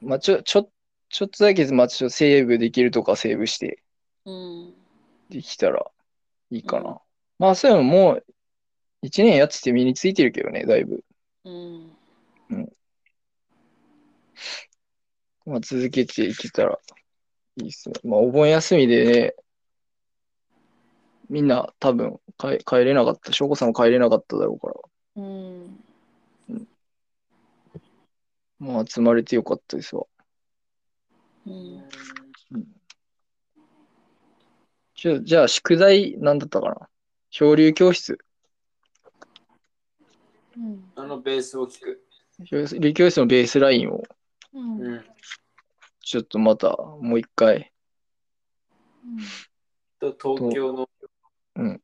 まあちょ、ちょ、ちょっとだけ、まあちょっとセーブできるとかセーブしてうんできたらいいかな。うまあそういうのもう、一年やってて身についてるけどね、だいぶ。うんまあ、続けていけたらいいっすね。まあ、お盆休みでね、みんな多分か帰れなかった。翔子さんも帰れなかっただろうから、うんまあ、集まれてよかったですわ。うんちょじゃあ、宿題なんだったかな漂流教室。うんあのベースを聞く。漂流教室のベースラインを、うんうん。ちょっとまた、もう一回。と東京のうん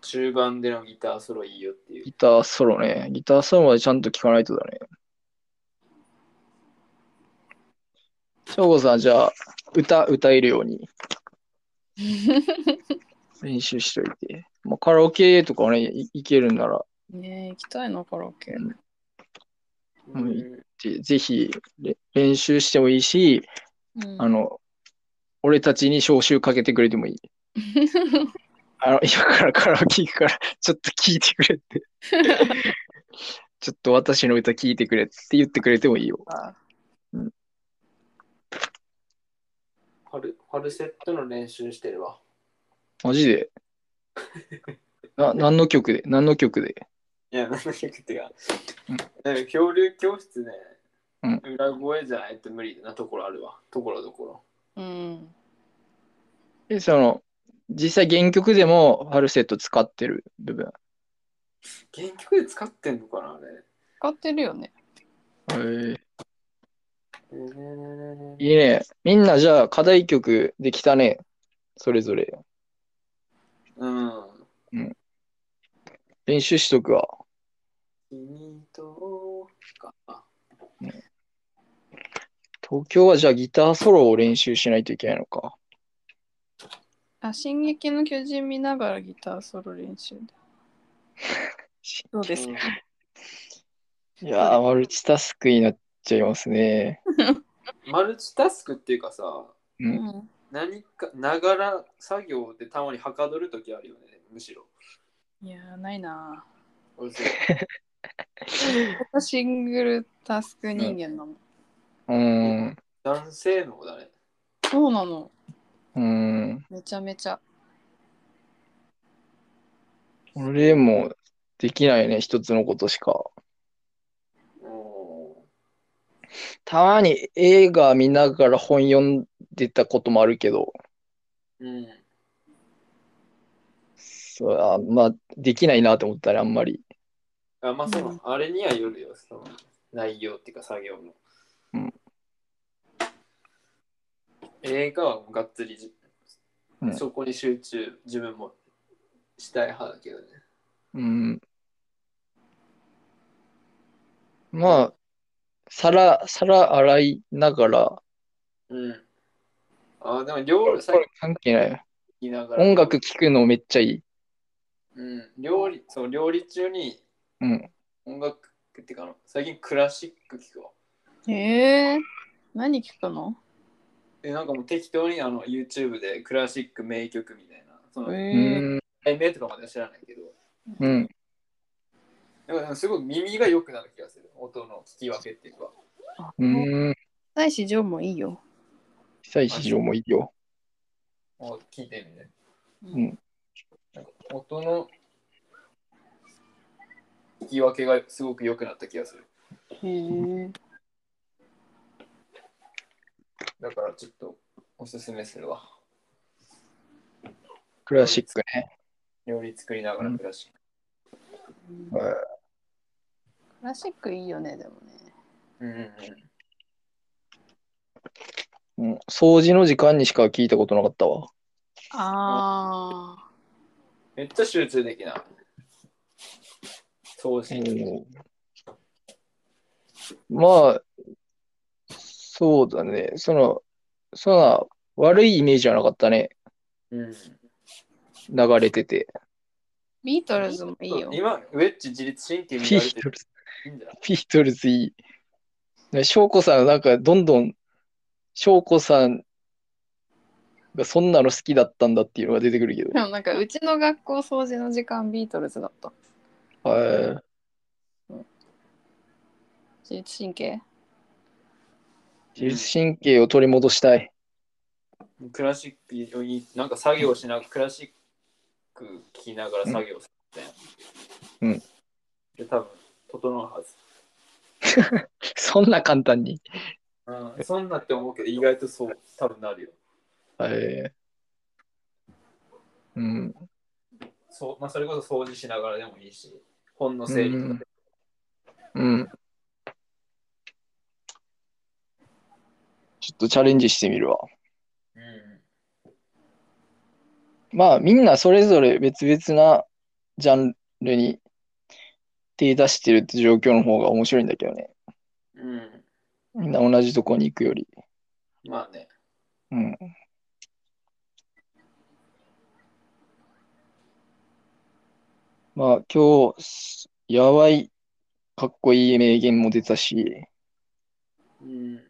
中盤でのギターソロいいよっていう。ギターソロね。ギターソロまでちゃんと聴かないとだね。翔子さん、じゃあ、歌、歌えるように。練習しといて。まあ、カラオケとかね、いいけるんなら、ねえ行きたいなカラオケうんうんぜぜひれ練習してもいいし、うんあの、俺たちに招集かけてくれて もいい。あの、今からカラオケ行くから、ちょっと聞いてくれ って。ちょっと私の歌聞いてくれって言ってくれてもいいよ。ファルファルセットの練習してるわ。マジで。 な、何の曲で何の曲でいや、なんだっけってかうん。なんか恐竜教室ね、うん裏声じゃないと無理なところあるわ。ところどころ。うんえ、その、実際原曲でもファルセット使ってる部分。原曲で使ってんのかなあれ。使ってるよねへえ。うんいいね。みんなじゃあ課題曲できたね。それぞれ。うん。練習しとくわ。君とか。東京はじゃあギターソロを練習しないといけないのか。あ、進撃の巨人見ながらギターソロ練習だ。 どうですかいやー、マルチタスクになっちゃいますね。マルチタスクっていうかさ、う。うんん。何か、ながら作業でたまにはかどるときあるよね、むしろ。いやー、ないな俺さぁ。シングルタスク人間なの。うん。男性のだね。そうなの。うん。めちゃめちゃ。俺もできないね、一つのことしか。おーたまに映画見ながら本読んでたこともあるけど、うん。そうあまあ、できないなと思ったね、あんまり。あ、まあそう、うんあれにはよるよ、その内容っていうか作業の。うん映画はもうがっつりじ、うんそこに集中、自分もしたい派だけどね。うん。まあ、皿、皿洗いながら、うん。あ、でも料理、さっこれ関係ないよ。き言いながら。音楽聴くのめっちゃいい。うん。料理、そう、料理中にうん。音楽っていうかあの、最近クラシック聞くわ。へえー。何聞くのえ、なんかもう適当にあの YouTube でクラシック名曲みたいな、その、うへえん。題名とかまでは知らないけど、うん。でもでもすごい耳が良くなる気がする。音の聞き分けっていうか。うん。大師ジョーもいいよ。久石譲もいいよ。もう聞いてみね。んなんか音の聞き分けがすごく良くなった気がする。へえ。だからちょっとおすすめするわ。クラシックね。料理作りながら暮らし。うんはいクラシックいいよね、でもね。うんうんうん。うん、掃除の時間にしか聞いたことなかったわ。ああ。めっちゃ集中できない。そうし、まあ、そうだね。その、そんな悪いイメージじゃなかったね。うん、流れてて。ビートルズもいいよ。今、ウェッジ自律神経ビ乱れーてトる。ルズ、いいんじゃないビートルズいい。ね翔子さん、なんかどんどん、翔子さんがそんなの好きだったんだっていうのが出てくるけど。でもなんかうちの学校掃除の時間ビートルズだった。は自律神経い。自律神経を取り戻したい。 クラシックいい、なんか作業しながら、クラシック聴きながら作業するみたいな。うん。で、多分整うはず。そんな簡単に。うん、そんなって思うけど、意外とそう、多分なるよ。はい。うん。そうまあ、それこそ掃除しながらでもいいし、本の整理とかで。うん。ちょっとチャレンジしてみるわ。うん。まあみんなそれぞれ別々なジャンルに手出してるって状況の方が面白いんだけどね。うん。みんな同じとこに行くより。まあね。うん。まあ今日、やばい、かっこいい名言も出たし、うん。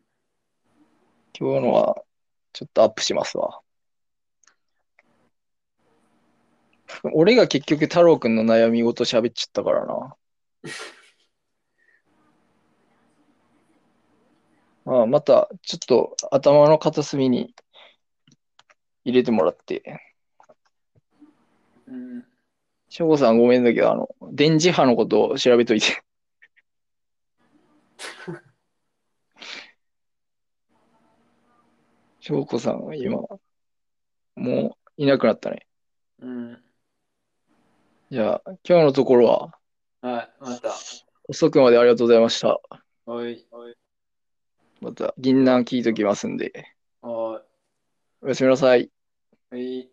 今日のはちょっとアップしますわ。俺が結局太郎くんの悩み事喋っちゃったからな。まあまたちょっと頭の片隅に入れてもらって。うん。翔吾さんごめんだけど、あの、電磁波のことを調べといて。翔子さんは今、もういなくなったね。うん。じゃあ、今日のところははい、また。遅くまでありがとうございました。はい。また、銀杏聞いときますんで、はおやすみなさい。い。はい。